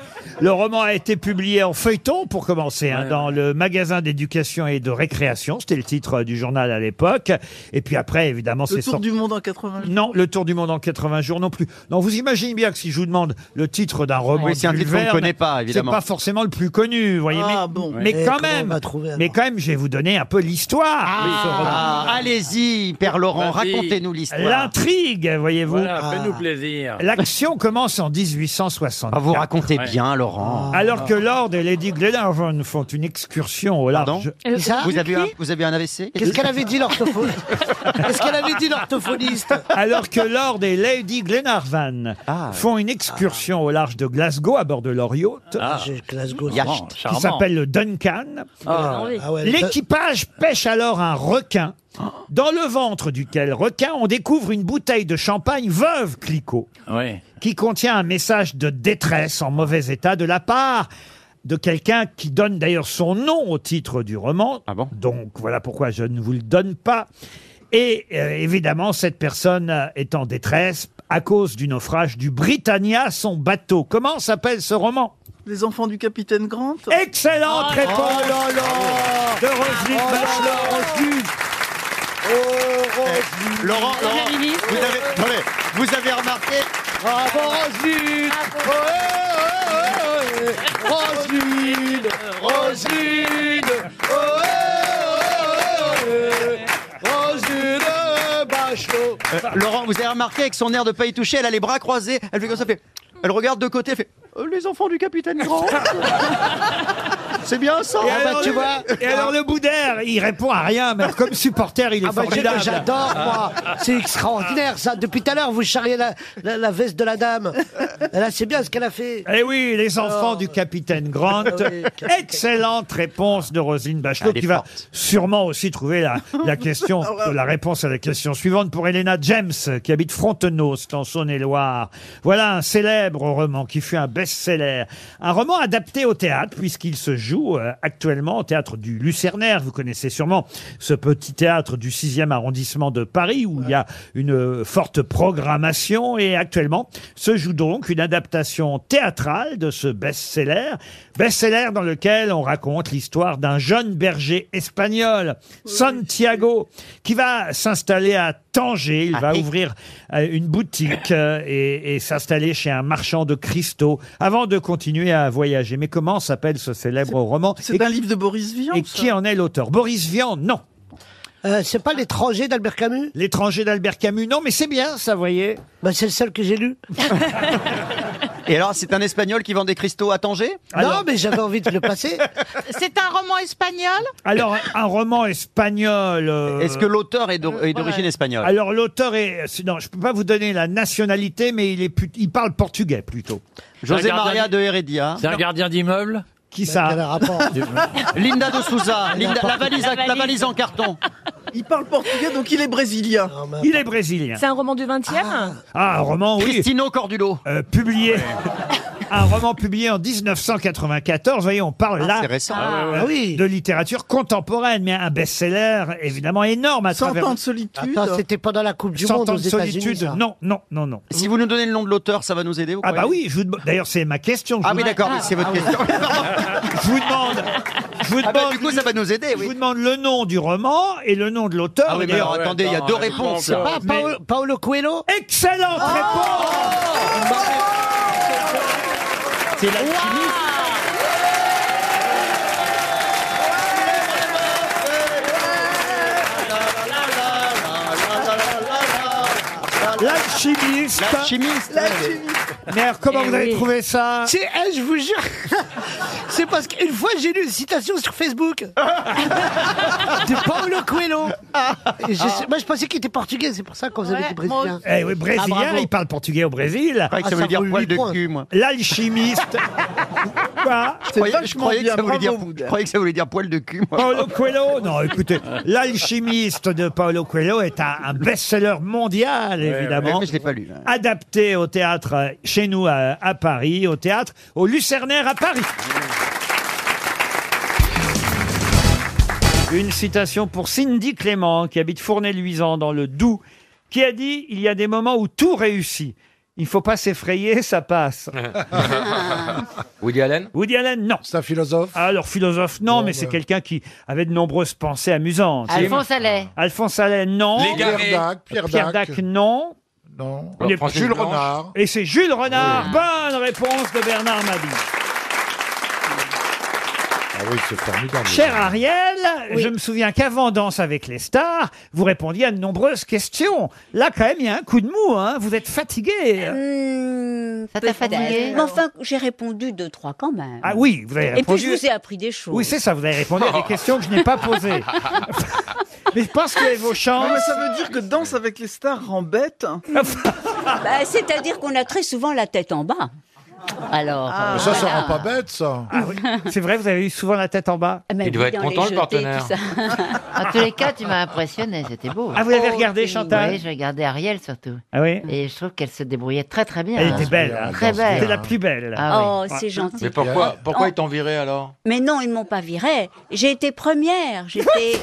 Le roman a été publié en feuilleton, pour commencer, hein, dans le magasin d'éducation et de récréation. C'était le titre euh, du journal à l'époque. Et puis après, évidemment, c'est Le tour sorti- du monde en 80 Non, le tour du monde en 80 jours non plus. Non, vous imaginez bien que si je vous demande le titre d'un Ah roman, Oui, c'est un de Jules titre qu'on ne Verne, connaît pas, évidemment. C'est pas forcément le plus connu, vous voyez. Ah, mais, bon. mais Eh, quand comment on même, va trouver, alors mais quand même, je vais vous donner un peu l'histoire Ah, de ce roman. Allez-y, Père Laurent, racontez-nous l'histoire. L'intrigue, voyez-vous. Voilà, fais-nous plaisir. L'action commence en 1860. vous Ah, racontez bien, Laurent. Ah. Alors que Lord et Lady Glenarvan font une excursion au large. Pardon vous, avez un, vous avez un AVC dit l'orthophoniste Qu'est-ce qu'elle avait dit l'orthophoniste Alors que Lord et Lady Glenarvan Ah. font une excursion au large de Glasgow à bord de leur yacht. Ah. Glasgow, Yacht. charmant, qui charmant. s'appelle le Duncan. Ah, L'équipage pêche alors un requin. Dans le ventre duquel requin, on découvre une bouteille de champagne veuve Clicquot, Oui. qui contient un message de détresse en mauvais état de la part de quelqu'un qui donne d'ailleurs son nom au titre du roman. Donc voilà pourquoi je ne vous le donne pas. Et euh, évidemment, cette personne euh, est en détresse à cause du naufrage du Britannia, son bateau. Comment s'appelle ce roman Les enfants du capitaine Grant Excellente Oh là réponse là là de Roselyne Oh là Bachelot. Oh, Laurent, Laurent, vous avez, attendez, vous avez remarqué Bravo Rosine Rosine Rosine oh, oh, oh, oh, Rosine Bachelot Euh, Laurent, vous avez remarqué avec son air de pas y toucher, elle a les bras croisés, elle fait comme ça, elle fait- elle regarde de côté, elle fait Euh, les enfants du capitaine Grant. C'est bien Ah ça. Et bah, alors, le- et alors le Boudère, il répond à rien, mais alors, comme supporter, il est Ah bah, formidable. Ah. J'adore, moi. C'est extraordinaire, ça. Depuis tout à l'heure, vous charriez la, la- la veste de la dame. Là, c'est bien ce qu'elle a fait. Eh oui, les enfants du capitaine Grant. Excellente réponse de Roselyne Bachelot, Elle est qui va sûrement aussi trouver la, la question, la réponse à la question suivante pour Elena James, qui habite Frontenot, c'est en Saône-et-Loire. Voilà un célèbre roman qui fut un best-seller. Un roman adapté au théâtre, puisqu'il se joue euh, actuellement au théâtre du Lucernaire. Vous connaissez sûrement ce petit théâtre du 6e arrondissement de Paris, où il y a une euh, forte programmation. Et actuellement, se joue donc une adaptation théâtrale de ce best-seller. Best-seller dans lequel on raconte l'histoire d'un jeune berger espagnol, Santiago, qui va s'installer à Tanger. Il va ouvrir euh, une boutique euh, et, et s'installer chez un marchand de cristaux avant de continuer à voyager. Mais comment s'appelle ce célèbre roman C'est un livre de Boris Vian. Et qui en est l'auteur Boris Vian, non. Euh, c'est pas l'étranger d'Albert Camus Bah, L'étranger d'Albert Camus, non, mais c'est bien, ça, voyez. c'est le seul que j'ai lu. Et alors, c'est un Espagnol qui vend des cristaux à Tanger Non, mais j'avais envie de le passer. C'est un roman espagnol Alors, un roman espagnol. euh, Est-ce que l'auteur est d'or- est d'origine espagnole Alors l'auteur est, c'est- non, je peux pas vous donner la nationalité, mais il est, plut- il parle portugais plutôt. José Maria de Heredia. C'est un gardien d'immeuble Qui ça Linda de Souza. Linda- la, valise, à- la valise en carton. Il parle portugais, donc il est brésilien. Il est brésilien. C'est un roman du 20 e Ah, un roman, oui. Euh, Cristino Cordulo. Ah publié. Un roman publié en 1994. Vous voyez, on parle là Ah, ouais, ouais. euh, de littérature contemporaine, mais un best-seller évidemment énorme à travers. Attends, c'était pendant la Coupe du Cent Monde ans aux de États-Unis. solitude. ça. Non, non, non, non. Si vous nous donnez le nom de l'auteur, ça va nous aider vous Ah bah croyez oui, je vous dem- d'ailleurs c'est ma question. je Ah vous- oui, d'accord, oui, c'est votre question. Ah bah, je vous demande. Je vous demande du coup, ça va nous aider. Je vous demande le nom du roman et le nom de l'auteur. Ah oui, mais Et- alors, attendez, il y a deux réponses. Pas Paolo- Paolo Coelho Oh Excellente réponse C'est la L'alchimiste. L'alchimiste. Mais alors, comment Eh vous avez oui. trouvé ça C'est, eh, je vous jure, c'est parce qu'une fois j'ai lu une citation sur Facebook de Paulo Oh, Coelho. Et je sais- moi je pensais qu'il était portugais, c'est pour ça qu'on vous Ah. Ouais, avait dit moi brésilien. Eh oui, Ah, brésilien, bravo. il parle portugais au Brésil. croyais que ça Ah, ça veut dire vaut poil huit de points. cul, moi. L'alchimiste. Ah, Ah, Quoi Je croyais, je croyais que ça voulait dire, je croyais que ça voulait dire poil de cul. moi. Oh, Paolo Coelho, non, écoutez, l'alchimiste de Paolo Coelho est un, un best-seller mondial, évidemment. ouais, je l'ai pas lu. hein. Adapté au théâtre euh, chez nous à, à Paris, au théâtre au Lucernaire à Paris. Une citation pour Cindy Clément, qui habite Fournay-Luisan dans le Doubs, qui a dit Il y a des moments où tout réussit. Il faut pas s'effrayer, ça passe. Woody Allen Woody Allen, non. C'est un philosophe Alors, philosophe, non, mais c'est quelqu'un qui avait de nombreuses pensées amusantes. Alphonse Allais. Alphonse Allais, non. Légaré. Pierre Dac, Pierre Dac. non. Non. Il est- Jules Renard. Et c'est Jules Renard. Bonne réponse de Bernard Mabie. Ah oui, c'est formidable. Cher Ariel, je me souviens qu'avant Danse avec les stars, vous répondiez à de nombreuses questions. Là, quand même, il y a un coup de mou. hein. Vous êtes fatigué. Ça t'a fatigué Mmh, Mais enfin, j'ai répondu deux, trois quand même. Ah oui, vous avez Et puis répondu. je vous ai appris des choses. Oui, c'est ça. Vous avez répondu à des questions que je n'ai pas posées. Mais je pense que vos chances. mais ça veut dire que Danse avec les stars rend bête. Bah, C'est-à-dire qu'on a très souvent la tête en bas. Alors. Mais Ah. euh, ça, ça voilà. rend pas bête, ça. C'est vrai, vous avez eu souvent la tête en bas. Euh, Ah, mais oui, dans les jetés, tout ça. En tous les cas, tu m'as impressionné, c'était beau. Oh, Ah, vous l'avez regardé, c'est mignon. Chantal Oui, je regardais Ariel surtout. Ah oui Et je trouve qu'elle se débrouillait très très bien. Elle hein. était belle. hein. Très belle. C'était la plus belle. Ah oui. Oh, c'est gentil. Mais pourquoi, pourquoi Oh. ils t'ont viré alors Mais non, ils ne m'ont pas viré. J'ai été première. J'étais.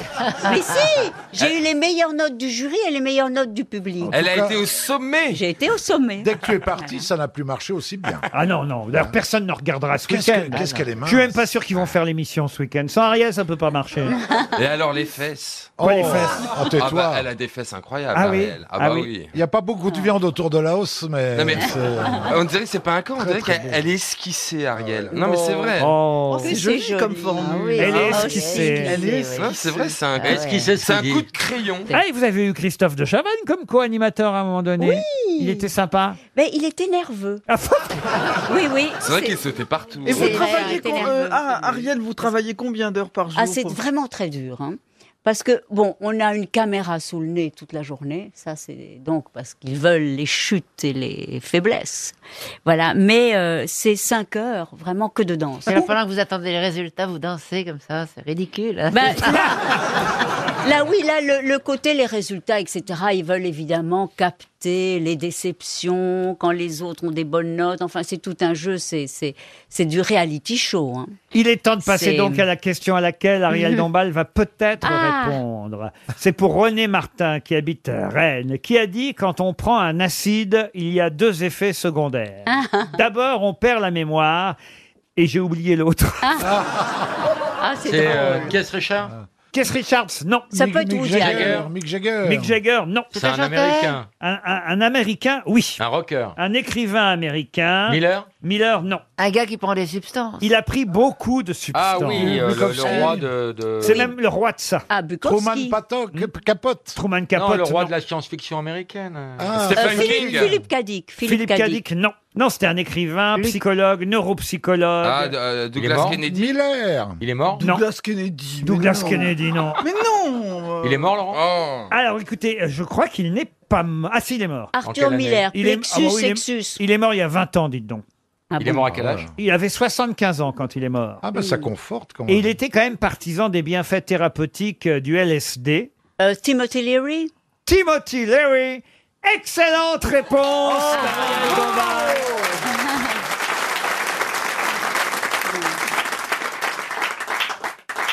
Mais si J'ai eu les meilleures notes du jury et les meilleures notes du public. Elle a été au sommet. J'ai été au sommet. Dès que tu es parti, ça n'a plus marché aussi bien. Ah non, non. D'ailleurs, personne ne regardera ce Qu'est-ce week-end. Ah que- qu'est-ce qu'elle est Je suis même pas sûr qu'ils vont faire l'émission ce week-end. Sans Ariel, ça peut pas marcher. Et alors les fesses Quoi, les fesses Ah, tais-toi. Ah bah, elle a des fesses incroyables. Ah oui. Ariel. Ah bah Ah oui. Il n'y a pas beaucoup de viande autour de la hausse, mais. Non, mais Ah, c'est- on dirait que c'est pas un camp, on dirait très qu'elle elle est esquissée, Ariel. Non, mais c'est vrai. Oh. c'est joli, comme formule. Elle est Ah, esquissée. Elle est Non, c'est vrai, c'est un, Ah ouais. c'est un coup de crayon. Ah, et vous avez eu Christophe de Chavannes comme co-animateur à un moment donné. Oui. Il était sympa Mais il était nerveux. oui, oui. C'est vrai qu'il sautait partout. Ah, Et vous C'est vrai, travaillez t'es quand- nerveux, euh, ah, Ariel, vous travaillez combien d'heures par jour Ah, c'est vraiment très dur. hein. Parce que, bon, on a une caméra sous le nez toute la journée. Ça, c'est donc parce qu'ils veulent les chutes et les faiblesses. Voilà. Mais euh, c'est 5 heures, vraiment que de danse. Et là, pendant que vous attendez les résultats, vous dansez comme ça, c'est ridicule. Ben, Là, oui, là, le, le côté, les résultats, etc., ils veulent évidemment capter les déceptions quand les autres ont des bonnes notes. Enfin, c'est tout un jeu, c'est, c'est, c'est du reality show. hein. Il est temps de passer C'est- donc à la question à laquelle Ariel Mhm. Dombal va peut-être Ah. répondre. C'est pour René Martin qui habite Rennes, qui a dit quand on prend un acide, il y a deux effets secondaires. Ah. D'abord, on perd la mémoire et j'ai oublié l'autre. Ah, c'est C'est, drôle. euh, Qu'est-ce, Richard Keith Richards, non. Ça peut être Mick Woody Allen. Mick Jagger. Mick Jagger, non. C'est un C'est un chanteur Américain. Un, un- un Américain, oui. Un rocker. Un écrivain américain. Miller Miller, non. Un gars qui prend des substances. Il a pris beaucoup de Ah substances. oui, euh, le, le roi de. de- C'est même le roi de ça. Ah, Bukowski. Capote. Truman Capote. non, le roi non. de la science-fiction américaine. Ah. Stephen Euh, King. Philippe- Philippe Cadic. Philippe, Philippe Cadic. Cadic, non. Non, c'était un écrivain, psychologue, neuropsychologue. Ah, de- euh, Douglas Kennedy. Miller. Il est mort Non. Douglas Kennedy. Douglas Kennedy, non. Mais non Il est mort, Laurent Alors écoutez, euh, je crois qu'il n'est pas mort. Ah si, il est mort. En quelle Arthur année Miller, Il est- Plexus, Ah ah bah oui, il est- Plexus. Il est mort il y a 20 ans, dites donc. Il est mort à quel âge Il avait 75 ans quand il est mort. Ah ben ça conforte quand Et même. il était quand même partisan des bienfaits thérapeutiques euh, du LSD. Euh, Timothy Leary Oh, bah, Timothy Leary Excellente réponse d'Ariel Dombal.